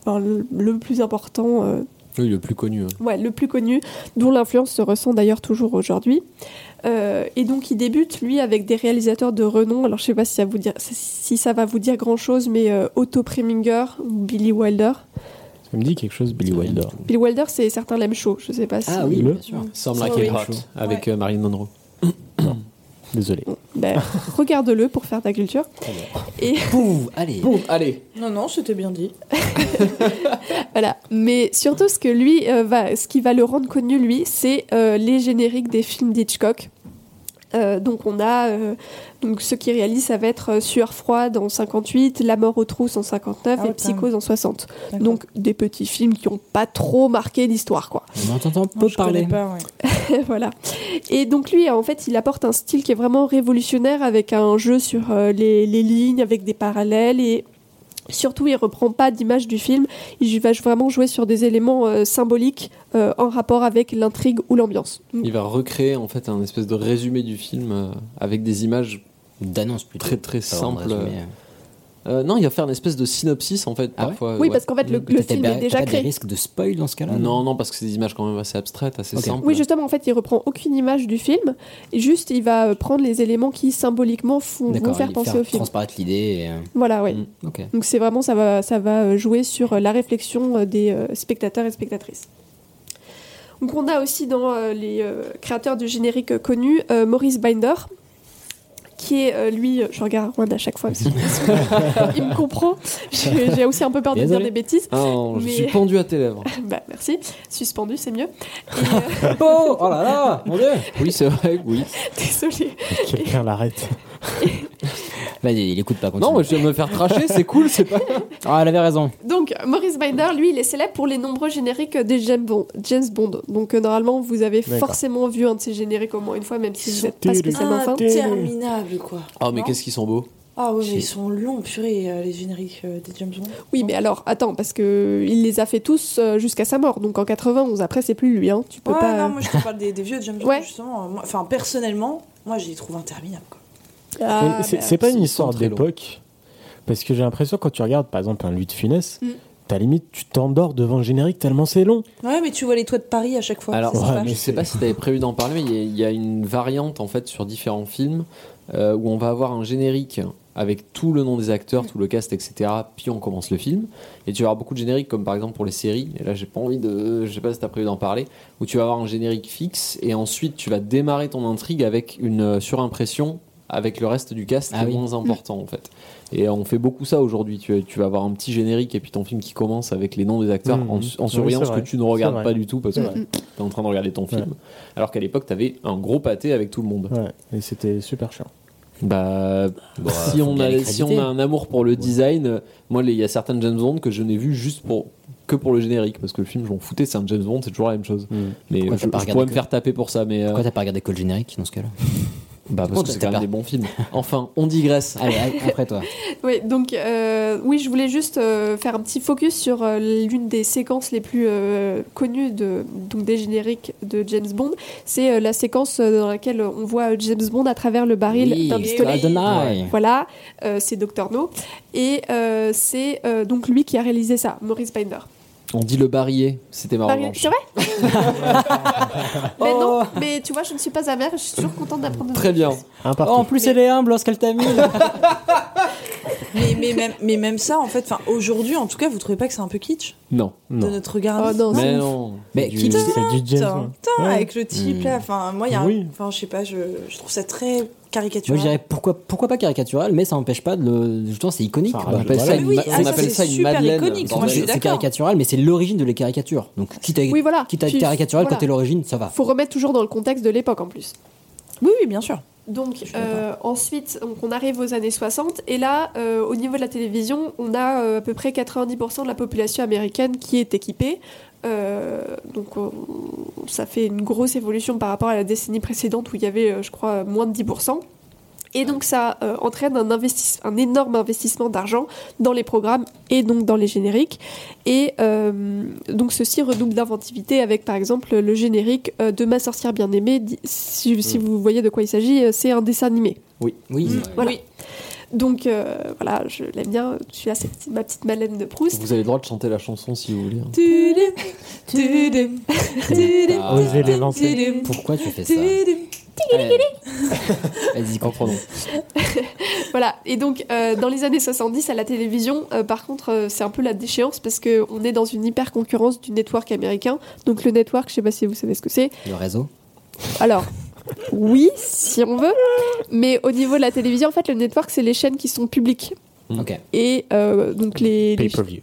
enfin, le- le plus important euh,
Oui, le plus connu. hein.
Ouais, le plus connu, dont l'influence se ressent d'ailleurs toujours aujourd'hui. Euh, et donc il débute, lui, avec des réalisateurs de renom. Alors je sais pas si ça, vous dire, si ça va vous dire grand-chose, mais euh, Otto Preminger ou Billy Wilder.
Ça me dit quelque chose, Billy Wilder.
Billy Wilder, c'est certains l'aiment chaud, je sais pas si...
Ah
le Some Like
Oui.
It Hot avec euh, Marilyn Monroe.
Désolé.
Ben, Regarde-le pour faire ta culture. Et...
allez.
allez.
Non, non, c'était bien dit.
Voilà, mais surtout ce que lui euh, va, ce qui va le rendre connu lui, c'est euh, les génériques des films d'Hitchcock. Euh, donc on a euh, donc ceux qui réalisent ça va être euh, Sueur froide en 58, La mort aux trousses en 59
Ah ouais,
et
putain.
Psychose en 60. Donc des petits films qui ont pas trop marqué l'histoire quoi.
On en entend peu parler.
voilà. Et donc lui, en fait, il apporte un style qui est vraiment révolutionnaire avec un jeu sur euh, les, les lignes, avec des parallèles et surtout, il reprend pas d'image du film. Il va vraiment jouer sur des éléments euh, symboliques euh, en rapport avec l'intrigue ou l'ambiance.
Il va recréer en fait un espèce de résumé du film euh, avec des images
d'annonces
très très
Pas vraiment
simples.
résumé, euh.
Euh, non, il va faire une espèce de synopsis en fait parfois.
Oui, parce qu'en fait, le- le Peut-être film pas- est déjà pas des créé.
risques de spoil dans ce cas-là.
Non, non, parce que c'est des images quand même assez abstraites, assez simples.
Oui, justement, en fait, il reprend aucune image du film. Et juste, il va euh, prendre les éléments qui symboliquement font vont
D'accord,
faire
il
penser
faire
au film.
transparaître l'idée. et, euh,
Voilà, oui.
Ok.
Donc c'est vraiment ça va ça va jouer sur euh, la réflexion euh, des euh, spectateurs et spectatrices. Donc on a aussi dans euh, les euh, créateurs de génériques euh, connus euh, Maurice Binder qui est euh, lui euh, je regarde Rwanda à chaque fois parce que- il me comprend. J'ai j'ai aussi un peu peur de dire
Désolé.
des bêtises.
Ah, non, je
Mais-
suis pendu à tes lèvres.
Bah, merci. Suspendu, c'est mieux.
oh, là là, mon dieu Oui, c'est vrai, oui.
Désolée.
Quelqu'un l'arrête.
Vas-y, il écoute pas. Continue.
Non, moi, je viens de me faire tracher, c'est cool, c'est pas.
Ah, elle avait raison.
Donc, Maurice Binder, lui, il est célèbre pour les nombreux génériques des James Bond. James Bond. Donc, euh, normalement, vous avez
D'accord.
forcément vu un de ces génériques au moins une fois, même si vous n'êtes pas spécialement fan.
Ah, Interminable, quoi.
Oh, mais
Non
qu'est-ce qu'ils sont beaux.
Ah oui, mais ils sont longs, purée, euh, les génériques euh, des James Bond.
Oui, mais alors, attends, parce que il les a fait tous euh, jusqu'à sa mort. Donc, en 91, après, c'est plus lui. Hein. Tu peux
Ouais, bah,
pas.
non, moi je te parle des, des vieux de James Bond,
Ouais.
justement. Moi- Enfin, personnellement, moi je les trouve interminables, quoi.
Ah,
Ah, Mais c'est- c'est pas une histoire
très longs.
d'époque. Parce que j'ai l'impression, quand tu regardes, par exemple, un Louis de Funès,
Mm.
t'as limite, tu t'endors devant le générique tellement c'est long.
Ouais, mais tu vois les toits de Paris à chaque fois.
Alors,
c'est sympa.
je sais pas si t'avais prévu d'en parler, mais il y a- il y, a une variante en fait sur différents films euh, où on va avoir un générique avec tout le nom des acteurs, tout le cast, etc. Puis on commence le film. Et tu vas avoir beaucoup de génériques, comme par exemple pour les séries. Et là, j'ai pas envie de, je sais pas si t'as prévu d'en parler, où tu vas avoir un générique fixe et ensuite tu vas démarrer ton intrigue avec une euh, surimpression avec le reste du cast qui
Ah
est
oui.
moins important en fait. Et on fait beaucoup ça aujourd'hui. Tu, tu vas avoir un petit générique et puis ton film qui commence avec les noms des acteurs
Mhm.
en, en
Oui,
surveillant
c'est
ce que
vrai.
tu ne
C'est
regardes
vrai.
pas du tout parce que
C'est vrai.
t'es en train de regarder ton film.
Ouais.
Alors qu'à l'époque, t'avais un gros pâté avec tout le monde.
Ouais, et c'était super chiant.
Bah,
Bon,
si,
euh, faut
on
bien les
a, si on
créditer.
a un amour pour le design, euh, moi, les- il y a certaines James Bond que je n'ai vu juste pour que pour le générique parce que le film, je m'en foutais, c'est un James Bond, c'est toujours la même chose. Mais
Pourquoi
je,
t'as pas
je
regardé
pourrais me
que-
faire taper pour ça, mais euh,
Pourquoi t'as pas regardé que le générique dans ce cas-là
bah, parce
Pourquoi
que c'est
t'as
quand même
pas-
des bons films. Enfin, on digresse.
Allez, a- après toi.
Oui, donc euh, oui, je voulais juste euh, faire un petit focus sur euh, l'une des séquences les plus euh, connues de, donc des génériques de James Bond. C'est euh, la séquence euh, dans laquelle on voit euh, James Bond à travers le baril
Oui,
d'un pistolet.
GoldenEye.
Voilà, euh, c'est Dr No. Et euh, c'est euh, donc lui qui a réalisé ça, Maurice Binder.
On dit le barillet, c'était marrant.
Baril- C'est vrai Mais
Oh.
non, mais tu vois, je ne suis pas amère, je suis toujours contente d'apprendre.
Très bien.
Un parti.
en plus, elle est humble lorsqu'elle t'amuse.
mais, mais, même, mais même ça, en fait, enfin, aujourd'hui, en tout cas, vous trouvez pas que c'est un peu kitsch
Non.
de
Non.
notre
Ah,
regard
bah,
Oh non,
innocent
Mais non.
Mais
Du-
qui te-
C'est du James
Putain,
Bond.
putain,
Ouais.
avec le type là, enfin, moi, il y a un-
Oui.
Enfin, je sais pas, je, je trouve ça très
Moi, je
caricatural.
dirais pourquoi, pourquoi pas caricatural, mais ça n'empêche pas de le. Justement, c'est iconique.
Ça
quoi.
On appelle ça
Voilà.
une,
Mais oui,
ma-
ah,
on
ça,
appelle
c'est
ça une
super
madeleine.
iconique,
Moi,
moi, je suis
je- c'est
d'accord.
caricatural, mais c'est l'origine de les caricatures. Donc, quitte à,
Oui, voilà.
quitte à être
Puis-
caricatural
voilà.
quand t'es l'origine, ça va.
Faut remettre toujours dans le contexte de l'époque en plus.
Oui, oui, bien sûr.
Donc
suis d'accord.
euh, ensuite, donc, on arrive aux années 60 et là, euh, au niveau de la télévision, on a euh, à peu près 90% de la population américaine qui est équipée. Euh, donc on- ça fait une grosse évolution par rapport à la décennie précédente où il y avait, euh, je crois, euh, moins de 10%. Et donc ça euh, entraîne un, investi- un énorme investissement d'argent dans les programmes et donc dans les génériques. Et euh, donc ceci redouble d'inventivité avec par exemple le générique euh, de Ma sorcière bien aimée. Di- Si, si vous voyez de quoi il s'agit, euh, c'est un dessin animé. Mm,
Oui.
Oui,
Voilà. Donc euh, voilà, je l'aime bien. Je suis là, c'est petit- ma petite Madeleine de Proust.
Vous avez le droit de chanter la chanson si vous voulez.
Tudum, tudum, tudum,
Ah,
Osez les lancer.
tudum,
pourquoi tu fais ça
tudum.
Allez. Vas-y, comprends
Reprenons.
Voilà. Et donc euh, dans les années 70 à la télévision, euh, par contre, euh, c'est un peu la déchéance parce que on est dans une hyper concurrence du network américain. Donc le network, je sais pas si vous savez ce que c'est.
le réseau.
Alors, oui, si on veut. Mais au niveau de la télévision, en fait, le network, c'est les chaînes qui sont publiques.
Mm.
Ok.
Et euh, donc les... les-
Pay-per-view.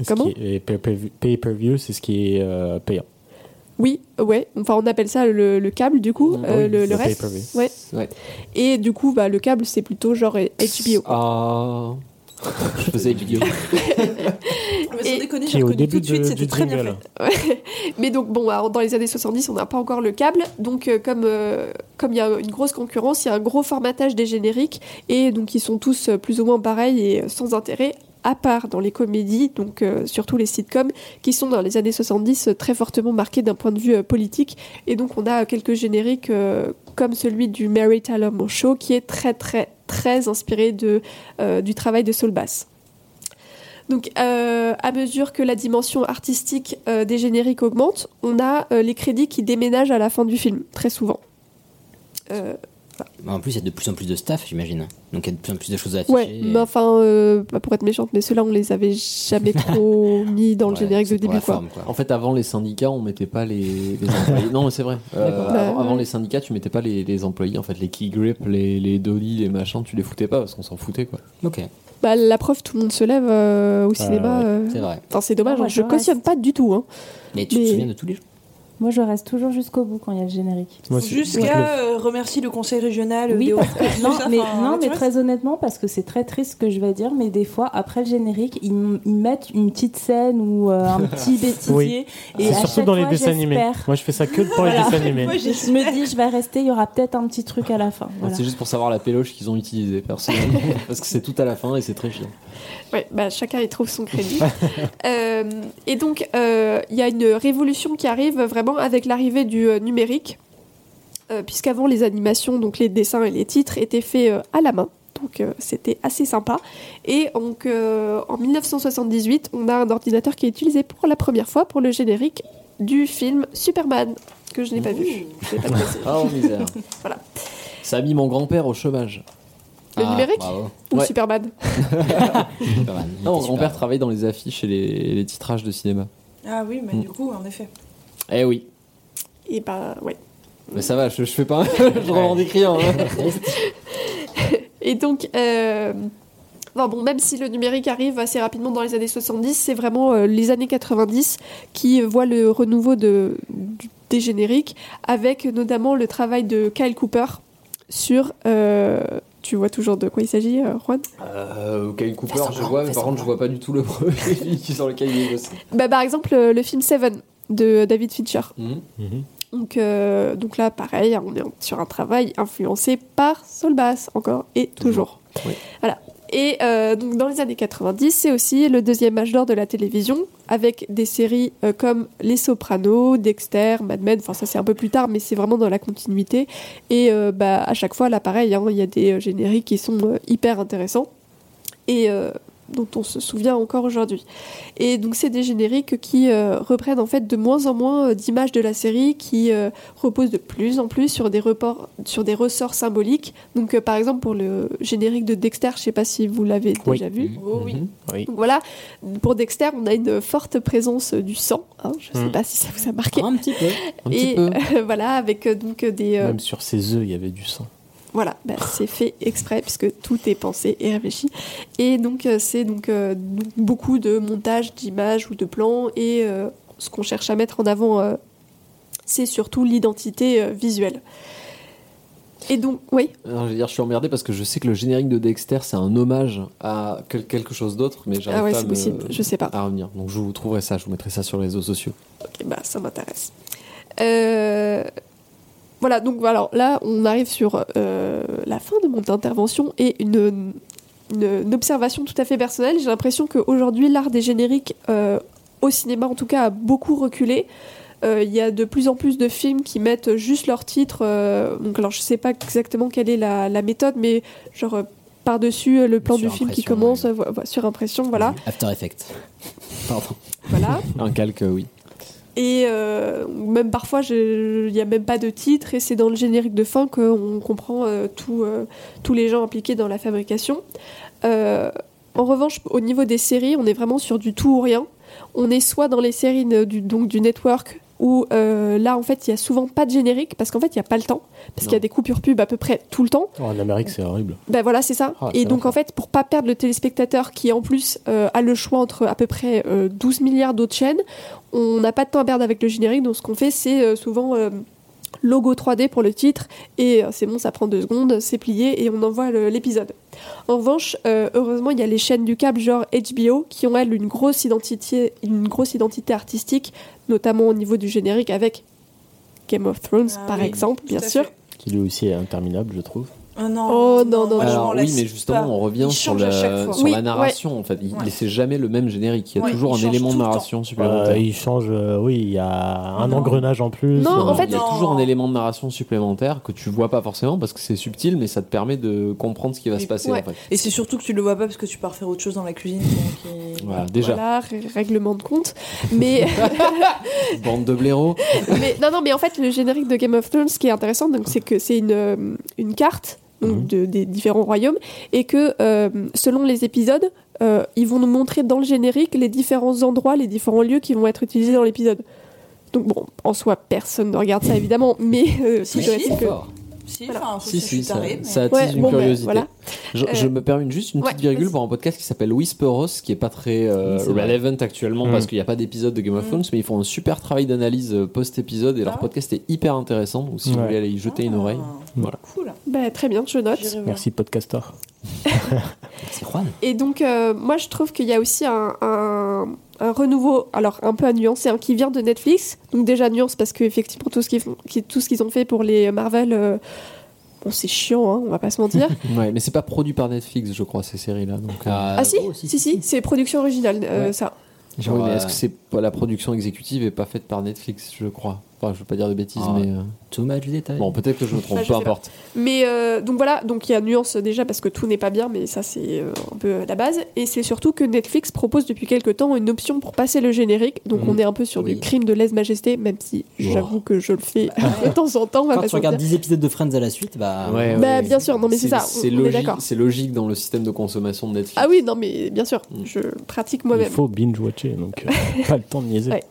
Ce
Comment
qui est- pay-per-view- Pay-per-view, c'est ce qui est euh, payant.
Oui, ouais. Enfin, on appelle ça le, le câble, du coup, euh,
oui,
le, le
c'est
reste.
pay-per-view.
Ouais.
Ouais.
Et du coup, bah, le câble, c'est plutôt genre HBO.
Ah. Je faisais HBO.
Mais sans
Et-
déconner,
Qui
j'ai
est au
reconnu tout
début
de suite,
de-
c'était
du
très bien
jingle.
fait.
Mais donc, bon, alors, dans les années 70, on n'a pas encore le câble. Donc, euh, comme euh, comme il y a une grosse concurrence, il y a un gros formatage des génériques. Et donc, ils sont tous euh, plus ou moins pareils et euh, sans intérêt, à part dans les comédies, donc euh, surtout les sitcoms, qui sont dans les années 70 euh, très fortement marqués d'un point de vue euh, politique. Et donc, on a euh, quelques génériques euh, comme celui du Mary Talon Show, qui est très, très, très inspiré de, euh, du travail de Saul Bass. Donc, euh, à mesure que la dimension artistique euh, des génériques augmente, on a euh, les crédits qui déménagent à la fin du film, très souvent. Euh,
Bah, En plus, il y a de plus en plus de staff, j'imagine. Donc, il y a de plus en plus de choses à afficher.
ouais,
et-
mais enfin, euh, pas pour être méchante, mais ceux-là, on les avait jamais trop mis dans le
Ouais,
générique
c'est
de
pour la
début, quoi.
forme, quoi.
En fait, avant les syndicats, on mettait pas les, les employés. non, mais c'est vrai. Euh,
D'accord.
Bah,
avant, avant
ouais.
les syndicats, tu mettais pas les, les employés. En fait, les key grip, les, les dolly, les machins, tu les foutais pas parce qu'on s'en foutait quoi.
Ok,
Bah, la preuve, tout le monde se lève euh, au cinéma.
ouais,
euh.
c'est vrai.
Enfin, c'est dommage,
Ah, moi,
hein, je
je
cautionne pas du tout. hein.
Mais tu te
Mais-
souviens de tous les gens
Moi, je reste toujours jusqu'au bout quand il y a le générique.
Jusqu'à euh, remercier le conseil régional
Oui,
des
parce
Hauts-de-France,
que, non,
tout ça,
mais,
enfin,
non,
tu
mais
vois,
très honnêtement, parce que c'est très triste ce que je vais dire, mais des fois, après le générique, ils, m- ils mettent une petite scène ou euh, un petit bêtisier.
Oui.
et à
C'est surtout
chaque
dans les
fois,
dessins animés.
j'espère.
Moi, je fais ça que pour les
Voilà.
dessins animés.
Je me dis, je vais rester, il y aura peut-être un petit truc à la fin.
Ah,
Voilà.
C'est juste pour savoir la péloche qu'ils ont utilisée, personnellement. parce que c'est tout à la fin et c'est très chiant.
Ouais, bah, chacun y trouve son crédit. Euh, et donc, euh, il y a une révolution qui arrive vraiment avec l'arrivée du euh, numérique, Euh, puisqu'avant les animations, donc les dessins et les titres étaient faits euh, à la main. Donc euh, c'était assez sympa. Et donc euh, en 1978, on a un ordinateur qui est utilisé pour la première fois pour le générique du film Superman, que je n'ai pas vu. Je l'ai pas passé.
Ah, en misère.
Voilà.
Ça a mis mon grand-père au chômage.
Le
Ah,
numérique
bravo.
Ou
Ouais.
Superman
Non, mon grand-père travaillait dans les affiches et les, les titrages de cinéma.
Ah oui, mais
Mm.
du coup, en effet.
Eh oui.
Et bah ouais.
Mais ça va, je, je fais pas. je revendique rien. hein.
Et donc, euh, non, bon, même si le numérique arrive assez rapidement dans les années 70, c'est vraiment euh, les années 90 qui voient le renouveau de, du- des génériques, avec notamment le travail de Kyle Cooper sur. euh, tu vois toujours de quoi il s'agit, euh, Juan
Euh, Kyle Cooper, je vois, mais par contre, je vois pas du tout le produit sur lequel il est bossé.
bah, Par exemple, euh, le film Seven de David Fincher.
Mhm.
Donc, euh, donc là, pareil, hein, on est en- sur un travail influencé par Solbass, encore et toujours. Voilà. Et euh, donc dans les années 90, c'est aussi le deuxième âge d'or de la télévision, avec des séries euh, comme Les Sopranos, Dexter, Mad Men, enfin ça c'est un peu plus tard, mais c'est vraiment dans la continuité. Et euh, bah, à chaque fois, là pareil, hein, il y a des euh, génériques qui sont euh, hyper intéressants. Et euh, dont on se souvient encore aujourd'hui. Et donc c'est des génériques qui euh, reprennent en fait de moins en moins euh, d'images de la série, qui euh, reposent de plus en plus sur des, reports, sur des ressorts symboliques. Donc euh, par exemple pour le générique de Dexter, je sais pas si vous l'avez déjà vu.
Oh
Oui.
Donc voilà, pour Dexter, on a une forte présence euh, du sang. hein. je sais
Mm.
pas si ça vous a marqué.
Un petit peu.
Un petit
Et
peu.
euh, voilà, avec euh, donc euh, des... euh,
Même sur ses œufs, il y avait du sang.
voilà, bah, c'est fait exprès puisque tout est pensé et réfléchi. Et donc euh, c'est donc euh, donc beaucoup de montages d'images ou de plans et euh, ce qu'on cherche à mettre en avant, euh, c'est surtout l'identité euh, visuelle. Et donc, oui,
Non, Euh, je veux dire, je suis emmerdé parce que je sais que le générique de Dexter, c'est un hommage à quel- quelque chose d'autre, mais j'arrive
Ah ouais,
pas à
c'est
me-
possible, je sais pas.
à revenir. Donc je vous trouverai ça, je vous mettrai ça sur les réseaux sociaux.
Ok, bah ça m'intéresse. Euh, voilà, donc alors là, on arrive sur euh, la fin de mon intervention et une, une, une observation tout à fait personnelle. J'ai l'impression qu'aujourd'hui, l'art des génériques, euh, au cinéma en tout cas, a beaucoup reculé. Euh, Il y a de plus en plus de films qui mettent juste leur titre. euh, donc, alors, je sais pas exactement quelle est la, la méthode, mais genre euh, par-dessus euh, le plan du film qui
Surimpression,
commence, euh, vo- vo- surimpression, voilà.
After Effects. Pardon.
voilà.
Un calque, oui.
Et euh, même parfois, je- il n'y a même pas de titre, et c'est dans le générique de fin qu'on comprend euh, tout, euh, tous les gens impliqués dans la fabrication. Euh, en revanche, au niveau des séries, on est vraiment sur du tout ou rien. On est soit dans les séries ne- du, donc, du network, où euh, là, en fait, il n'y a souvent pas de générique, parce qu'en fait, il n'y a pas le temps, parce qu'il y a des coupures pub à peu près tout le temps.
Oh, en Amérique, c'est horrible.
Ben voilà, c'est ça.
Ah,
et
c'est
donc,
l'enfer.
en fait, pour pas perdre le téléspectateur qui, en plus, euh, a le choix entre à peu près euh, 12 milliards d'autres chaînes, on n'a pas de temps à perdre avec le générique. Donc, ce qu'on fait, c'est euh, souvent euh, logo 3D pour le titre. Et euh, c'est bon, ça prend deux secondes, c'est plié et on envoie le- l'épisode. En revanche, euh, heureusement, il y a les chaînes du câble, genre HBO, qui ont, elles, une grosse identité, une grosse identité artistique, notamment au niveau du générique avec Game of Thrones,
Ah
par
oui,
exemple,
tout
bien
à fait.
sûr.
Qui lui aussi est interminable, je trouve.
Ah non,
Oh, non, non,
moi, je
Alors
m'en
oui,
lasse
mais justement,
pas.
on revient
Il
sur
change à
la,
chaque fois.
sur
Oui,
la narration, en fait. Il
Ouais.
c'est jamais le même générique. Il y a
Ouais,
toujours
il
un
change
élément de
tout le
narration supplémentaire.
Euh, il change, euh, oui, il y a un
Non.
engrenage en plus.
Non, en
Euh,
fait,
il y a
non.
toujours un élément de narration supplémentaire que tu vois pas forcément parce que c'est subtil, mais ça te permet de comprendre ce qui va se passer.
ouais.
En fait.
Et c'est surtout que tu le vois pas parce que tu pars faire autre chose dans la cuisine. donc, euh,
Voilà, déjà,
Voilà, ré- règlement de compte. Mais,
bande de blaireaux.
mais- non, non, mais en fait, le générique de Game of Thrones, ce qui est intéressant, donc, c'est que c'est une, euh, une carte donc,
Mhm.
de- des différents royaumes et que euh, selon les épisodes, euh, ils vont nous montrer dans le générique les différents endroits, les différents lieux qui vont être utilisés dans l'épisode. Donc bon, en soi, personne ne regarde ça évidemment, mais euh,
Si,
tout de
si,
reste que-
fort.
Si,
Voilà.
enfin, sauf
Si,
si je suis
si, ça,
tarée, mais-
ça attise
Ouais,
une
bon, ben,
curiosité.
voilà.
je,
Euh,
je me permets juste une petite
ouais,
virgule
vas-y.
pour un podcast qui s'appelle Whisperos, qui est pas très euh,
Oui, c'est vrai.
relevant actuellement
Mm.
parce qu'il n'y a pas d'épisode de Game
Mm.
of Thrones, mais ils font un super travail d'analyse euh, post-épisode et
Ah.
leur podcast est hyper intéressant. Donc si vous
Ouais.
voulez aller y jeter une oreille,
Ah,
voilà.
Bah, très bien, je note.
Merci, podcastor.
C'est Juan.
Et donc, euh, moi, je trouve qu'il y a aussi un, un- un renouveau, alors un peu à nuancer, hein, qui vient de Netflix. Donc, déjà, nuance, parce qu'effectivement, tout ce qu'ils font- qui- tout ce qu'ils ont fait pour les Marvel, euh, bon, c'est chiant, hein, on va pas se mentir.
Ouais, mais c'est pas produit par Netflix, je crois, ces séries-là. Donc, euh,
ah, si,
oh,
si, si, c'est production originale, euh,
Ouais.
ça.
genre,
Genre,
mais est-ce
euh,
que c'est pas la production exécutive est pas faite par Netflix, je crois. Enfin, je veux pas dire de bêtises,
Ah,
mais euh,
Too much detail.
bon, peut-être que je me trompe,
Bah, je
peu
sais pas.
importe.
Mais euh, donc voilà, donc il y a nuance déjà parce que tout n'est pas bien, mais ça c'est euh, un peu la base. Et c'est surtout que Netflix propose depuis quelques temps une option pour passer le générique. Donc
Mhm.
on est un peu sur
Oui.
du crime de lèse-majesté, même si j'avoue que je le fais de temps en temps. on va
Quand
pas
tu
se
regardes
mentir.
10 épisodes de Friends à la suite, bah.
Ouais, ouais,
Bah bien sûr, non mais c'est ça, on-
C'est
on est
logique,
d'accord.
c'est logique dans le système de consommation de Netflix.
Ah oui, non mais bien sûr,
Mhm.
je pratique
Mm. Il
moi-même.
faut binge-watcher, donc euh, pas le temps de niaiser.
Ouais.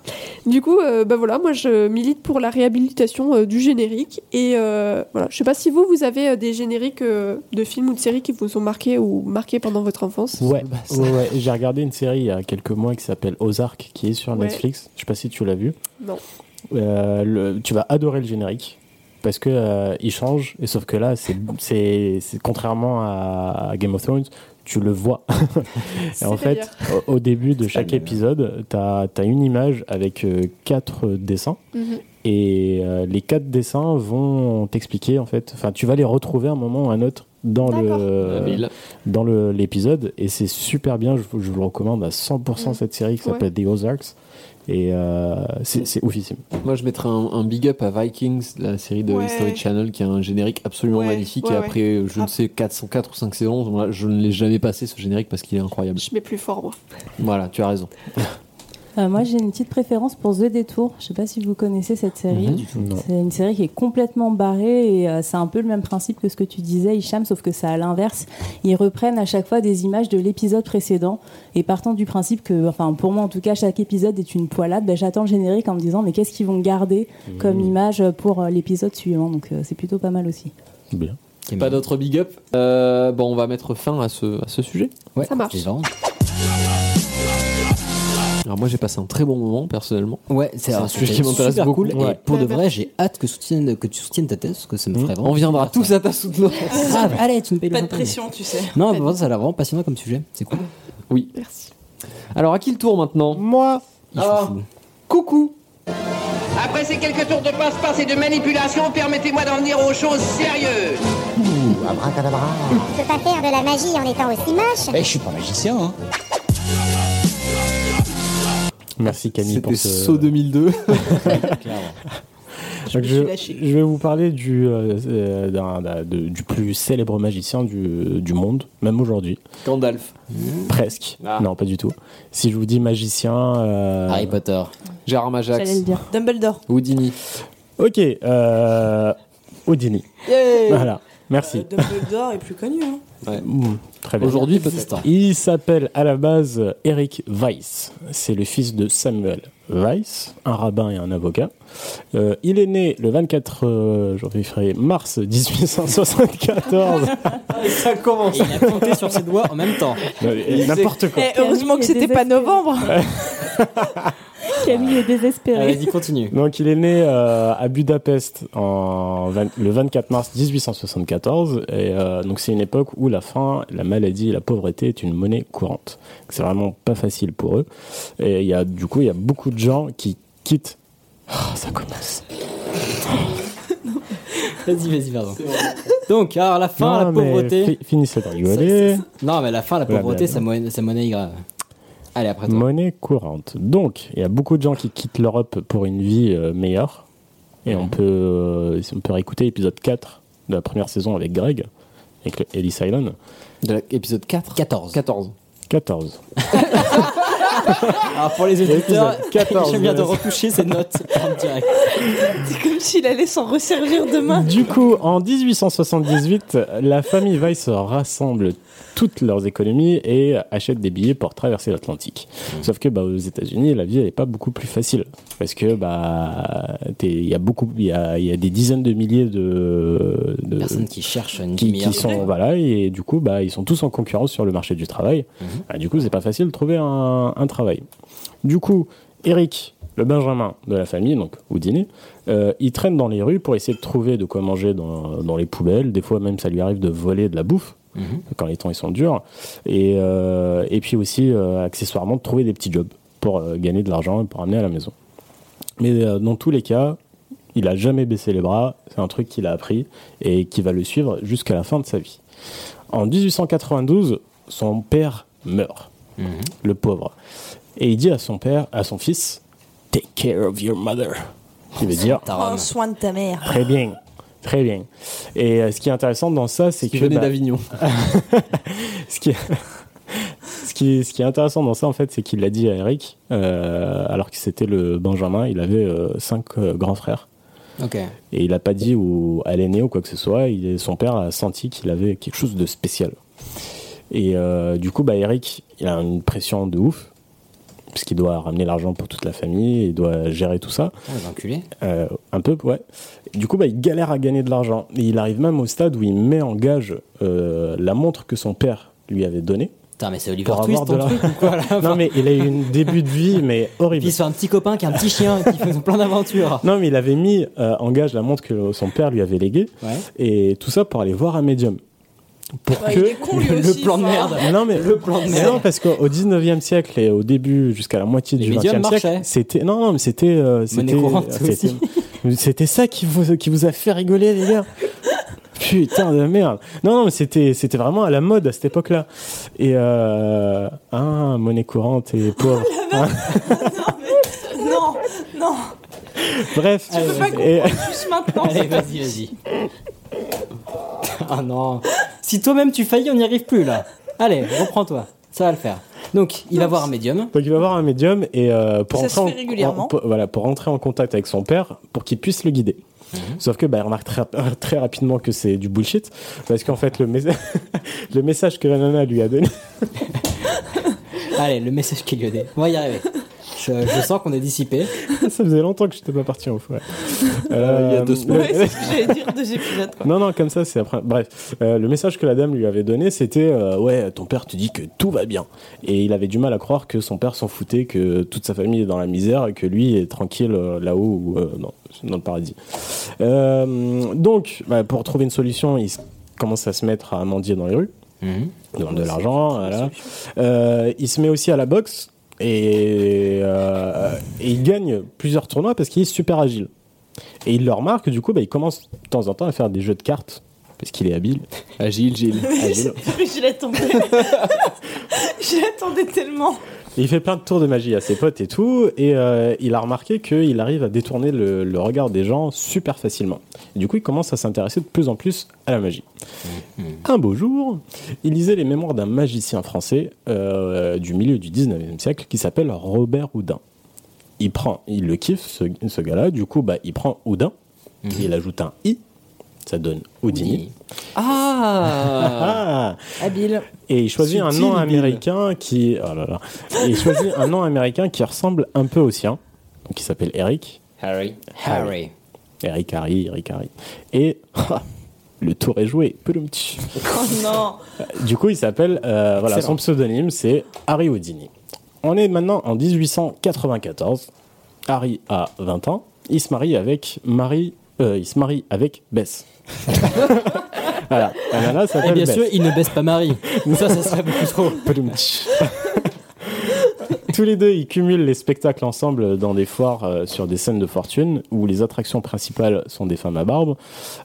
Du coup, euh, bah voilà, moi je milite pour la réhabilitation euh, du générique. Et euh, voilà, je sais pas si vous, vous avez euh, des génériques euh, de films ou de séries qui vous ont marqué ou marqué pendant votre enfance.
Ouais,
Bah, ça-
ouais, ouais. j'ai regardé une série il y a quelques mois qui s'appelle Ozark, qui est sur
Ouais.
Netflix. Je sais pas si tu l'as vu.
Non.
Euh, le- tu vas adorer le générique parce que euh, il change et sauf que là c'est c'est c'est- contrairement à, à Game of Thrones tu le vois et en fait au, au début de chaque épisode tu as, une image avec euh, quatre dessins
Mhm.
et euh, les quatre dessins vont t'expliquer en fait enfin tu vas les retrouver à un moment ou à un autre dans
D'accord.
le
Mais là-
dans le- l'épisode et c'est super bien je, vous- je vous le recommande à 100% cette série qui
Mm. Ouais.
s'appelle The Ozarks et euh, c'est c'est oufissime
Moi, je mettrais un, un big up à Vikings, la série de
Ouais.
History Channel, qui a un générique absolument
Ouais,
magnifique.
ouais,
et
ouais.
après, euh, je ne
Ah.
sais, 404 ou 5 saisons, voilà, je ne l'ai jamais passé ce générique parce qu'il est incroyable.
Je mets plus fort, moi.
Voilà, tu as raison.
Euh, moi, j'ai une petite préférence pour The Détour. Je sais pas si vous connaissez cette série.
Mhm.
Non.
C'est une série qui est complètement barrée et euh, c'est un peu le même principe que ce que tu disais, Hicham, sauf que c'est à l'inverse. Ils reprennent à chaque fois des images de l'épisode précédent et partant du principe que, enfin, pour moi en tout cas, chaque épisode est une poilade, ben, j'attends le générique en me disant mais qu'est-ce qu'ils vont garder comme image pour euh, l'épisode suivant. Donc euh, c'est plutôt pas mal aussi.
bien
Kim-
Pas d'autres big up. Euh, bon, on va mettre fin à ce, à ce sujet.
Ouais,
Ça marche.
c'est vraiment-
Alors, moi, j'ai passé un très bon moment, personnellement.
Ouais, c'est
un
alors,
sujet
c'était
qui m'intéresse
super
beaucoup.
cool,
Ouais.
Et pour
Bah,
de vrai,
merci.
j'ai hâte que, soutienne- que tu soutiennes ta thèse, parce que ça me
Mhm.
ferait vraiment.
On viendra tous à ta soutenance.
Grave, allez, tu me payes le
Pas de
champagne.
pression, tu sais.
Non, mais pour ça, ça a l'air vraiment passionnant comme sujet. C'est cool.
Oui.
Merci.
Alors, à qui le tour maintenant
moi
Ils sont
Ah.
fous.
Coucou
Après ces quelques tours de passe-passe et de manipulation, permettez-moi d'en venir aux choses sérieuses.
Je peux pas faire de la magie en étant aussi moche.
Eh, je suis pas magicien, hein.
merci Camille
C'était
pour ce
Saut 2002.
Donc,
me
je,
suis lâchée.
je vais vous parler du, euh, euh, d'un- d'un- de- du plus célèbre magicien du, du monde, même aujourd'hui.
Gandalf.
Presque.
Ah.
Non, pas du tout. Si je vous dis magicien. euh,
Harry Potter.
Gérard
J'allais
Majax.
le dire.
Dumbledore.
Houdini.
Ok. Euh, Houdini. Voilà.
Euh,
Merci.
Dumbledore est plus connu. Hein.
Mmh, très bien.
Aujourd'hui, peut-être.
Il s'appelle à la base Eric Weiss. C'est le fils de Samuel Weiss, un rabbin et un avocat. Euh, il est né le 24 euh, janvier, février, mars 1874.
Ça commence.
Et il a compté sur ses doigts en même temps.
Euh, N'importe quoi.
Eh, heureusement que c'était pas novembre.
Camille est
Allez,
désespérée.
dis continue.
Donc il est né euh, à Budapest en vingt- le 24 mars 1874 et euh, donc c'est une époque où la faim, la maladie, et la pauvreté est une monnaie courante. Donc, C'est vraiment pas facile pour eux et il y a du coup il y a beaucoup de gens qui quittent. Ah, ça commence.
Vas-y, vas-y, pardon. Donc, alors la fin, la
Non, mais
pauvreté.
fi- finissez de rigoler.
Non, mais la fin, la
Voilà,
pauvreté,
bien,
ça monnaie, ça monnaie grave. Allez, après toi.
Monnaie courante. Donc, il y a beaucoup de gens qui quittent l'Europe pour une vie euh, meilleure. Et on peut, euh, on peut réécouter l'épisode 4 de la première saison avec Greg, avec le Ellis Island.
De l'épisode 4
14.
14.
14.
Alors Ah, pour les auditeurs,
L'épisode 14,
je viens de
yes.
retoucher ces notes en direct.
C'est comme s'il allait s'en resservir demain.
Du coup, en 1878, la famille Weiss rassemble toutes leurs économies et achète des billets pour traverser l'Atlantique. Sauf que bah, aux États-Unis, la vie n'est pas beaucoup plus facile parce que bah t'es- il y a beaucoup, il y a, il y a des dizaines de milliers de, de-
Personnes qui cherchent une
qui,
demi-heure.
qui sont voilà et du coup bah ils sont tous en concurrence sur le marché du travail. Bah, du coup, c'est pas facile de trouver un, un travail. Du coup, Eric, le Benjamin de la famille, donc au dîner, euh, il traîne dans les rues pour essayer de trouver de quoi manger dans, dans les poubelles. Des fois, même, ça lui arrive de voler de la bouffe quand les temps ils sont durs. Et, euh, et puis aussi, euh, accessoirement, de trouver des petits jobs pour euh, gagner de l'argent et pour amener à la maison. Mais euh, dans tous les cas, il a jamais baissé les bras. C'est un truc qu'il a appris et qui va le suivre jusqu'à la fin de sa vie. En 1892, son père meurt,
Mhm.
le pauvre. Et il dit à son père, à son fils, Take care of your mother. Il veut dire,
Prends soin de ta mère.
Très bien, très bien. Et euh, ce qui est intéressant dans ça, c'est que
Qui venait
bah,
d'Avignon.
ce qui ce qui, ce qui est intéressant dans ça, en fait, c'est qu'il l'a dit à Eric, euh, alors que c'était le Benjamin, il avait euh, cinq euh, grands frères.
Ok. Ah,
Et il n'a pas dit ou à l'aîné ou quoi que ce soit. Il, son père a senti qu'il avait quelque chose de spécial. Et euh, du coup, bah, Eric, il a une pression de ouf, parce qu'il doit ramener l'argent pour toute la famille, il doit gérer tout ça.
Ah, les enculés.
Euh, un peu, ouais. Du coup, bah, il galère à gagner de l'argent. Et il arrive même au stade où il met en gage euh, la montre que son père lui avait donnée.
Putain, mais c'est Oliver
Pour
Twist
avoir de
ton
la-
truc ou quoi là
non, mais il a eu un début de vie, mais horrible.
Puis sur un petit copain qui a un petit chien qui fait plein d'aventures.
Non, mais il avait mis euh, en gage la montre que son père lui avait léguée.
Ouais.
Et tout ça pour aller voir un médium. Pour
Ouais,
que.
il est con, lui
le
aussi,
plan de
ça.
merde. Non, mais le plan
de merde.
Non, parce qu'au 19e siècle et au début, jusqu'à la moitié du
médiums
20e siècle,
marchaient.
c'était. Non, non, mais c'était. euh,
Monnaie
c'était-
courante
c'était-
aussi.
C'était ça qui vous, qui vous a fait rigoler, les gars. Putain de merde. Non, non, mais c'était, c'était vraiment à la mode à cette époque-là. Et euh, hein, monnaie courante et pauvre. Hein
Non, non.
Bref.
Tu
Euh,
peux pas
Et-
comprendre plus maintenant.
Allez, vas-y, vas-y. Ah non. Si toi-même tu faillis, on n'y arrive plus là. Allez, reprends-toi. Ça va le faire. Donc, il va voir un médium.
Donc il va voir un médium et euh, pour
Ça se
entrer
fait
en,
régulièrement.
en- pour- voilà pour entrer en contact avec son père pour qu'il puisse le guider.
Mhm.
Sauf que bah, il remarque très, rap- très rapidement que c'est du bullshit parce qu'en fait le, mes- le message que la nana lui a donné
Allez, le message qu'il lui a donné. On va y arriver. Je, je sens qu'on est dissipé.
ça faisait longtemps que j'étais pas parti en forêt.
Euh, il y a deux semaines.
Ouais, c'est ce que j'allais dire deux épisodes. quoi.
Non, non, comme ça, c'est après. Bref, euh, le message que la dame lui avait donné, c'était euh, Ouais, ton père te dit que tout va bien. Et il avait du mal à croire que son père s'en foutait, que toute sa famille est dans la misère et que lui est tranquille euh, là-haut, ou, euh, dans, dans le paradis. Euh, donc, bah, pour trouver une solution, il s- commence à se mettre à mendier dans les rues. Il demande de l'argent, voilà. Euh, il se met aussi à la boxe et, euh, et il gagne plusieurs tournois parce qu'il est super agile. Et il le remarque, du coup, bah, il commence de temps en temps à faire des jeux de cartes parce qu'il est habile.
Agile, Gilles.
agile.
Je l'attendais. Je l'attendais tellement.
Et il fait plein de tours de magie à ses potes et tout, et euh, il a remarqué qu'il arrive à détourner le, le regard des gens super facilement. Et du coup, il commence à s'intéresser de plus en plus à la magie. Un beau jour, il lisait les mémoires d'un magicien français euh, du milieu du 19e siècle qui s'appelle Robert Houdin. Il prend, il le kiffe, ce, ce gars-là, du coup, bah, il prend Houdin, il ajoute un i, ça donne Houdini.
Ah
Ah
Habile.
et il choisit un
Subtil,
nom
Bill.
américain qui. Oh là là. Et il choisit un nom américain qui ressemble un peu au sien, donc qui s'appelle Eric.
Harry. Harry.
Eric Harry, Eric Harry. Et ah, le tour est joué. Pouloumtch.
Oh non.
Du coup, il s'appelle. euh, voilà,
Excellent.
son pseudonyme, c'est Harry Houdini. On est maintenant en 1894. Harry a 20 ans. Il se marie avec Marie. euh, il se marie avec Bess. voilà. La nana
Et
s'appelle
Eh bien
Bess.
sûr, il ne baisse pas Marie. Ça, ça serait beaucoup trop.
Poudoumtch. Tous les deux, ils cumulent les spectacles ensemble dans des foires euh, sur des scènes de fortune où les attractions principales sont des femmes à barbe,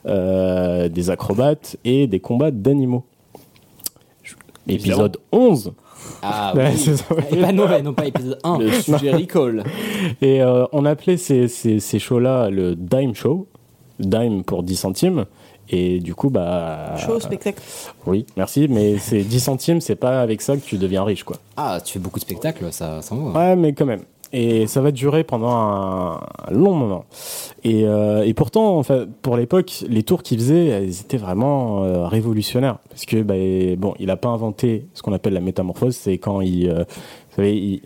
euh, des acrobates et des combats d'animaux. Je- Épisode 11.
Ah
Ouais,
oui.
c'est ça.
Et bah non, ouais, non pas épisode 1.
Le sujet ricole.
Et euh, on appelait ces, ces- ces shows-là le dime show, dime pour 10 centimes, Et du coup, bah.
Show, spectacle.
Oui, merci, mais c'est 10 centimes, c'est pas avec ça que tu deviens riche, quoi.
Ah, tu fais beaucoup de spectacles, ça, ça envoie.
Ouais, mais quand même. Et ça va durer pendant un, un long moment. Et, euh, et pourtant, enfin, pour l'époque, les tours qu'il faisait, elles étaient vraiment euh, révolutionnaires. Parce que, bah, et- bon, il n'a pas inventé ce qu'on appelle la métamorphose, c'est quand il. euh, vous savez, il-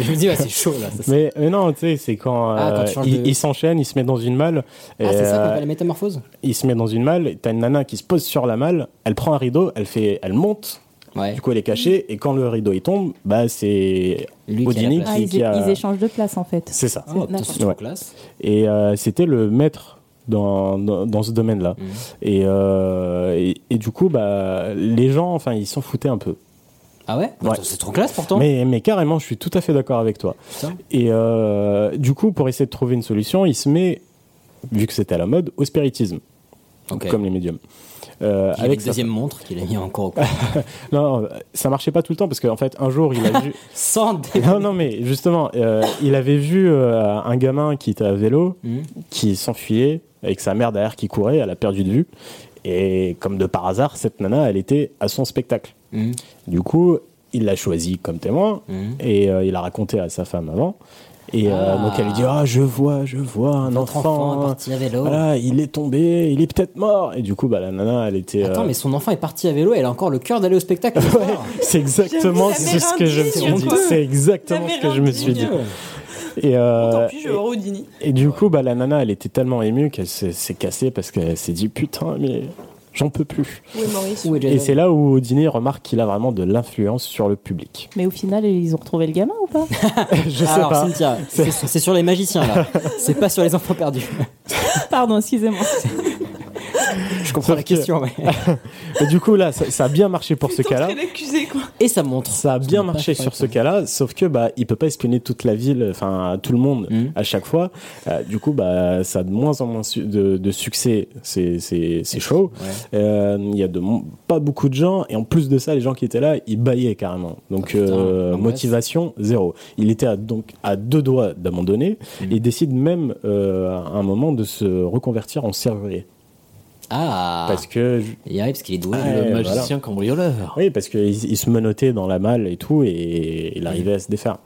Je me dis, ouais, c'est chaud là. ça, c'est-
mais, mais non, tu sais, c'est quand,
Ah, quand
euh,
tu changes
il,
de-
il s'enchaîne, il se met dans une malle.
Ah, c'est ça qu'on
euh,
appelle la métamorphose
il se met dans une malle, et t'as une nana qui se pose sur la malle, elle prend un rideau, elle fait, elle monte.
Du
coup, elle est cachée, et quand le rideau il tombe, bah c'est Houdini
Ah,
qui,
ils,
qui a.
ils échangent de place en fait.
C'est
Ah, Oh,
ça.
D'accord.
Ouais. Et euh, c'était le maître dans, dans, dans ce domaine-là.
Mhm.
Et, euh, et, et du coup, bah, les gens, enfin, ils s'en foutaient un peu.
Ah ouais, Attends, C'est trop classe pourtant.
Mais, mais carrément, je suis tout à fait d'accord avec toi. Et euh, du coup, pour essayer de trouver une solution, il se met, vu que c'était à la mode, au spiritisme.
Ok.
Comme les médiums. Euh,
Avec une
sa-
deuxième montre qu'il a mis encore au coin.
non, non, ça marchait pas tout le temps parce qu'en fait, un jour, il a vu.
Sans
Non, non, mais justement, euh, il avait vu euh, un gamin qui était à
Mhm.
vélo, qui s'enfuyait, avec sa mère derrière qui courait, elle a perdu de vue. Et comme de par hasard, cette nana, elle était à son spectacle.
Mhm.
Du coup, il l'a choisie comme témoin et euh, il a raconté à sa femme avant. Et euh,
Ah.
donc elle lui dit Ah, je vois, je vois un
Votre
enfant.
enfant est parti à vélo.
voilà, il est tombé, il est peut-être mort. Et du coup, bah, la nana, elle était.
Attends,
euh,
mais son enfant est parti à vélo et elle a encore le cœur d'aller au spectacle.
C'est exactement
J'avoue, la
ce
mère
que je me suis
indigne,
dit.
quoi.
C'est exactement
La
ce
mère
que je me suis dit.
indigne.
Et, euh,
je vais voir Houdini.
et du coup, bah, la nana, elle était tellement émue qu'elle s'est s'est cassée parce qu'elle s'est dit putain, mais j'en peux plus.
Où est Maurice
Où est
Et c'est là où Houdini remarque qu'il a vraiment de l'influence sur le public.
Mais au final, ils ont retrouvé le gamin ou pas
Je sais
Alors,
pas.
Cynthia, c'est c'est sur les magiciens là. C'est pas sur les enfants perdus.
Pardon, excusez-moi.
Je comprends la question. ouais.
Et du coup, là, ça, ça a bien marché pour ce cas-là.
L'accusé, quoi.
Et ça montre.
Ça a bien
n'est pas
marché
correct,
sur ce cas-là, sauf que bah il peut pas espionner toute la ville, enfin tout le monde
Mm.
à chaque fois. Euh, du coup bah ça a de moins en moins su- de, de succès, c'est c'est c'est chaud. Euh, Il y a de mo- pas beaucoup de gens et en plus de ça les gens qui étaient là ils baillaient carrément. Donc euh, motivation zéro. Il était à, donc à deux doigts d'abandonner et décide même euh, à un moment de se reconvertir en serrurier.
Ah.
Parce que Ah,
il arrive parce qu'il est doué.
Ouais,
le
voilà.
magicien cambrioleur.
Oui, parce qu'il il se menottait dans la malle et tout, et il arrivait à se défaire.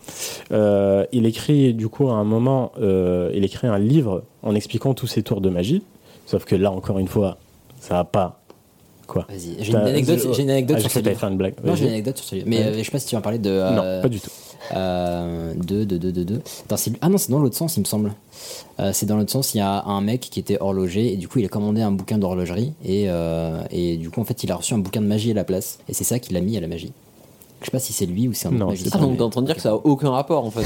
Euh, il écrit, du coup, à un moment, euh, il écrit un livre en expliquant tous ses tours de magie. Sauf que là, encore une fois, ça va pas. Quoi
Vas-y, J'ai une anecdote, j'ai une
Ah,
anecdote sur ce livre.
une blague.
Non, j'ai une euh,
Vas-y.
anecdote sur ce livre. Mais
Ouais.
euh, je sais pas si tu vas en parler de.
Non, pas du tout. Ah,
Euh, de, de, de, de, de. Attends, c'est- ah non, c'est dans l'autre sens, il me semble. Euh, c'est dans l'autre sens, il y a un mec qui était horloger et du coup il a commandé un bouquin d'horlogerie et, euh, et du coup en fait il a reçu un bouquin de magie à la place et c'est ça qu'il a mis à la magie. Je sais pas si c'est lui ou c'est un autre
Non,
magicien,
ah, donc
mais-
t'es en train de dire que ça a aucun rapport en fait.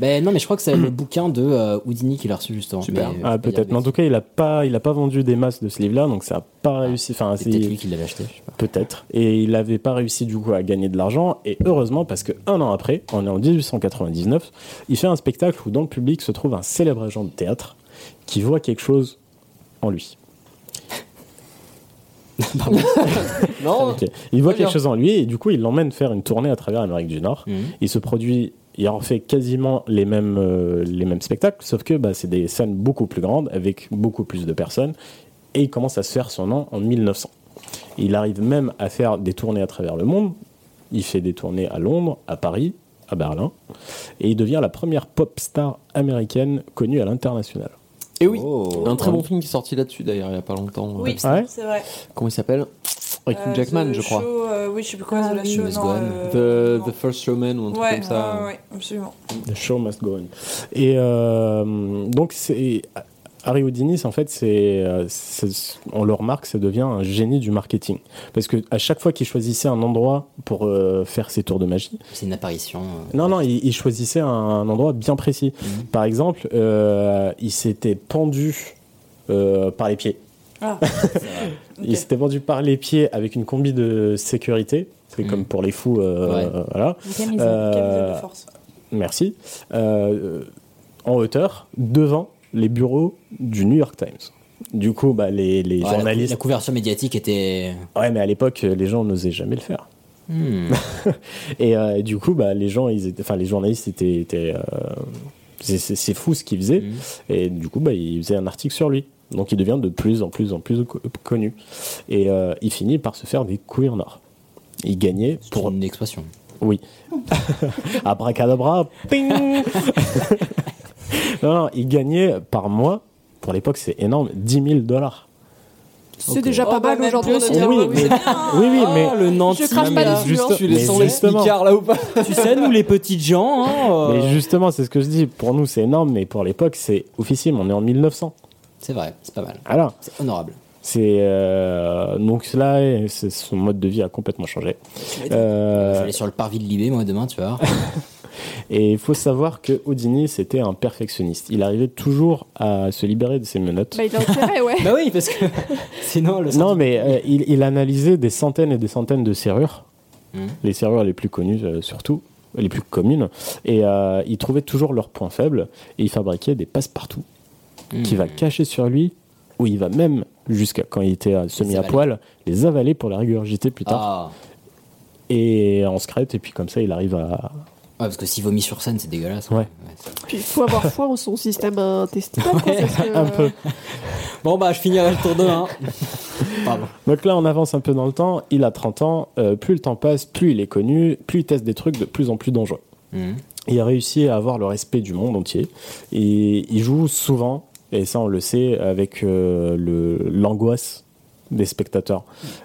Ben, non mais je crois que c'est le bouquin de euh, Houdini qu'il a reçu justement.
Super.
Mais, euh,
Ah,
je peux
peut-être.
dire,
Mais en tout cas, il a pas, il a pas vendu des masses de ce livre-là, donc ça a
Ah.
pas réussi. Enfin,
C'est peut-être lui qui l'avait acheté.
Peut-être. Et il n'avait pas réussi du coup à gagner de l'argent. Et heureusement, parce que un an après, on est en 1899, il fait un spectacle où dans le public se trouve un célèbre agent de théâtre qui voit quelque chose en lui.
non.
Ok. Il voit
Très bien.
quelque chose en lui et du coup, il l'emmène faire une tournée à travers l'Amérique du Nord. Il se produit, il en fait quasiment les mêmes, euh, les mêmes spectacles, sauf que bah, c'est des scènes beaucoup plus grandes avec beaucoup plus de personnes et il commence à se faire son nom en 1900. Il arrive même à faire des tournées à travers le monde. Il fait des tournées à Londres, à Paris, à Berlin et il devient la première pop star américaine connue à l'international.
Et Eh oui, un très bon film qui est sorti là-dessus d'ailleurs il y a pas longtemps.
Oui,
Euh,
c'est vrai.
Comment il s'appelle Avec
Euh,
Jackman,
The
je crois.
Show, euh, oui, je sais plus quoi, The La Show. non, euh,
the, the First Showman ou un truc
ouais,
comme ça.
ouais, ouais, absolument.
The show must go on. Et euh, donc, c'est. Harry Houdini, c'est- en fait, c'est, euh, c'est- on le remarque, ça devient un génie du marketing. Parce que à chaque fois qu'il choisissait un endroit pour euh, faire ses tours de magie,
C'est une apparition. euh,
non, non, il, il choisissait un, un endroit bien précis. Par exemple, euh, il s'était pendu euh, par les pieds.
Ah.
Il s'était pendu par les pieds avec une combi de sécurité, c'est comme pour les fous, euh,
Ouais.
voilà.
Une camisole,
Euh,
une camisole de force.
bah, Merci. Euh, en hauteur, devant les bureaux du New York Times. Du coup, bah, les, les
ouais, Ah, la-
journalistes.
La couverture médiatique était.
Ouais, mais à l'époque, les gens n'osaient jamais le faire.
Hmm.
et euh, du coup, bah, les gens, ils étaient, enfin, les journalistes
Mm.
étaient, étaient, euh, c'est- c'est c'est fou ce qu'ils faisaient. Et du coup, bah, ils faisaient un article sur lui. Donc il devient de plus en plus en plus co- connu. Et euh, il finit par se faire des couilles en or. Il gagnait pour.
une expression.
Oui. Abracadabra, ping non, non, il gagnait par mois, pour l'époque c'est énorme, 10 000 dollars.
C'est déjà pas mal aujourd'hui. on
Oui,
va dire, Ah oui,
mais, oui,
c'est bah, bien. Ah,
oui, mais
le Nanti, Je crache pas là. dessus, hein.
Juste-
Tu
mais
les sens les
justement.
smicards,
là ou pas
Tu sais, nous les petites gens. hein, euh,
Mais justement, c'est ce que je dis. Pour nous, c'est énorme, mais pour l'époque, c'est officiel. On est en 1900.
C'est vrai, c'est pas mal.
Alors,
C'est honorable.
c'est euh, donc là, et c'est- son mode de vie a complètement changé.
Je vais
Euh,
aller sur le parvis de Libé, moi, demain, tu vois.
Et il faut savoir que Houdini, c'était un perfectionniste. Il arrivait toujours à se libérer de ses menottes.
Bah, il a intérêt, ouais.
bah oui, parce que sinon, le
Non, mais euh, il, il analysait des centaines et des centaines de serrures,
Mhm.
les serrures les plus connues euh, surtout, les plus communes, et euh, il trouvait toujours leurs points faibles, et il fabriquait des passe-partout
Mmh.
qu'il va cacher sur lui, ou il va même, jusqu'à quand il était euh, semi à
avaler.
poil, les avaler pour les régurgiter plus tard,
Ah.
et en secrète, et puis comme ça, il arrive à...
Ouais, parce que s'il vomit sur scène, c'est dégueulasse.
Ouais.
Puis il faut avoir foi en son système intestinal. quoi, parce que,
Ah.
Un peu.
Bon, bah, je finirai le tour de 1. Pardon.
Donc là, on avance un peu dans le temps, il a 30 ans, euh, plus le temps passe, plus il est connu, plus il teste des trucs de plus en plus dangereux.
Mhm.
Il a réussi à avoir le respect du monde entier. Et il joue souvent, et ça on le sait, avec euh, le- l'angoisse des spectateurs.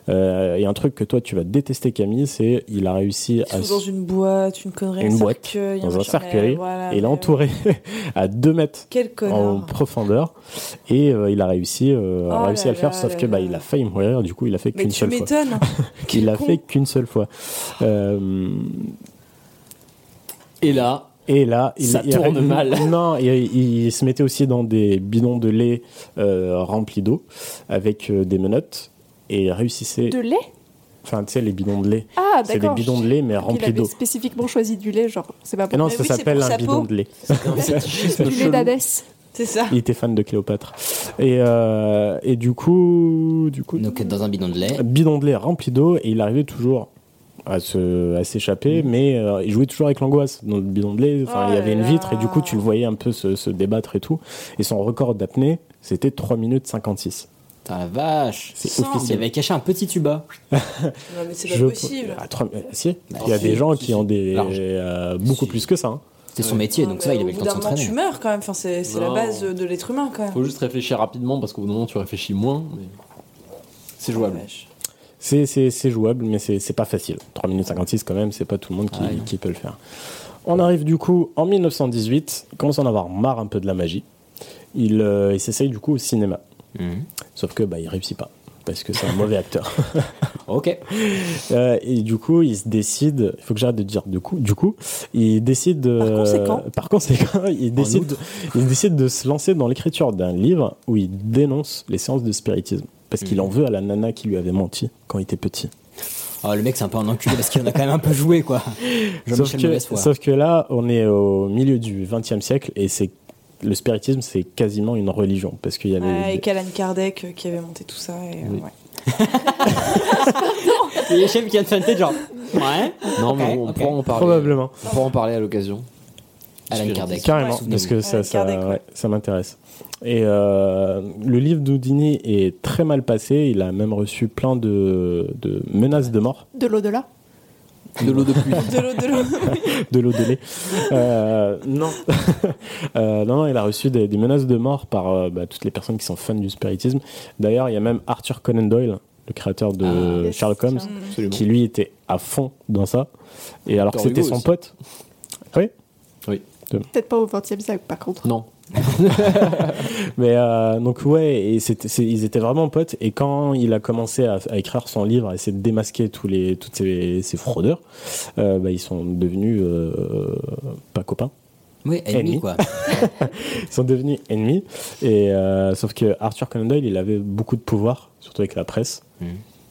Euh, et un truc que toi tu vas détester Camille, c'est il a réussi à...
Sous dans une boîte, une connerie,
une
un
boîte,
cercueil,
dans un
machin.
cercueil,
Ouais, voilà,
et il est
ouais,
entouré à 2 mètres
Quel connard.
en profondeur, et euh, il a réussi, euh, a
Oh
réussi
là
à le faire,
là
sauf
là
que bah,
là.
il a failli mourir, du coup il a fait
Mais
qu'une
tu
seule fois.
m'étonnes.
Il l'a
con.
fait qu'une seule fois. Euh,
Et là,
et là, il,
Ça
il-
tourne
il-
mal.
Non, il, il se mettait aussi dans des bidons de lait euh, remplis d'eau avec euh, des menottes et réussissait.
De lait
Enfin, tu sais, les bidons de lait.
Ah, d'accord.
C'est des bidons de lait, mais
Il
remplis
avait
d'eau.
spécifiquement choisi du lait, genre, c'est pas
Et
bon.
non,
Mais
ça
oui, c'est
s'appelle
pour
un
sa
bidon
peau.
de lait.
Du lait d'Hadès.
C'est ça.
Il était fan de Cléopâtre. Et, euh, et du coup, du coup,
Donc, dans un bidon de lait.
bidon de lait rempli d'eau et il arrivait toujours à se à s'échapper mais euh, il jouait toujours avec l'angoisse dans le bidon de lait
Mm.
enfin
Oh
il y avait
là
une
là.
vitre et du coup tu le voyais un peu se, se débattre et tout et son record d'apnée c'était 3 minutes 56
Putain, la vache.
C'est
Sans,
officiel.
Il avait caché un petit tuba.
Non, mais c'est pas
Je-
possible.
Ah, trois- euh, si
Bah,
il y a
si,
des gens
si,
qui ont des
Large.
euh, beaucoup
Si.
plus que ça hein.
C'était son métier, donc ça, va, il
Ah, Au
avait le
bout
temps de
d'un moment,
s'entraîner.
tu meurs quand même. Enfin, c'est c'est la
Non.
base de l'être humain quand même.
faut juste réfléchir rapidement parce qu'au bout d'un moment, tu réfléchis moins. mais C'est jouable.
C'est- c'est c'est jouable mais c'est c'est pas facile 3 minutes 56 quand même c'est pas tout le monde qui,
Ouais, non.
qui peut le faire on arrive du coup en 1918 il commence à en avoir marre un peu de la magie il, euh, il s'essaye du coup au cinéma
Mhm.
Sauf que bah, il réussit pas parce que c'est un mauvais acteur.
Ok.
Euh, et du coup, il se décide. Il faut que j'arrête de dire du coup. Du coup, il décide. euh,
conséquent.
par conséquent, il décide. Il décide de se lancer dans l'écriture d'un livre où il dénonce les séances de spiritisme parce
Mhm.
qu'il en veut à la nana qui lui avait menti quand il était petit.
Ah, le mec, c'est un peu un enculé parce qu'il en a quand même un peu joué, quoi.
Sauf
Jean-Michel
que,
Mauvaise foi.
sauf que là, on est au milieu du XXe siècle et c'est le spiritisme, c'est quasiment une religion parce qu'il y a les-
Ouais, et Alan Kardec euh, qui avait monté tout ça. Et, euh,
Oui.
ouais.
Et les chefs qui viennent de genre. Ouais.
Non,
Ok,
mais on
ok.
pourra en parler.
probablement.
On pourra en parler à l'occasion.
Alan Kardec.
Carrément,
Souvenez-vous.
parce que ça,
Alan
ça,
Kardec, ouais.
ouais, ça m'intéresse. Et euh, le livre d'Houdini est très mal passé. Il a même reçu plein de, de menaces de mort,
De l'au-delà.
De l'eau de pluie.
De l'eau, de l'eau.
de l'eau de lait. Euh, non. Euh, non, non, il a reçu des, des menaces de mort par euh, bah, toutes les personnes qui sont fans du spiritisme. D'ailleurs, il y a même Arthur Conan Doyle, le créateur de
Ah, yes,
Sherlock Holmes,
tiens.
Absolument.
qui lui était à fond dans ça. Et alors que
Victor
c'était
Hugo
son
aussi.
pote. Oui.
Peut-être pas au 20 e siècle, par contre.
Non.
Mais euh, donc ouais, et c'était- c'est- ils étaient vraiment potes. Et quand il a commencé à, à écrire son livre, à essayer de démasquer tous les, toutes ces, ces fraudeurs, euh, bah, ils sont devenus euh, pas copains.
Oui, ennemi,
Ennemi.
quoi.
Ils sont devenus ennemis. Et euh, sauf que Arthur Conan Doyle, il avait beaucoup de pouvoir, surtout avec la presse.
Mhm.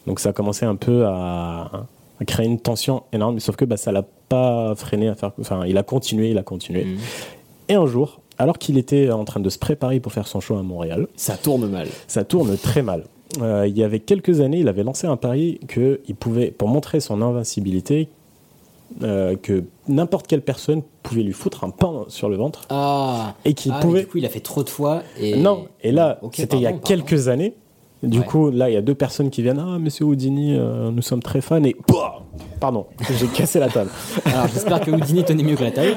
Donc ça a commencé un peu à, à créer une tension énorme. Sauf que bah, ça l'a pas freiné à faire. Enfin, il a continué, il a continué.
Mhm.
Et un jour, alors qu'il était en train de se préparer pour faire son show à Montréal,
Ça tourne mal.
ça tourne très mal. Euh, il y avait quelques années, il avait lancé un pari que il pouvait, pour montrer son invincibilité, euh, que n'importe quelle personne pouvait lui foutre un pain sur le ventre.
Ah,
et qu'il
ah, mais
pouvait.
Du coup, il a fait trop de fois. Et...
Non, et là,
Ok,
c'était il y a
pardon, pardon.
quelques années. Du
Ouais.
coup, là, il y a deux personnes qui viennent. Ah, monsieur Houdini, euh, nous sommes très fans. Et. Pouah Pardon, j'ai cassé la table.
Alors, j'espère que Houdini tenait mieux que la table.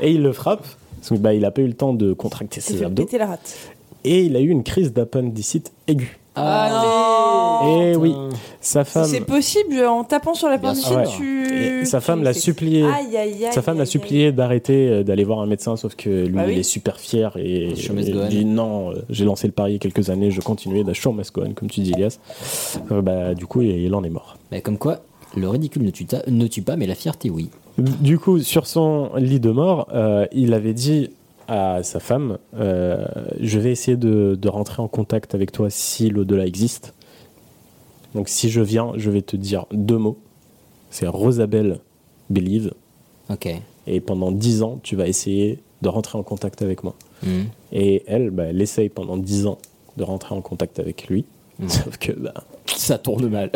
Et il le frappe. Parce que, bah, il n'a pas eu le temps de contracter
C'est
ses
fait
abdos.
péter la rate.
Et il a eu une crise d'appendicite aiguë.
Ah,
et oui, sa
non
femme.
C'est possible, en tapant sur la
Bien
porte
sûr. Ah
tu...
Et sa femme l'a supplié.
Aïe, aïe, aïe,
Sa femme l'a
aïe,
supplié d'arrêter euh, d'aller voir un médecin, sauf que lui,
Bah oui.
il est super fier et
Sur Miss
et il
Gohan.
dit non, euh, j'ai lancé le pari il y a quelques années, je continuais d'achouer Mascohan, comme tu dis, Elias. Euh, bah, du coup, il, il en est mort.
Mais Bah, comme quoi, le ridicule ne tue, ta- ne tue pas, mais la fierté, oui.
Du coup, sur son lit de mort, euh, il avait dit à sa femme euh, Je vais essayer de, de rentrer en contact avec toi si l'au-delà existe. Donc, si je viens, je vais te dire deux mots c'est Rosabelle Believe.
Ok.
et pendant 10 ans, tu vas essayer de rentrer en contact avec moi.
Mhm.
Et elle, bah, elle essaye pendant 10 ans de rentrer en contact avec lui,
Mhm.
sauf que bah,
Ça tourne mal.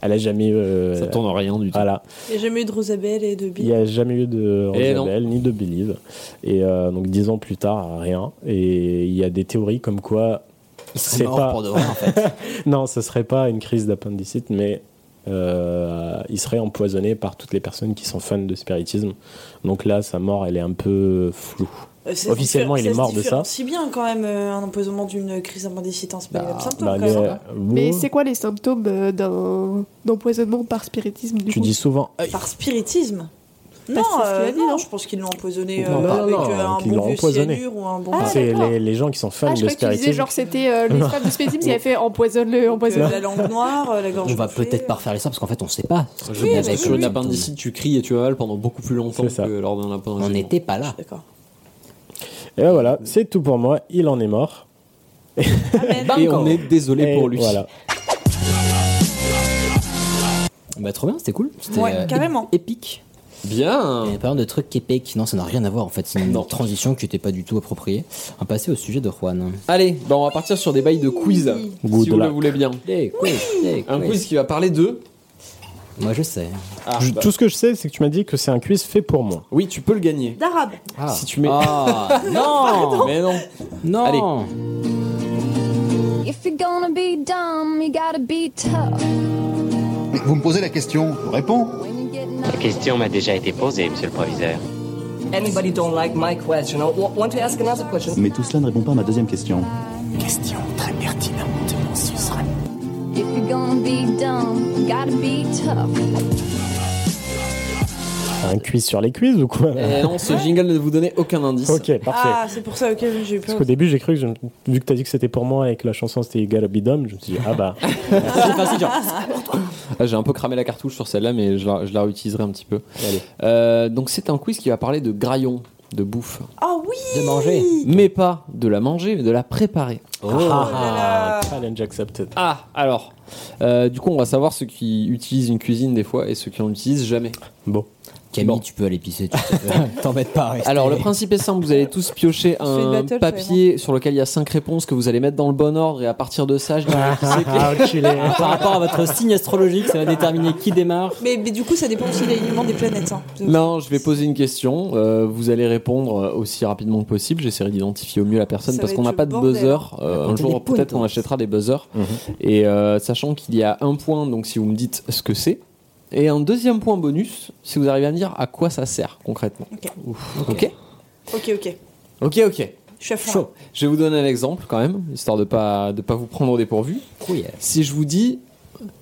elle a jamais. euh,
Ça tourne en rien du tout.
Voilà.
Il n'y a jamais eu de Rosabelle et de
Il
Bill.
n'y a jamais eu de
Et
Rosabelle ni de Believe. Et euh, donc 10 ans plus tard, rien. Et il y a des théories comme quoi.
Il serait mort pour de vrai, en
non, ce serait pas une crise d'appendicite, mais euh, il serait empoisonné par toutes les personnes qui sont fans de spiritisme. Donc là, sa mort, elle est un peu floue.
Euh, ça se
Officiellement, il
diffé-
est
se
mort de ça.
différencie bien quand même euh, un empoisonnement d'une crise d'appendicite, hein, c'est pas les mêmes symptômes
bah,
quand même.
les-
hein.
Mais
vous,
c'est quoi les symptômes euh, d'un d'empoisonnement par spiritisme du
tu
coup
dis souvent
Par spiritisme Non,
c'est ce qu'il a
euh,
dit,
non, je pense qu'ils l'ont empoisonné euh,
Non, pas-
avec
non,
euh, un
qu'ils
bon
l'ont
vieux
empoisonné.
cyanure ou un bon.
Ah,
c'est
d'accord.
les, les gens qui sont fans
Ah, je
de
crois que tu disais
spiritisme.
genre c'était euh, les
Non.
femmes de spiritisme qui avaient fait empoisonne-le,
Euh, la
empoisonne-le.
langue noire, euh, la gorge.
On va
bouffée.
peut-être pas refaire ça parce qu'en fait, on sait pas.
Je
Oui,
pense
mais
que
oui, oui.
l'appendicite, tu cries et tu avales pendant beaucoup plus longtemps
C'est ça.
que lors d'un
On
appendicite.
n'était pas là.
D'accord.
Et ben voilà, c'est tout pour moi. Il en est mort.
Bah,
Et on est désolé
Et
pour lui.
Voilà.
Bah, trop bien, c'était cool. C'était
Ouais,
euh,
carrément.
épique.
Bien.
Il y a pas mal de trucs qui épiquent. Non, ça n'a rien à voir en fait. C'est une transition qui n'était pas du tout appropriée. On va passer au sujet de Juan.
Allez, bah on va partir sur des bails de quiz,
Good
si vous le
luck.
voulez bien.
Des quiz, des
Un
quiz.
quiz qui va parler de.
Moi, je sais.
Ah,
Je-
bah,
Tout ce que je sais, c'est que tu m'as dit que c'est un quiz fait pour moi.
Oui, tu peux le gagner.
D'arabe.
Ah.
Si tu mets.
Ah,
non Mais non
non.
Allez.
If you're gonna be dumb, you gotta be tough.
Vous me posez la question, réponds.
When you get knocked
La question m'a déjà été posée, monsieur le proviseur.
Anybody don't like my question or wa- want to ask another question?
Mais tout cela ne répond pas à ma deuxième question.
Question très pertinente, mon
If you're gonna be dumb, you gotta be tough.
Un quiz sur les quiz ou quoi
Eh non, ce jingle ne vous donnait aucun indice.
Ok, parfait.
Ah, c'est pour ça, ok, j'ai eu
Parce
peur.
qu'au début, j'ai cru que, je me- vu que t'as dit que c'était pour moi et que la chanson c'était You Gotta Be Dumb, je me suis dit, ah bah,
Ah, J'ai un peu cramé la cartouche sur celle-là, mais je la, je la réutiliserai un petit peu.
allez.
Euh, donc, c'est un quiz qui va parler de graillon, de bouffe.
Ah oui
De manger.
Mais pas de la manger, mais de la préparer.
Oh.
Ah, challenge accepted.
Ah, alors. euh, du coup, on va savoir ceux qui utilisent une cuisine des fois et ceux qui n'en utilisent jamais.
Bon.
Camille,
Bon.
tu peux aller pisser. tu peux- T'embête pas. reste.
Alors, le principe est simple vous allez tous piocher
fait une
un
battle,
papier sur lequel il y a 5 réponses que vous allez mettre dans le bon ordre, et à partir de ça, je dirai qui c'est
Ah, enculé.
Par rapport à votre signe astrologique, ça va déterminer qui démarre.
Mais, mais du coup, ça dépend aussi de l'alignement des planètes. hein.
Non, je vais poser une question. euh, vous allez répondre euh, aussi rapidement que possible. J'essaierai d'identifier au mieux la personne
Ça
parce
va
qu'on
être
n'a
le
pas de
bordel.
buzzer. Euh,
On va
un
compter
jour,
Bah, des
peut-être
points, Mhm.
qu'on achètera des buzzers. Et euh, sachant qu'il y a un point, donc si vous me dites ce que c'est, et un deuxième point bonus si vous arrivez à me dire à quoi ça sert concrètement.
Ok.
Ouf. Ok.
Ok, ok.
Ok. Ok.
Je suis à fond.
Chaud. Je vais vous donner un exemple quand même, histoire de pas de pas vous prendre au dépourvu.
Couille.
Si je vous dis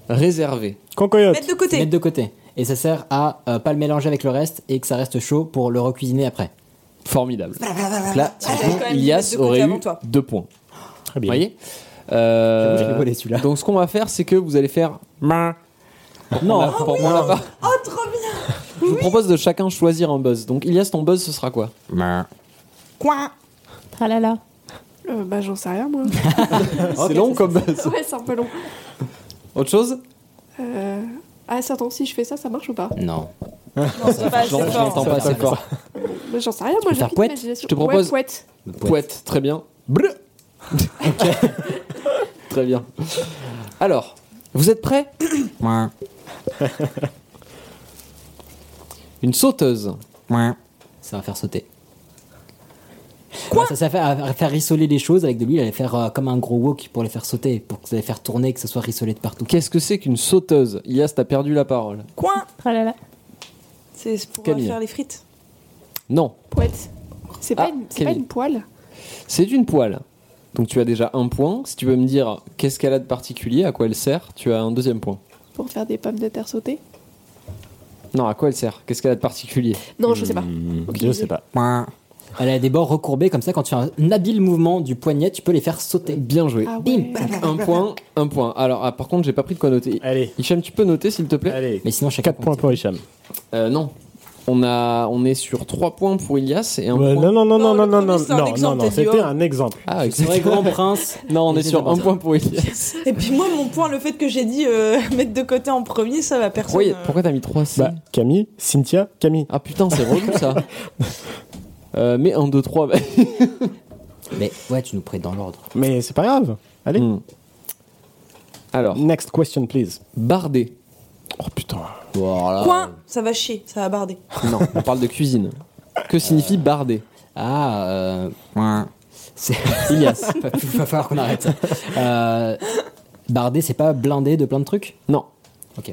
réservé,
Concoyote.
Mettre de côté.
Mettre de côté. Et ça sert à euh, pas le mélanger avec le reste et que ça reste chaud pour le recuisiner après.
formidable. Donc là,
j'avais Ah, quand même dit mettre
Ilias
de côté
aurait
avant
eu
toi.
deux points.
Très
Vous
bien.
voyez Euh,
J'avoue, j'ai rigolé, celui-là.
Donc ce qu'on va faire, c'est que vous allez faire.
Non,
Pour prendre la part.
Oh, trop bien
Je vous propose de chacun choisir un buzz. Donc Ilias, ton buzz, ce sera quoi
Coin
Tralala.
Euh, bah j'en sais rien moi.
C'est long comme buzz.
ouais c'est un peu long.
Autre chose
Euh... Ah ça, attends, si je fais ça, ça marche ou pas
Non.
Non, c'est pas assez
Je l'en- je
fort.
l'entends pas assez fort.
Bah, J'en sais rien moi,
peux
j'ai
faire
plus
couette
d'imagination.
Je te propose-
Ouais, couette.
Poète, très bien. Bleu Très bien. Alors, vous êtes prêts
Mouin.
Une sauteuse.
Ça va faire sauter. Quoi ça, ça fait à faire rissoler les choses avec de l'huile, à les faire euh, comme un gros wok pour les faire sauter, pour que ça les faire tourner, que ça soit rissolé de partout.
Qu'est-ce que c'est qu'une sauteuse Ias, t'as perdu la parole.
Coin
Tralala.
C'est pour euh,
Camille.
faire les frites.
Non,
Poète. C'est pas,
Ah,
une- c'est pas
Camille.
une poêle.
c'est une poêle. Donc tu as déjà un point. Si tu veux me dire qu'est-ce qu'elle a de particulier, à quoi elle sert, tu as un deuxième point.
Pour faire des pommes de terre sautées
Non, à quoi elle sert Qu'est-ce qu'elle a de particulier
Non, je sais pas.
Hmm, Je sais pas.
Elle a des bords recourbés comme ça, quand tu as un habile mouvement du poignet, tu peux les faire sauter.
Bien joué.
Ah ouais.
Bim
Un point, un point. Alors, ah, par contre, j'ai pas pris de quoi noter.
Allez,
Hicham, tu peux noter, s'il te plaît
allez.
Mais sinon, chacun
4 points pour Hicham.
Euh, Non. On, a, on est sur 3 points pour Ilias et un
Ouais,
point.
non, non, non,
Non,
non, non,
le
non,
premier, c'est un
non, non,
exemple,
non,
t'as dit,
c'était
oh.
un exemple.
Ah,
Bah, C'est vrai, grand
exactement.
prince.
Non, on est
Il
sur
était
un
dans
point pour Ilias.
Et puis moi, mon point, le fait que j'ai dit euh, mettre de côté en premier, ça va personne.
Pourquoi, y-
euh,
pourquoi t'as mis 3 C
Bah, Camille, Cynthia, Camille.
Ah putain, c'est relou ça. Euh, mais 1, 2, 3.
Mais ouais, tu nous prêtes dans l'ordre.
Mais c'est pas grave. Allez,
Alors,
next question, please.
bardé.
Oh putain.
Voilà.
Coin Ça va chier, ça va barder.
Non, on parle de cuisine. Que signifie bardé
Ah, euh... ouais. c'est Ilias. Il va falloir qu'on arrête. Euh... Bardé, c'est pas blindé de plein de trucs
Non.
Ok.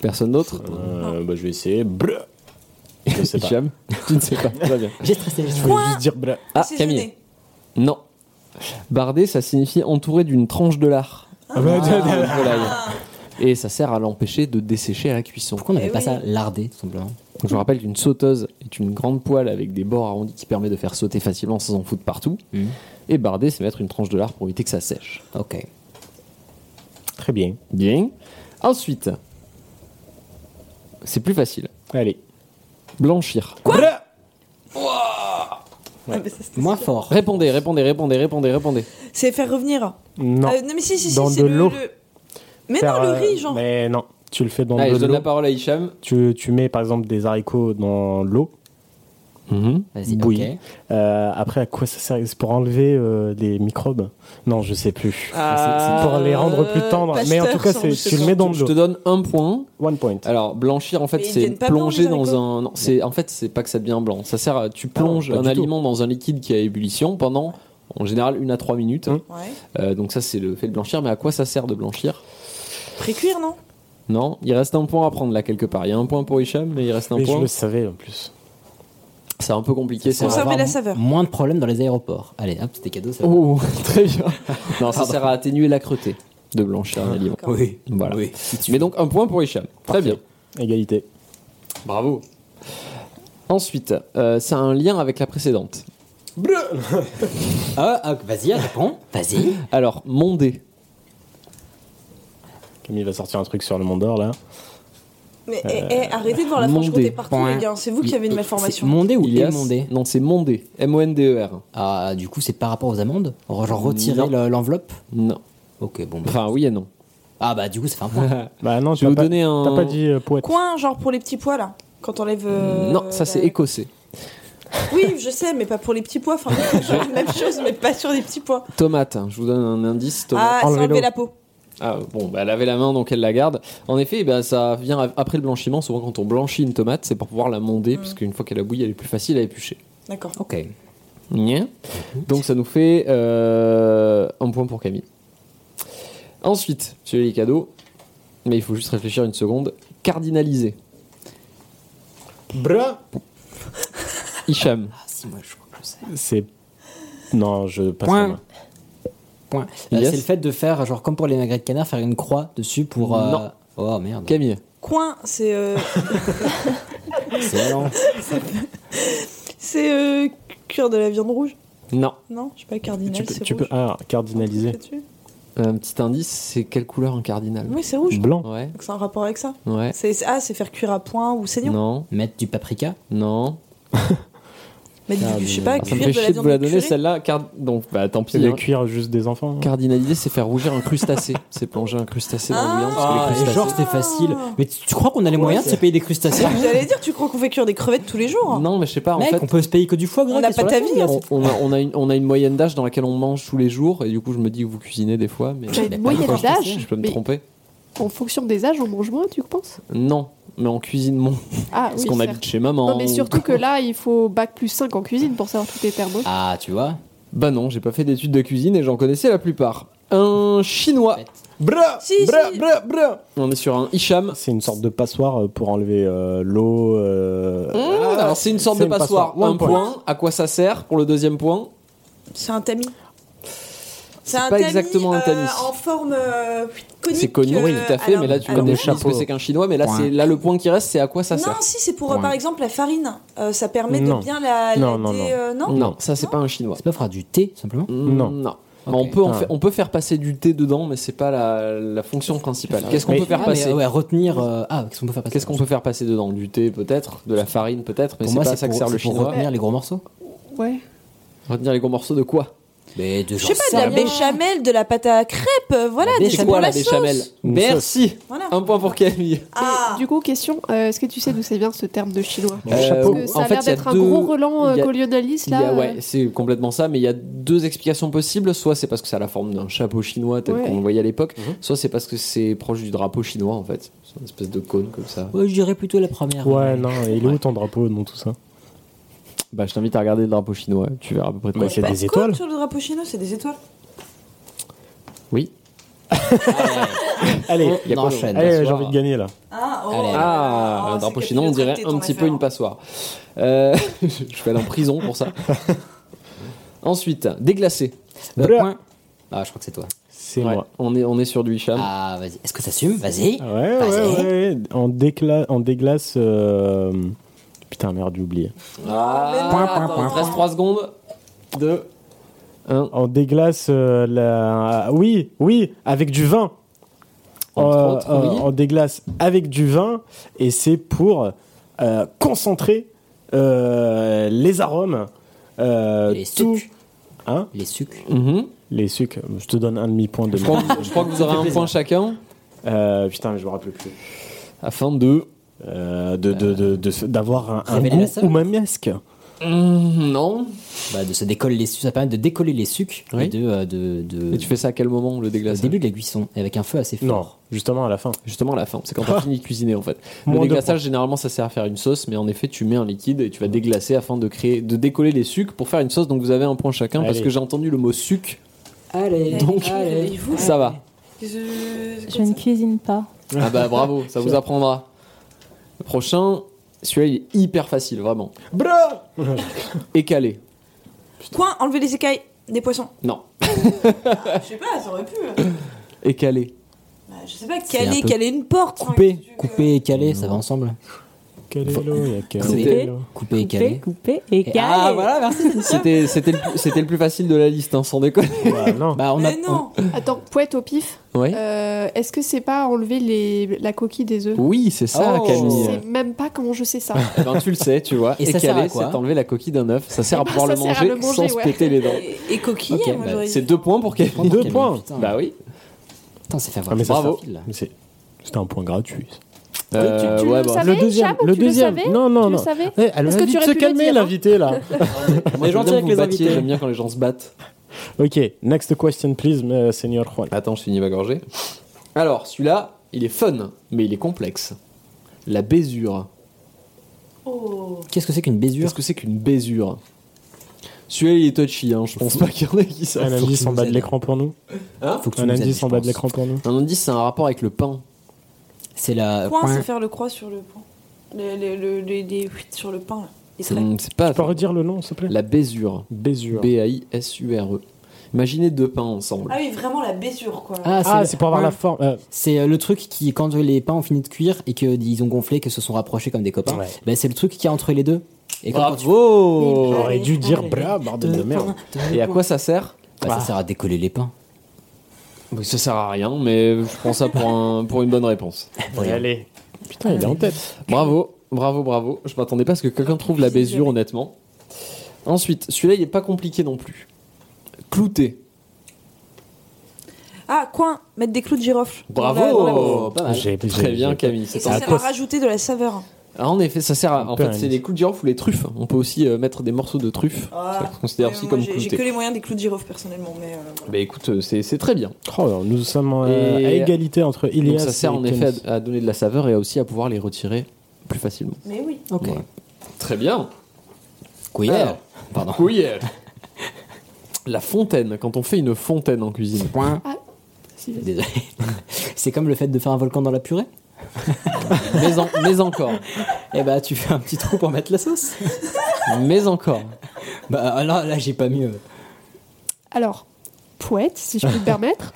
Personne d'autre
Euh, bah, je vais essayer. Bleu. Je sais pas.
Hicham Tu ne sais pas. Très bien.
J'ai stressé les
Je
gens.
voulais juste dire bleu.
Ah,
Assaisonné.
Camille. Non. Bardé, ça signifie entouré d'une tranche de lard. de volaille. Et ça sert à l'empêcher de dessécher à la cuisson.
Pourquoi on
Eh
n'avait pas
oui.
ça lardé, tout simplement
Donc, je vous rappelle qu'une sauteuse est une grande poêle avec des bords arrondis qui permet de faire sauter facilement sans en foutre partout.
Mhm.
Et barder, c'est mettre une tranche de lard pour éviter que ça sèche.
Ok.
Très bien.
Bien. Ensuite, c'est plus facile.
Allez.
Blanchir.
Ah, bah, ça, c'était-
Moins fort.
répondez, répondez, répondez, répondez, répondez.
C'est faire revenir.
Non.
Euh, non, mais si, si, si,
Dans
c'est
de
le-
l'eau.
le- Mais
Faire,
non, le
euh,
riz, genre.
Mais non. Tu le fais dans
Allez, Ah,
de
je donne la
l'eau.
parole à Hicham.
Tu, tu mets par exemple des haricots dans l'eau.
Vas-y,
bouillie.
ok.
Euh, après, à quoi ça sert C'est pour enlever euh, des microbes Non, je sais plus. Ah, C'est- c'est pour les rendre plus tendres. Mais en tout cas,
Ah, euh, Pasteur,
c'est-
sans- je
tu le
sais
mets
pas.
dans de
Je te
l'eau.
donne un point.
One point.
Alors blanchir en fait
Mais ils
c'est
viennent pas blancs,
plonger
les
dans
haricots.
un non, c'est en fait c'est pas que ça devient blanc ça sert à... tu plonges
pas
un
du tout.
aliment dans un liquide qui a ébullition pendant en général une à trois minutes
Hum.
Ouais.
Euh, donc ça c'est le fait de blanchir mais à quoi ça sert de blanchir
Pré-cuire, non
non il reste un point à prendre là quelque part il y a un point pour Hicham mais il reste un
Mais je
point
le savais en plus.
c'est un peu compliqué c'est
On va
Conserver
avoir
la saveur.
Moins de problèmes dans les aéroports. Allez, hop, c'était cadeau, ça. va.
oh très bien non ça sert à atténuer l'âcreté de blanchir
Ah,
un aliment
Oui,
Voilà.
oui.
mais donc un point pour Hicham très bien
Égalité.
bravo ensuite euh, ça a un lien avec la précédente
Ah, ah, vas-y, réponds. Vas-y.
alors mondé
Camille va sortir un truc sur le Mont d'Or là.
Mais eh,
Euh,
eh, arrêtez de voir la franche
Mondé.
comté partout, les gars. C'est vous qui avez une
C'est
malformation.
Mondé ou
Ilias
émondé
Non, c'est Mondé. M-O-N-D-E-R.
Ah, du coup, c'est par rapport aux amendes Genre retirer
Non.
le- l'enveloppe
Non.
Ok, bon. bah.
Enfin, oui et non.
Ah, bah, du coup, ça fait un point.
Bah non,
Je vais
tu
vous
as pas,
donner un-
t'as pas dit euh, poète.
Coin, genre pour les petits pois, là. Quand on lève. euh,
non, ça c'est
la-
écossais.
Oui, je sais, mais pas pour les petits pois. Enfin, genre, même chose, mais pas sur les petits pois.
Tomate. hein. Je vous donne un indice. Tomate.
ah, c'est
enlevez-le.
enlever la peau.
Ah, bon, bah, elle avait la main, donc elle la garde. En effet, eh ben, ça vient a- après le blanchiment. Souvent, quand on blanchit une tomate, c'est pour pouvoir la monder,
Mm.
puisqu'une fois qu'elle a bouillie, elle est plus facile à éplucher.
D'accord.
Ok.
Nya. Donc, ça nous fait euh, un point pour Camille. Ensuite, j'ai les cadeaux. Mais il faut juste réfléchir une seconde. Cardinaliser.
Bra.
Hicham.
Ah, si, moi, je crois que je sais.
C'est. Non, je passe.
Point.
la main.
Point. Euh,
Ilias
c'est le fait de faire, genre, comme pour les magrets de canard, faire une croix dessus pour. euh,
Non.
Oh merde.
Camille.
Coin, c'est. euh,
C'est lent.
c'est. euh, cuire de la viande rouge
Non.
Non, je sais pas, cardinal,
Tu, peux,
c'est
tu peux.
rouge.
Ah, cardinaliser.
Là-dessus
Un petit indice, c'est quelle couleur un cardinal
Oui, c'est rouge.
Blanc.
Ouais,
Donc c'est un rapport avec ça
ouais.
C'est- c'est- Ah, c'est faire cuire à point ou saignon
Non,
Mettre du paprika
non.
Mais du- je sais pas,
Ah, Ça me fait
cuire Ah, de la
chier de
viande
vous la
de
donner
curé
celle-là. Car... Donc, bah tant pis.
Le
hein.
cuir juste des enfants. hein.
Cardinaliser, c'est faire rougir un crustacé. c'est plonger un crustacé dans le viande.
Ah,
Parce que les
et genre,
crustacés...
c'était facile. Mais tu, tu crois qu'on a les moyens de se payer des crustacés
J'allais dire, tu crois qu'on fait cuire des crevettes tous les jours hein
Non, mais je sais pas. En
Mec,
fait,
on peut se payer que du foie gras.
On n'a
qui est
pas
sur la
ta
table.
vie, hein.
on, on a, on a une, on a une moyenne d'âge dans laquelle on mange tous les jours. Et du coup, je me dis que vous cuisinez des fois. Mais
J'ai
mais
une
pas
moyenne
encore, je
d'âge.
je peux me
mais
tromper.
En fonction des âges, on mange moins, tu penses
Non, mais on cuisine moins.
Ah,
Parce
oui,
qu'on
certes.
habite chez maman.
Non, mais
ou-
surtout que là, il faut bac plus 5 en cuisine pour savoir tous les termes.
Ah, tu vois
Bah non, j'ai pas fait d'études de cuisine et j'en connaissais la plupart. Un chinois. Bra, bra, bra, bra. On est sur un Hicham.
C'est une sorte de passoire euh, pour enlever euh, l'eau. euh,
Mmh,
ah,
alors c'est une sorte de passoire.
One
Un point. À quoi ça sert pour le deuxième point
C'est un tamis. C'est un
pas
tamis,
exactement un
euh,
tamis.
en forme euh, conique.
C'est connu,
euh,
tout à fait,
alors-
mais là tu
alors-
as
des
des ce
chapeaux.
que c'est qu'un chinois, mais là,
Point.
c'est là le point qui reste, c'est à quoi ça
Non,
sert
si, c'est pour, euh,
Point.
par exemple, la farine. Euh, ça permet
Non.
de bien la...
Non,
l'aider,
non, non.
euh, non
Non, ça c'est pas un chinois. C'est
pas faire du thé simplement
Non. Mm, Non. Mais on, peut en
Ah.
faire- on peut faire passer du thé dedans, mais c'est pas la, la fonction principale. Qu'est-ce qu'on
Mais-
peut faire
Ah, mais,
passer
ouais, retenir. euh, ah, qu'est-ce qu'on peut faire passer
Qu'est-ce qu'on peut faire passer dedans Du thé peut-être, de la farine peut-être, mais
Pour
c'est
moi,
pas à
c'est
ça que
pour-
sert le
c'est pour
chinois.
retenir les gros morceaux
Ouais.
Retenir les gros morceaux de quoi
Mais de
Je sais pas, de la béchamel, de la pâte à crêpes, euh,
Ah,
voilà, des
C'est
choses
quoi
pour
la
sauce.
béchamel Merci Un point pour Camille.
Du coup, question, euh, est-ce que tu sais d'où ça vient ce terme de chinois
Euh,
Parce que
en
ça a
fait,
l'air
il y a
d'être un
deux-
gros relan
il y
euh,
a-
colonialiste
Il y
là.
a-
euh.
ouais, c'est complètement ça, mais il y a deux explications possibles. Soit c'est parce que ça a la forme d'un chapeau chinois tel
Ouais.
qu'on le voyait à l'époque, soit c'est parce que c'est proche du drapeau chinois en fait. C'est une espèce de cône comme ça.
Ouais, je dirais plutôt la première.
Ouais, non, il est où ton drapeau dans tout ça
Bah, je t'invite à regarder le drapeau chinois, tu verras à peu près de quoi
Mais c'est
il
des
s'agit.
étoiles.
Quoi, Sur le drapeau chinois, c'est des étoiles.
Oui.
Allez,
il y a
enchaîne. Allez, j'ai envie de gagner là.
Ah, oh.
Ah, un drapeau chinois, on dirait un petit peu une passoire. Euh, je vais aller en prison pour ça. Ensuite, déglacé.
Euh,
Bleu.
point. Ah, je crois que c'est toi.
C'est
Ouais,
moi.
On est, on est sur du Hicham.
Ah, vas-y. Est-ce que t'assumes Vas-y.
Ah Ouais, ouais,
Vas-y.
ouais. On, décla- on déglace. euh, Putain, merde, j'ai oublié.
Ah,
Point, point,
attends,
point.
il te Reste 3 secondes. 2.
On déglace euh, la. Oui, oui, avec du vin.
Entre
Euh,
autres,
euh,
oui.
on déglace avec du vin et c'est pour euh, concentrer euh, les arômes. euh,
Les
tout-
sucres.
Hein
Les sucres.
Les sucres. Je te donne un demi-point de
Mhm. Je crois, que- je crois que vous aurez un point chacun.
Euh, putain, mais je me rappelle plus.
Afin de.
euh, de- de- de- de- D'avoir un, un
Révéler la
goût
saveur.
ou masque.
non.
Bah, de se décoller les sucres, ça permet de décoller les sucres
Oui.
et de, euh, de, de-
Et tu fais ça à quel moment le
au
déglaçage
début de la cuisson et avec un feu assez
Non,
fort.
justement à la fin.
Justement à la fin, c'est quand t'as fini de cuisiner en fait. Le
Moins deux
déglaçage généralement ça sert à faire une sauce, mais en effet tu mets un liquide et tu vas déglacer afin de créer, de décoller les sucres pour faire une sauce. Donc vous avez un point chacun parce
Allez.
que j'ai entendu le mot sucre.
Allez,
Donc ça va.
Je ne cuisine pas.
Ah bah bravo, ça vous apprendra. Le prochain, celui-là il est hyper facile vraiment.
Bra
Écalé.
Coin, enlever les écailles des poissons.
Non.
Je sais pas, ça aurait pu.
Écalé.
Bah, Je sais pas,
C'est un
caler,
peu
caler une porte.
Couper, couper et caler, ça va ensemble.
Quel est l'eau Il y a quel
Couper,
est l'eau
couper et
Couper,
caler.
couper et caler.
Ah voilà, merci.
C'était c'était le, c'était le plus facile de la liste, hein, sans déconner.
Ouais, non.
Bah on a.
Mais non
euh. Attends, poète au pif,
Ouais.
euh, est-ce que c'est pas enlever les... la coquille des œufs
Oui, c'est ça,
Oh.
Je
Camille.
sais même pas comment je sais ça.
Eh ben, tu le sais, tu vois.
Et ça
Écaler,
sert à
c'est
quoi
enlever la coquille d'un œuf. Ça sert à
ben,
pouvoir
ça
le
sert à
manger,
le manger,
sans se
ouais.
péter les dents.
Et, et coquiller,
Ok,
moi,
bah,
j'aurais dit.
C'est deux points pour Camille.
Point pour
Deux
Camille,
points.
putain.
Bah oui.
Putain, c'est fait avoir.
Ah, mais
Bravo.
Ça file.
Mais c'est- C'était un point gratuit.
Euh,
tu
ouais,
le
bah,
savais, Cham, ou tu le savais
non, non,
Tu le
non.
savais
Eh, elle
Est-ce
va
que
vite
tu aurais
se
pu le
calmer,
dire, hein
l'invité, là.
Moi, j'aime
est gentil
bien
avec
que
les
vous battiez,
invités.
J'aime bien quand les gens se battent.
ok, next question, please, euh, Seigneur Juan.
Attends, je finis ma gorgée. Alors, celui-là, il est fun, mais il est complexe. La baisure.
Qu'est-ce que c'est qu'une bésure
Qu'est-ce que c'est qu'une baisure Celui-là, il est touchy, hein. je pense pas qu'il y en ait qui
Un
savent.
indice en
nous
bas de
aides.
l'écran pour nous.
Faut que tu
Un
nous aides,
indice
je
en bas de
pense.
l'écran pour nous.
Un indice, c'est un rapport avec le pain.
C'est la.
Coin,
point.
c'est faire le croix sur le pain. Les, les, les, les, les- sur le pain, là. Les traits.
Hum, C'est pas
Tu peux redire le nom, s'il te plaît
la baisure.
Bésure.
B-A-I-S-U-R-E. E. Imaginez deux pains ensemble.
Ah oui, vraiment la baissure, quoi.
Ah,
Ah,
le-
c'est pour avoir la
Ouais.
forme. euh,
C'est euh, le truc qui, quand les pains ont fini de cuire et qu'ils ont gonflé, que se sont rapprochés comme des copains,
Ouais.
ben, c'est le truc qui est entre les deux. Et quand-
Bravo
J'aurais dû dire
allez.
bra, bordel de merde.
Et à quoi ça sert
Bah, Ça sert à décoller les pains.
Bah, Ça sert à rien, mais je prends ça pour, un- pour une bonne réponse.
Voyons.
Allez. Putain, il est en tête.
Bravo, bravo, bravo. Je m'attendais pas à ce que quelqu'un trouve la baisure, honnêtement. Ensuite, celui-là, il est pas compliqué non plus. Clouté.
Ah, coin, mettre des clous de girofle. Dans la- dans la bouffe.
Bravo Pas mal.
Ah, J'ai-
Très
j'ai-
bien,
j'ai-
Camille.
Et
C'est
ça
un
sert à rajouter de la saveur.
Ah, en effet, ça sert à. En
peut
fait, c'est
réaliser.
les clous de girofle ou les truffes. On peut aussi euh, mettre des morceaux de truffes.
Ah.
ça se considère aussi
Moi,
comme
j'ai j'ai
clouté.
que les moyens des clous de girofle personnellement, mais euh, voilà.
Bah écoute, euh, c'est c'est très bien.
Oh, alors, nous sommes euh,
Et-
à égalité entre Ilias
Donc ça sert
et
en
Kenny.
effet à, à donner de la saveur et aussi à pouvoir les retirer plus facilement.
Mais oui.
Ok.
Très bien.
Ah.
Couillère.
Alors, couillère. La fontaine, quand on fait une fontaine en cuisine. Ah,
Si, vas-y.
Désolé. C'est comme le fait de faire un volcan dans la purée
mais, en- mais encore.
Eh bah, tu fais un petit trou pour mettre la sauce.
Mais encore.
Bah, là, là j'ai pas mieux.
Alors, poète, si je puis me permettre,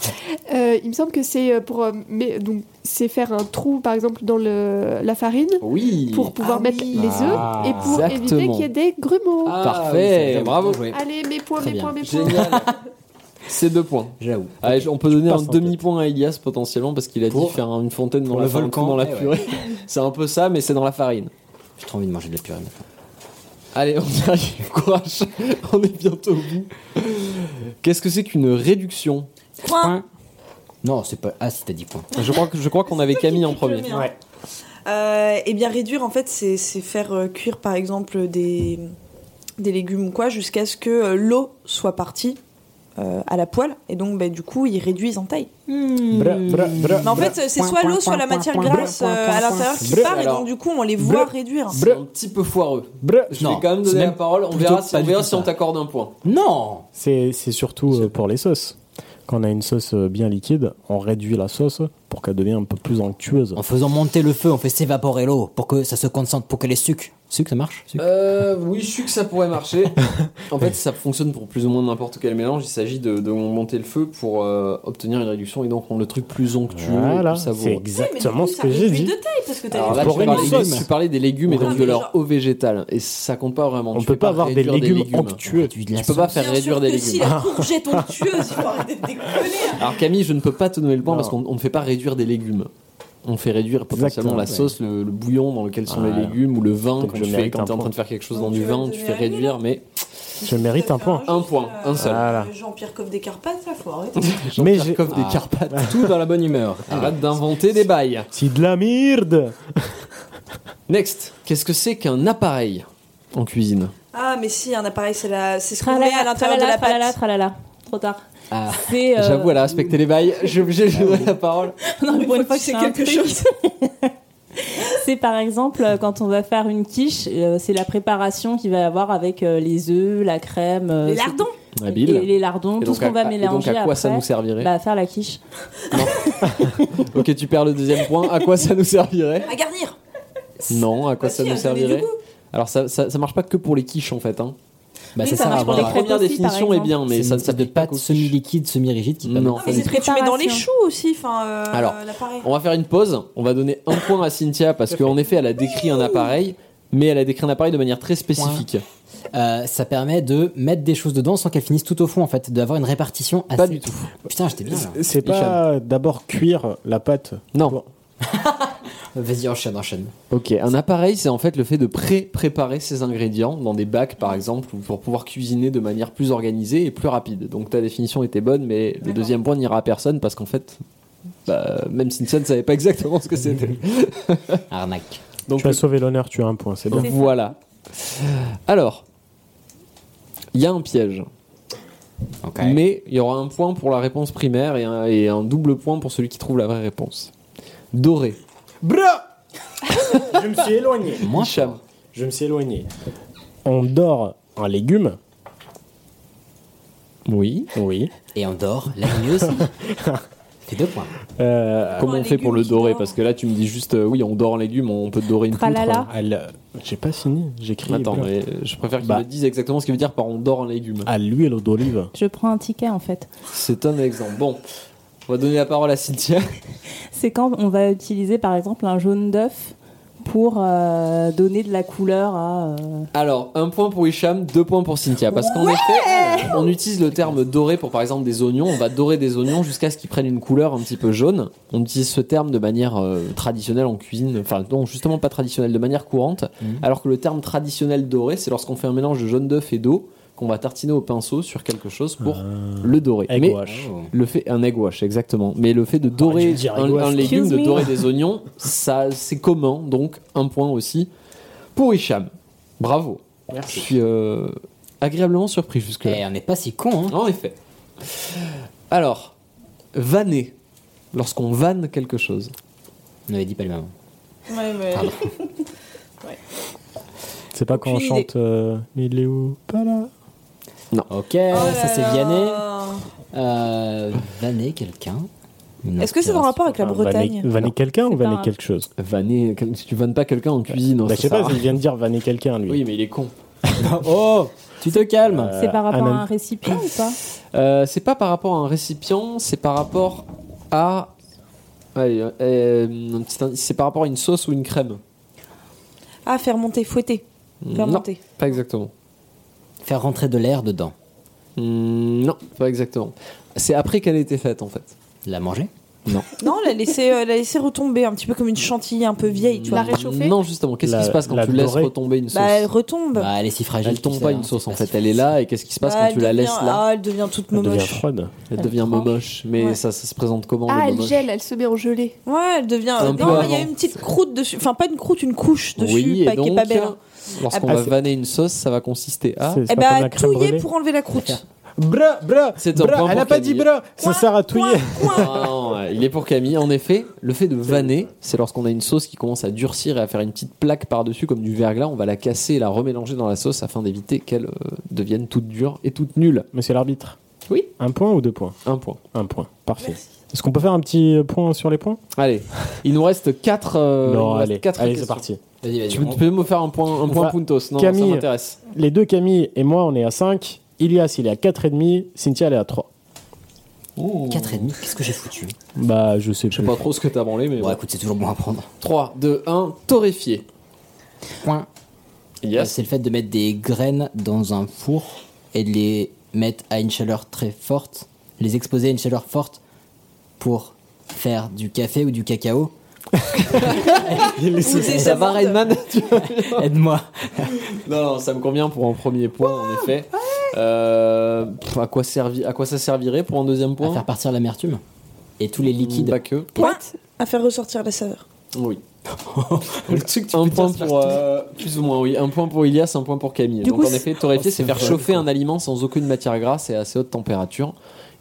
euh, il me semble que c'est euh, pour. euh, mais, donc, c'est faire un trou, par exemple, dans le, la farine
Oui.
pour pouvoir
Ah
mettre
oui.
les œufs
Ah.
et pour éviter
Exactement.
qu'il y ait des grumeaux.
Ah, oui,
Parfait,
c'est
bravo.
joué.
Allez, mes points,
Très
mes
bien.
points, mes points.
Génial. C'est deux points.
J'avoue.
Allez, je- on peut donner
Je
un
passe en
demi-point à Elias potentiellement parce qu'il a
Pour-
dit faire une fontaine dans
pour
la
le
farine,
volcan,
dans la
eh ouais.
purée. c'est un peu ça, mais c'est dans la farine.
J'ai trop envie de manger de la purée maintenant.
Allez, on y arrive. Courage. on est bientôt au bout. Qu'est-ce que c'est qu'une réduction
Point. Non, c'est pas. Ah, si t'as dit point.
Je crois que je crois qu'on avait Camille en premier.
mien. Euh, eh bien, réduire, en fait, c'est c'est faire euh, cuire, par exemple, des, des légumes ou quoi, jusqu'à ce que euh, l'eau soit partie euh, à la poêle. Et donc, bah, du coup, ils réduisent en taille.
Hmm.
Bra- bra- bra-
Mais en
bra-
fait, c'est
Point,
soit
point,
l'eau, soit
point,
la
point,
matière
point,
grasse
point,
euh,
point,
à l'intérieur qui part. Et
Alors,
donc, du coup, on les voit
bref.
réduire.
C'est un petit peu foireux.
bra-
Je
Non,
vais quand même
c'est
donner la
même
parole. On
plutôt
verra si,
pas
on,
du
verra
tout
si on
ça.
t'accorde un point.
Non
C'est c'est surtout euh, pour les sauces. Quand on a une sauce euh, bien liquide, on réduit la sauce pour qu'elle devienne un peu plus onctueuse.
En faisant monter le feu, on fait s'évaporer l'eau pour que ça se concentre, pour que les sucres. Sucre, ça marche Sucre
Euh, oui, je suis que ça pourrait marcher. en fait, ça fonctionne pour plus ou moins n'importe quel mélange. Il s'agit de, de monter le feu pour euh, obtenir une réduction et donc rendre le truc plus onctueux et
Voilà,
plus
c'est
savoureux.
exactement ce que j'ai dit.
de taille, parce que
Alors là,
Pour
tu
une
parlais,
sauce.
tu parlais des légumes et
Ouais,
donc de
mais
leur
genre-
eau végétale. Et ça compte pas vraiment.
On
Tu
peut
peux
pas avoir des
réduire
légumes onctueux.
Tu de la
Tu peux pas
sauce.
faire réduire des
que
légumes.
si, la courgette onctueuse, il faut arrêter de déconner.
Alors Camille, je ne peux pas te donner le point
Non.
parce qu'on on ne fait pas réduire des légumes. On fait réduire potentiellement
Exactement,
la
ouais.
sauce, le, le bouillon dans lequel sont
Ah,
les légumes ou le vin
Donc
quand
je
tu fais
mérite
quand
un
t'es en train
point.
de faire quelque chose
Donc
dans
tu
du
vas
vin,
te
tu fais
donner la
réduire, mais
Je mérite un point.
Un point, un seul.
Voilà.
Euh, Jean-Pierre Coff des Carpates, là, faut arrêter.
Mais
Jean-Pierre
j'ai-
Coff des
Ah.
Carpates, Ah. tout dans la bonne humeur. Arrête d'inventer des bails.
C'est de la merde
Next, qu'est-ce que c'est qu'un appareil en cuisine
Ah, mais si, un appareil, c'est la- c'est ce qu'on met
Tralala,
à l'intérieur de la
tralala,
pâte.
tralala. Trop tard.
Ah,
C'est, euh,
J'avoue, elle a respecté les bails. Je suis obligé de lui donner la parole.
Non, mais
Une
pour une
fois
fois
que
que
c'est
c'est un
quelque
truc.
chose.
C'est par exemple euh, quand on va faire une quiche, euh, c'est la préparation qu'il va y avoir avec euh, les œufs, la crème, euh,
Les
c'est-
lardons
et
Habile.
les lardons,
Et
tout
donc
ce qu'on
à-
va
à- et donc
mélanger
à quoi ça
après,
nous servirait
bah, faire la quiche.
Ok, tu perds le deuxième point. À quoi ça nous servirait
à garnir.
Non, à quoi
Bah
ça
si,
nous
à donner du
servirait
goût.
Alors ça, ça, ça marche pas que pour les quiches en fait. Hein. Ah,
Bah,
Oui,
ça,
ça
sert à
marche pour
rien.
les crêpes.
première
aussi,
définition
par
est bien,
C'est
mais ça
une
ne
espèce de
s'appelle pas
pâte
qu'aux quiches.
semi-liquide, semi-rigide qui permet
Non.
de
Ah,
faire
mais
des
c'est ce que tu mets dans les choux
Préparation.
aussi, enfin, euh,
Alors,
euh, l'appareil.
On va faire une pause. On va donner un point à Cynthia parce qu'en effet, elle a décrit un appareil, mais elle a décrit un appareil de manière très spécifique.
Euh, ça permet de mettre des choses dedans sans qu'elles finissent tout au fond en fait, d'avoir une répartition assez.
Pas du tout.
Putain, j'étais bien là.
C'est pas d'abord cuire la pâte
Non.
Euh, Vas-y, enchaîne, enchaîne.
Ok. Un appareil, c'est en fait le fait de pré-préparer ses ingrédients dans des bacs, par exemple, ou pour pouvoir cuisiner de manière plus organisée et plus rapide. Donc ta définition était bonne, mais le deuxième point n'ira à personne parce qu'en fait, bah, même Cynthia ne savait pas exactement ce que c'était.
Arnaque.
Donc
Tu as sauvé l'honneur, tu as un point, c'est bien.
voilà. Alors, il y a un piège.
Ok.
Mais il y aura un point pour la réponse primaire et un, et un double point pour celui qui trouve la vraie réponse. Doré.
Je me suis éloigné
Moi,
Hicham.
Je me suis éloigné. On dort un légume
Oui.
Oui.
Et on dort, la nuit aussi. Fait deux points.
Euh,
Comment
Un
on fait pour
légume
le
qui
doré
dort.
Parce que là, tu me dis juste, euh, oui, on dort un légume, on peut dorer une poutre.
Tralala.
elle, euh, J'ai pas fini, j'écris.
Attends, mais euh, je préfère qu'il
Bah.
me dise exactement ce qu'il veut dire par on dort un légume.
À l'huile d'olive.
Je prends un ticket en fait.
C'est un exemple. Bon, on va donner la parole à Cynthia.
C'est quand on va utiliser par exemple un jaune d'œuf pour euh, donner de la couleur à. euh,
Alors, un point pour Hicham, deux points pour Cynthia. Parce qu'en effet, on utilise le terme doré pour par exemple des oignons. On va dorer des oignons jusqu'à ce qu'ils prennent une couleur un petit peu jaune. On utilise ce terme de manière euh, traditionnelle en cuisine. Enfin, non, justement pas traditionnelle, de manière courante. Alors que le terme traditionnel doré, c'est lorsqu'on fait un mélange de jaune d'œuf et d'eau, qu'on va tartiner au pinceau sur quelque chose pour le dorer. mais le fait un egg wash exactement. Mais le fait de
je
dorer
vais dire
un,
egg wash.
un légume,
Excuse
de
me.
dorer des oignons, ça c'est commun. Donc un point aussi pour Hicham. Bravo. Je suis euh, agréablement surpris jusque là.
Eh, hein.
Et Eh, on n'est pas si con. hein.
En effet. Alors, vanner. Lorsqu'on vanne quelque chose.
Ne dit pas le même.
Ouais, mais.
Pardon.
C'est pas quand on
Aucune
chante euh, Il est où Pas là.
Non.
Ok, ça c'est Vianney. Euh, vanner quelqu'un. Une
Est-ce que c'est en rapport avec la
Enfin,
Bretagne
vanner- Vanner Ah, quelqu'un ou vanner quelque chose
Vanner, quel- si tu vannes pas quelqu'un en cuisine, hein,
Bah,
ça
je sais
sert
pas,
à
il
rien.
vient de dire vanner quelqu'un lui.
Oui, mais il est con. oh, tu te calmes.
Euh,
C'est par rapport à un récipient ou pas
Euh, c'est pas par rapport à un récipient, c'est par rapport à. Allez, euh, un petit indice, c'est par rapport à une sauce ou une crème.
Ah, faire monter, fouetter. Faire
non,
monter.
pas exactement.
Faire rentrer de l'air dedans.
Mm, non, pas exactement. C'est après qu'elle ait été faite en fait.
La manger
Non.
Non, la laisser, euh, la laisser retomber un petit peu comme une chantilly un peu vieille. Tu vois.
Non, justement. Qu'est-ce qui se passe quand tu laisses retomber une sauce
Bah, elle retombe.
Bah, elle est si fragile.
Elle tombe
tu sais,
pas
hein.
une sauce en fait, elle est là et qu'est-ce qui se passe
Bah,
quand
elle
tu la
devient-
laisses là
Ah, elle devient toute momoche.
froide.
Elle devient momoche, mais
Ouais.
ça, ça se présente comment
Ah,
le
elle
momoche
gèle, elle se met en gelée.
Ouais, elle devient.
Un peu
non, mais il y a
avant.
une petite croûte dessus. Enfin, pas une croûte, une couche dessus,
Oui,
pas,
et
qui est
donc, hein.
pas belle.
lorsqu'on
Ah,
va
c'est-
vanner une sauce, ça va consister
Ah.
à.
Eh
ben,
bah, touiller pour enlever la croûte.
Bra, bra,
C'est un point
elle a
pour
pas dit
Camille.
bra. Ça sert à touiller.
Ah non, ouais, il est pour Camille. En effet, le fait de vanner, c'est lorsqu'on a une sauce qui commence à durcir et à faire une petite plaque par-dessus, comme du verglas, on va la casser et la remélanger dans la sauce afin d'éviter qu'elle euh, devienne toute dure et toute nulle.
Monsieur l'arbitre.
Oui.
Un point ou deux points
Un point.
Un point. Parfait. Est-ce qu'on peut faire un petit point sur les points
Allez, il nous reste 4
Non, allez. Allez, c'est parti.
Vas-y, vas-y,
Tu
on-
peux me faire un point, un point
Enfin,
puntos Non, ça
Camille,
m'intéresse.
les deux Camille et moi, on est à 5. Ilias, il est à 4,5. Cynthia, elle est à 3.
4,5, qu'est-ce que j'ai foutu
Bah, je sais plus.
Je sais pas trop ce que t'as branlé, mais.
Bon, écoute, c'est toujours bon à prendre.
3, 2, 1, torréfié.
Point.
Yes.
Euh, c'est le fait de mettre des graines dans un four et de les mettre à une chaleur très forte, les exposer à une chaleur forte pour faire du café ou du cacao.
Ça va, Rainman
Aide-moi.
Non, non, ça me convient pour un premier point, en effet. Euh, pff, à, quoi servi, à quoi ça servirait pour un deuxième point
À faire partir l'amertume et tous les liquides.
Pas que.
Pointe à faire ressortir la saveur.
Oui. un point pour euh, plus ou moins oui un point pour Ilias un point pour Camille
Du
donc
coup,
en
c'est-
effet
Oh,
torréfier c'est
c'est
faire
vrai,
chauffer un aliment sans aucune matière grasse et à assez haute température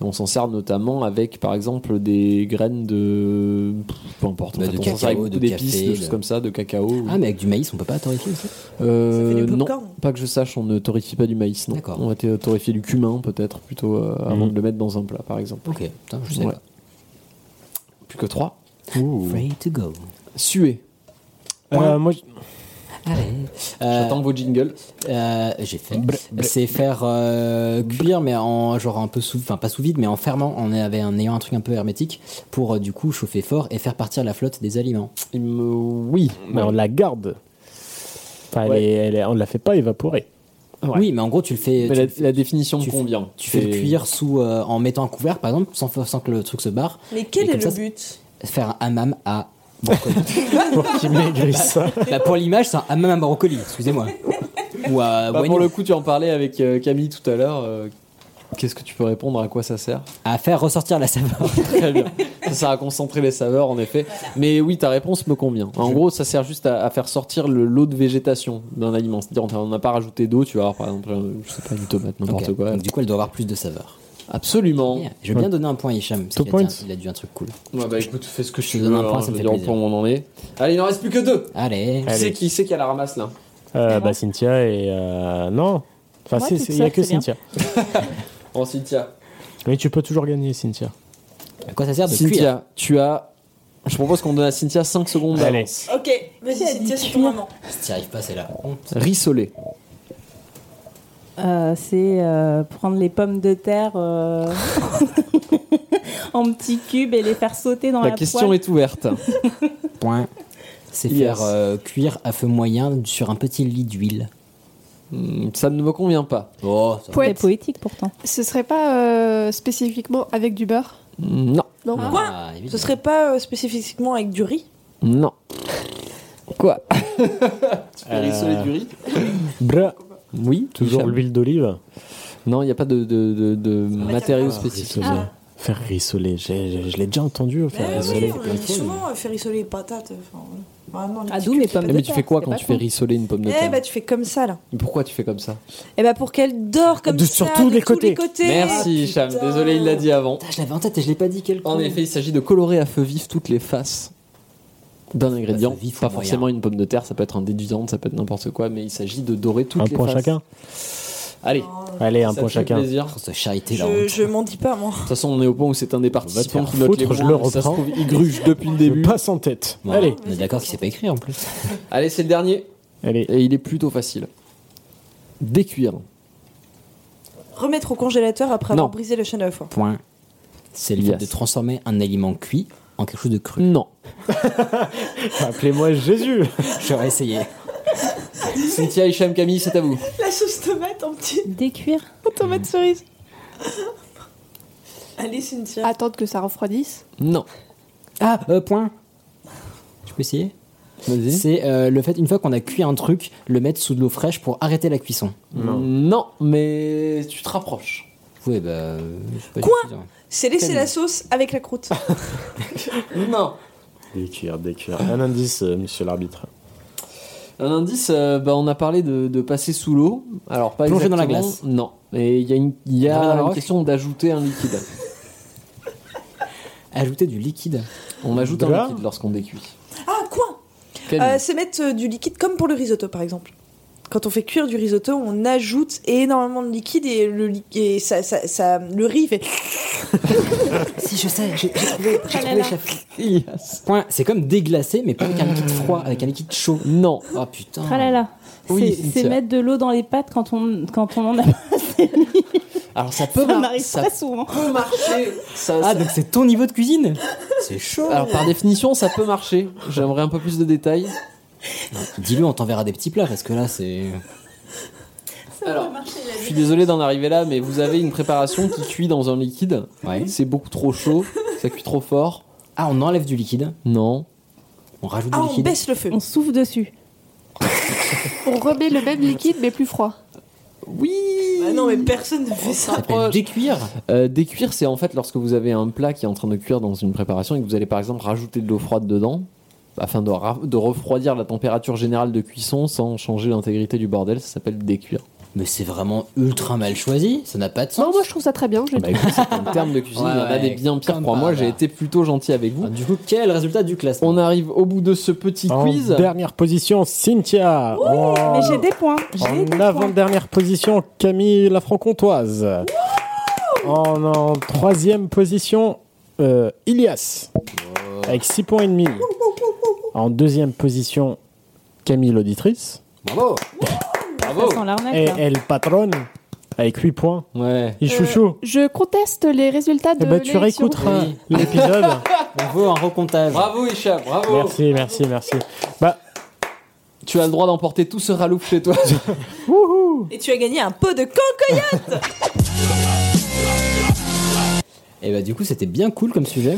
et on s'en sert notamment avec par exemple des graines de pff, peu importe en
Bah,
fait,
de
on s'en sert
cacao,
avec beaucoup
de
d'épices
café,
de
de-
choses comme ça de cacao oui.
Ah, mais avec du maïs, on peut pas torréfier aussi
Euh,
Ça fait du
non,
popcorn.
pas que je sache, on ne torréfie pas du maïs, non.
D'accord.
On va t- torréfier du cumin peut-être plutôt euh, avant de le mettre dans un plat par exemple.
Ok, putain, je sais
Ouais.
pas.
Plus que 3.
Free to go.
Suer.
Euh, moi, j-
Allez.
J'attends vos jingles.
Euh, j'ai fait. C'est faire euh, cuire, mais en genre un peu sous, enfin pas sous vide, mais en fermant, en, avait- en ayant un truc un peu hermétique pour euh, du coup chauffer fort et faire partir la flotte des aliments.
Il me- Oui.
mais on la garde. Enfin, elle
Ouais.
est- elle est- on ne la fait pas évaporer.
Ouais.
Oui, mais en gros tu le fais.
Mais
tu,
la, la définition me
tu-
convient.
tu fais le
C'est-
cuire sous euh, en mettant un couvert par exemple, sans, sans que le truc se barre.
Mais quel
Et
est
comme
le
ça,
but
Faire un hammam à brocoli.
Pour qu'il maigrisse.
Bah, pour l'image, c'est un hammam à brocoli. Excusez-moi. Ou à
Bah,
wagyu.
pour le coup, tu en parlais avec euh, Camille tout à l'heure. euh, Qu'est-ce que tu peux répondre À quoi ça sert
à faire ressortir la saveur.
Très bien. Ça sert à concentrer les saveurs, en effet. Mais oui, ta réponse me convient. En gros, ça sert juste à, à faire sortir le lot de végétation d'un aliment. C'est-à-dire, on n'a pas rajouté d'eau, tu vas avoir par exemple, euh, je sais pas, une tomate, n'importe
Ok.
quoi.
Donc, du coup, elle doit avoir plus de saveur.
Absolument.
Yeah. Je vais bien donner un point à Hicham. parce
Two
qu'il a dit un-
points.
Il a dit un truc cool.
Ouais, bah écoute, fais ce que
Je te
tu
donne
veux.
un point,
hein,
ça me
je veux
fait
dire, on
plaisir.
prend où on en est. Allez, il n'en reste plus que deux.
Allez.
Allez.
C'est qui C'est qui à la ramasse là
Euh, bah, Cynthia et. euh, non. Enfin,
Moi,
si,
toute
c'est- il n'y a
seule,
que
c'est bien.
Cynthia.
En Cynthia.
Mais tu peux toujours gagner, Cynthia.
À quoi ça sert Ah, de cuire
Cynthia, tu as. Je propose qu'on donne à Cynthia 5 secondes
Allez.
d'avance.
Ok, vas-y, Cynthia, c'est ton maman.
Si t'y arrives pas, c'est la honte.
Rissolé.
Euh, c'est euh, prendre les pommes de terre euh, en petits cubes et les faire sauter dans la,
La question
poêle.
est ouverte.
Point. C'est
Yes.
faire euh, cuire à feu moyen sur un petit lit d'huile.
Hmm, Ça ne me convient pas.
Oh, ça va.
C'est
Poète.
poétique pourtant.
Ce serait pas euh, spécifiquement avec du beurre
Hmm, Non.
Non.
Ah, évidemment.
Ce serait pas euh, spécifiquement avec du riz
Non. Quoi
Euh,
du riz
Bra.
Euh, Oui.
Toujours
Hicham.
l'huile d'olive
Ah. Non, il n'y a pas de, de- de- de matériaux spécifiques.
rissoler. Faire rissoler, j'ai- j'ai- je l'ai déjà entendu, faire
Mais
rissoler.
Eh oui, on dit souvent euh, faire rissoler les patates. enfin, voilà. Bah non, les
Ah,
petites
d'où mes
culs de
pommes
Eh,
patates.
mais tu fais quoi quand tu fais rissoler une pomme de
Eh
terre
bah tu fais comme ça là.
Pourquoi tu fais comme ça
Eh bah pour qu'elle dort comme
Ah, De-
ça.
sur tous
de
les
tous
côtés.
les côtés.
Merci, Cham. Désolé, il l'a dit avant.
Je l'avais en tête et je l'ai pas dit quel
En
con.
effet, il s'agit de colorer à feu vif toutes les faces d'un ingrédient.
vif ou
Pas
moyen.
forcément une pomme de terre, ça peut être un déduisant, ça peut être n'importe quoi, mais il s'agit de dorer toutes
Un
les
point
faces.
chacun
Allez.
Allez, un
Ça
point
fait
chacun.
plaisir.
Pour se charité là.
Je, je m'en dis pas moi.
De toute façon, on est au point où c'est un des participants
faire
qui note les
foutre,
points.
je
Ça
le
se
reprends.
trouve, il gruge depuis le début.
Passe en tête.
Bon,
Allez,
On est d'accord qu'il sait pas écrire en plus.
Allez, c'est le dernier.
allez.
Et il est plutôt facile. Décuire.
Remettre au congélateur après avoir
Non.
brisé le chaîne à la fois.
Point. C'est le fait
Yes.
de
Mm.
transformer un aliment cuit en quelque chose de cru.
Non.
Appelez-moi Jésus.
J'aurais essayé.
Cynthia, Hicham, Camille, c'est à vous.
La sauce tomate en petit
Décuire
Tomate cerise.
Allez Cynthia.
Attendre que ça refroidisse.
Non.
Ah, euh, point. Je peux essayer
Vas-y.
C'est euh, le fait, une fois qu'on a cuit un truc, le mettre sous de l'eau fraîche pour arrêter la cuisson.
Non. mais tu te rapproches.
Oui, bah. euh, je sais pas,
Quoi
je sais pas.
C'est laisser
Camille.
la sauce avec la croûte.
Non.
Décuir, décuir. Un indice, euh, monsieur l'arbitre.
Un indice, euh, bah, on a parlé de, de passer sous l'eau. Alors, pas
Plonger dans la
exactement,
glace.
Non. Mais il y a une, il y a
Plonger dans la
une
roche.
question d'ajouter un liquide.
Ajouter du liquide.
On ajoute
Là
un liquide lorsqu'on décuit.
Ah quoi
Quel-
Euh, C'est mettre euh, du liquide comme pour le risotto par exemple. Quand on fait cuire du risotto, on ajoute énormément de liquide et le, li- et ça, ça- ça- le riz fait.
Si, je sais, j'ai j'ai trouvé, j'ai
Ah là
trouvé,
là.
chef.
Yes.
Point. C'est comme déglacer, mais pas avec un liquide froid, avec un liquide chaud.
Non.
Oh putain.
Ah là là.
Oui,
C'est-
Cynthia.
c'est mettre de l'eau dans les pâtes quand on, quand on en a.
Alors, ça peut
Ça
mar-
m'arrive
ça
très souvent.
peut marcher. Ça-
Ah,
ça-
donc c'est ton niveau de cuisine C'est chaud.
Alors, par définition, ça peut marcher. J'aimerais un peu plus de détails.
Dis-le, on t'enverra des petits plats parce que là, c'est.
Alors, je suis désolé d'en arriver là, mais vous avez une préparation qui cuit dans un liquide.
Ouais.
C'est beaucoup trop chaud, ça cuit trop fort.
Ah, on enlève du liquide,
Non.
on rajoute
Ah,
du
on
liquide.
baisse le feu.
On souffle dessus.
On remet le même liquide mais plus froid.
Oui
Ah non, mais personne ne fait ça.
Ça s'appelle décuire.
Euh, décuire, c'est en fait lorsque vous avez un plat qui est en train de cuire dans une préparation et que vous allez par exemple rajouter de l'eau froide dedans afin de, ra- de refroidir la température générale de cuisson sans changer l'intégrité du bordel, ça s'appelle décuire.
Mais c'est vraiment ultra mal choisi, ça n'a pas de sens.
Non, moi je trouve ça très bien. Je le
Bah écoute, c'est un terme de cuisine,
Ouais,
il y en a
ouais,
des bien pires,
comme
crois-moi,
par
j'ai
hasard.
été plutôt gentil avec vous.
Ah, du coup, quel est le résultat du classement
On arrive au bout de ce petit
En
quiz.
dernière position, Cynthia. Oh.
Mais j'ai des points. J'ai des
En
points.
avant-dernière position, Camille la Francontoise. En, en troisième position, euh, Ilias, avec 6 points et demi. En deuxième position, Camille l'auditrice.
Bravo
Ça
Bravo
sent
Et
l'arnaque. là.
El Patron, avec 8 points.
Ouais.
Il chouchou.
Je conteste les résultats de
Eh ben, tu
l'élection.
réécouteras
Oui.
l'épisode.
On veut un recomptage.
Bravo Isha, bravo
merci, merci, merci. Bah,
Tu as le droit d'emporter tout ce ralouf chez toi.
Et tu as gagné un pot de cancoya
Et bah, du coup, c'était bien cool comme sujet.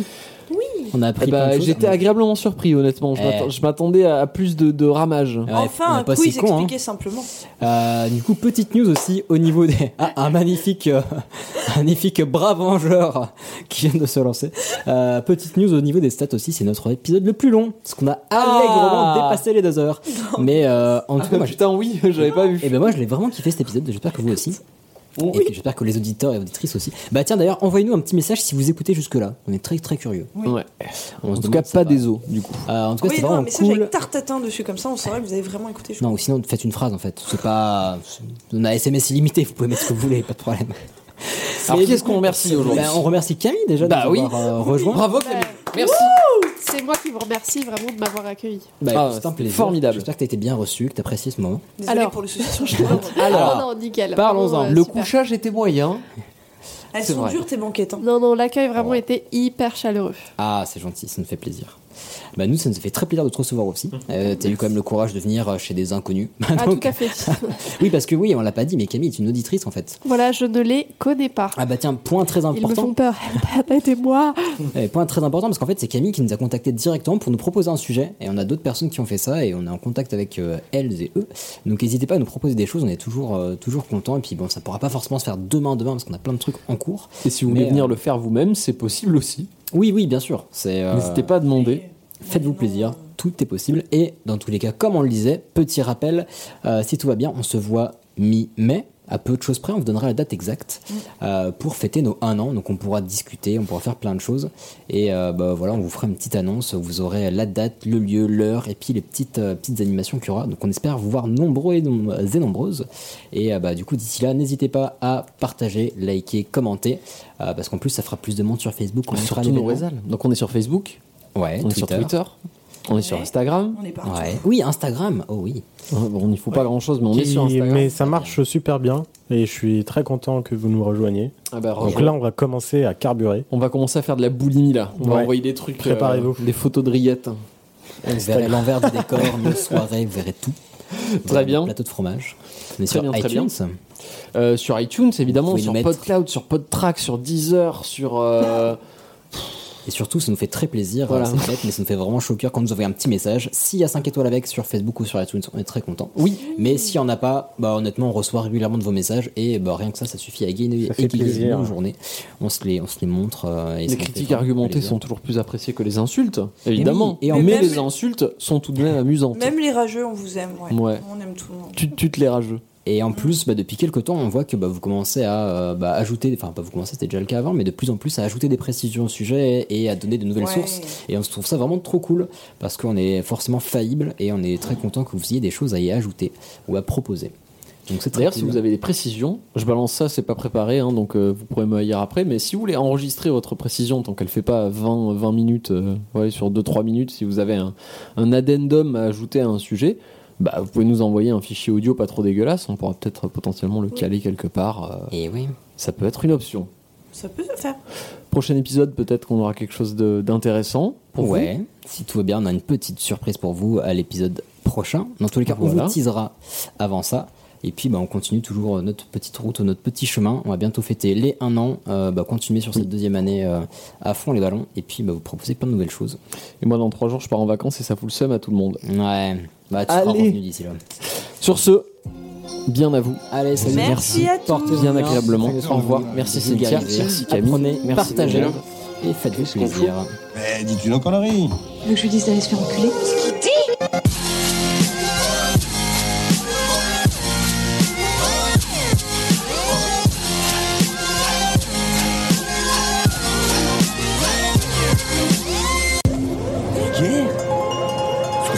Oui On a appris
Eh
plein
ben,
de choses. Ah,
J'étais agréablement surpris, honnêtement. Je
Eh.
m'attend- je m'attendais à à plus de, de ramage.
Ouais, on
Enfin,
est
un
pas
quiz
si con, hein.
expliqué simplement.
Euh, du coup, petite news aussi au niveau des. Ah, un magnifique, euh, un magnifique brave vengeur qui vient de se lancer. Euh, petite news au niveau des stats aussi, c'est notre épisode le plus long, parce qu'on a allègrement
Ah.
dépassé les deux heures. Mais euh, en
Ah bah,
tout cas, moi, j'ai-
Putain, oui, j'avais pas vu.
eh ben moi, je l'ai vraiment kiffé cet épisode. J'espère que vous aussi. Et puis j'espère que les auditeurs et auditrices aussi. Bah tiens d'ailleurs, envoyez-nous un petit message si vous écoutez jusque-là. On est très très curieux.
ben, Ouais.
On
En
se
tout
demande
cas,
si ça
pas
va.
des os, du coup.
Euh, en tout cas,
Oui,
c'était
non, un
vraiment
message
cool.
avec tartatin dessus, comme ça, on saura que vous avez vraiment écouté. je
Non, ou sinon faites une phrase en fait. C'est pas. On a SMS illimité, vous pouvez mettre ce que vous voulez, pas de problème.
Alors,
Mais
qui est-ce
du coup,
qu'on remercie aujourd'hui
ben, On remercie Camille déjà
Bah
de nous
oui.
avoir euh, rejoint.
Bravo, Camille. Merci.
C'est moi qui vous remercie vraiment de m'avoir accueilli.
Bah,
Ah,
écoute, c'est un
c'était
plaisir.
formidable.
J'espère que t'as été bien reçu, que t'as apprécié ce moment.
Désolée
Alors. Ah,
pour le saucisson, je crois.
Alors,
non, non, nickel.
parlons-en.
Vraiment, euh,
Le
super.
couchage était moyen.
Elles
C'est
sont
vrai.
dures tes banquettes. hein.
Non, non, l'accueil vraiment était hyper chaleureux.
Ah, c'est gentil, ça nous fait plaisir. Bah, nous, ça nous fait très plaisir de te recevoir aussi. Euh, T'as eu quand même le courage de venir euh, chez des inconnus.
Ah,
Donc-
tout à fait.
oui, parce que oui, on l'a pas dit, mais Camille est une auditrice en fait.
voilà, je ne les connais pas.
Ah bah tiens, point très
Ils me
important.
font peur. Aidez-moi.
Eh, point très important parce qu'en fait c'est Camille qui nous a contacté directement pour nous proposer un sujet et on a d'autres personnes qui ont fait ça et on est en contact avec euh, elles et eux donc n'hésitez pas à nous proposer des choses on est toujours euh, toujours content et puis bon ça pourra pas forcément se faire demain demain parce qu'on a plein de trucs en cours
Et si vous voulez venir le faire vous-même, c'est possible aussi.
oui oui bien sûr c'est euh,
N'hésitez pas à demander.
faites-vous plaisir tout est possible et dans tous les cas comme on le disait petit rappel euh, si tout va bien on se voit mi-mai à peu de choses près, on vous donnera la date exacte euh, pour fêter nos 1 an. Donc on pourra discuter, on pourra faire plein de choses. Et euh, bah, voilà, on vous fera une petite annonce. Vous aurez la date, le lieu, l'heure et puis les petites, euh, petites animations qu'il y aura. Donc on espère vous voir nombreux et, nom- et nombreuses. Et euh, bah, du coup, d'ici là, n'hésitez pas à partager, liker, commenter. euh, parce qu'en plus, ça fera plus de monde sur Facebook. On sera à
Surtout nos
l'événement.
réseaux. Donc on est sur Facebook.
Ouais,
on est sur
Twitter.
Twitter. On est sur Instagram.
On est partout.
Ouais. Ah, Oui, Instagram. Oh oui.
on n'y faut pas grand chose, mais on est
Qui-
sur Instagram.
Mais ça marche super bien et je suis très content que vous nous rejoigniez.
Ah bah,
Donc
rejoins.
là, on va commencer à carburer.
On va commencer à faire de la boulimie là. On va
Ouais.
envoyer des trucs. euh,
Préparez-vous.
des photos de rillettes.
Vous verrez l'envers du décor, nos soirées, vous verrez tout. Vous
Très
verrez
bien.
nos Plateau de fromage. On est
Très
sur
bien, très
iTunes.
Euh, sur iTunes, évidemment,
pouvez
sur
nous mettre.
PodCloud, sur PodTrack, sur Deezer, sur. euh,
Et surtout, ça nous fait très plaisir,
Voilà.
euh, c'est bête, mais ça nous fait vraiment chaud au cœur quand vous nous envoyez un petit message. S'il y a 5 étoiles avec sur Facebook ou sur iTunes, on est très content. Oui. Mais s'il n'y en a pas, bah, honnêtement, on reçoit régulièrement de vos messages et bah, rien que ça, ça suffit à gagner
Ça fait
égayer
plaisir.
nos journées. On se les, on se les montre. euh, et ça
les
nous fait
critiques
vraiment
argumentées
plaisir.
sont toujours plus appréciées que les insultes, évidemment.
Et oui, et en
mais
même-
les insultes sont tout de même amusantes.
Même les rageux, on vous aime. Ouais.
Ouais.
On aime tout le monde.
Tu, tu te les rageux.
Et en plus, bah, depuis quelques temps, on voit que bah, vous commencez à euh, bah, ajouter, enfin pas vous commencez, c'était déjà le cas avant, mais de plus en plus à ajouter des précisions au sujet et à donner de nouvelles
Ouais.
sources. Et on se trouve ça vraiment trop cool parce qu'on est forcément faillible et on est très content que vous ayez des choses à y ajouter ou à proposer. Donc c'est très
D'ailleurs,
cool.
si vous avez des précisions, je balance ça, c'est pas préparé, hein, donc euh, vous pourrez me haïr après. Mais si vous voulez enregistrer votre précision, tant qu'elle fait pas 20, 20 minutes, euh, ouais, sur 2-3 minutes, si vous avez un, un addendum à ajouter à un sujet, bah, vous pouvez nous envoyer un fichier audio pas trop dégueulasse. On pourra peut-être potentiellement le caler quelque part. euh,
Et oui.
ça peut être une option.
Ça peut se faire.
Prochain épisode, peut-être qu'on aura quelque chose de- d'intéressant pour vous.
ouais, si tout va bien, on a une petite surprise pour vous à l'épisode prochain. Dans tous les cas, on
Voilà.
vous teasera avant ça. Et puis, bah, on continue toujours notre petite route, notre petit chemin. On va bientôt fêter les 1 an, euh, bah, continuer sur cette deuxième année euh, à fond les ballons, et puis bah, vous proposer plein de nouvelles choses.
Et moi, dans 3 jours, je pars en vacances et ça fout le seum à tout le monde.
Ouais, bah, tu seras
Allez.
revenu d'ici là.
Sur ce, bien à vous.
Allez, salut.
Merci à tous.
Portez-vous
Bien agréablement.
Prenez soin de
Au
vous.
revoir. Merci Cynthia.
Vulgarisez,
Merci Camille.
apprenez,
Merci
partagez,
Daniel.
et faites-vous plaisir.
Mais dis-tu nos conneries
Donc je lui dis d'aller se faire enculer.
Vulgaire Je trouve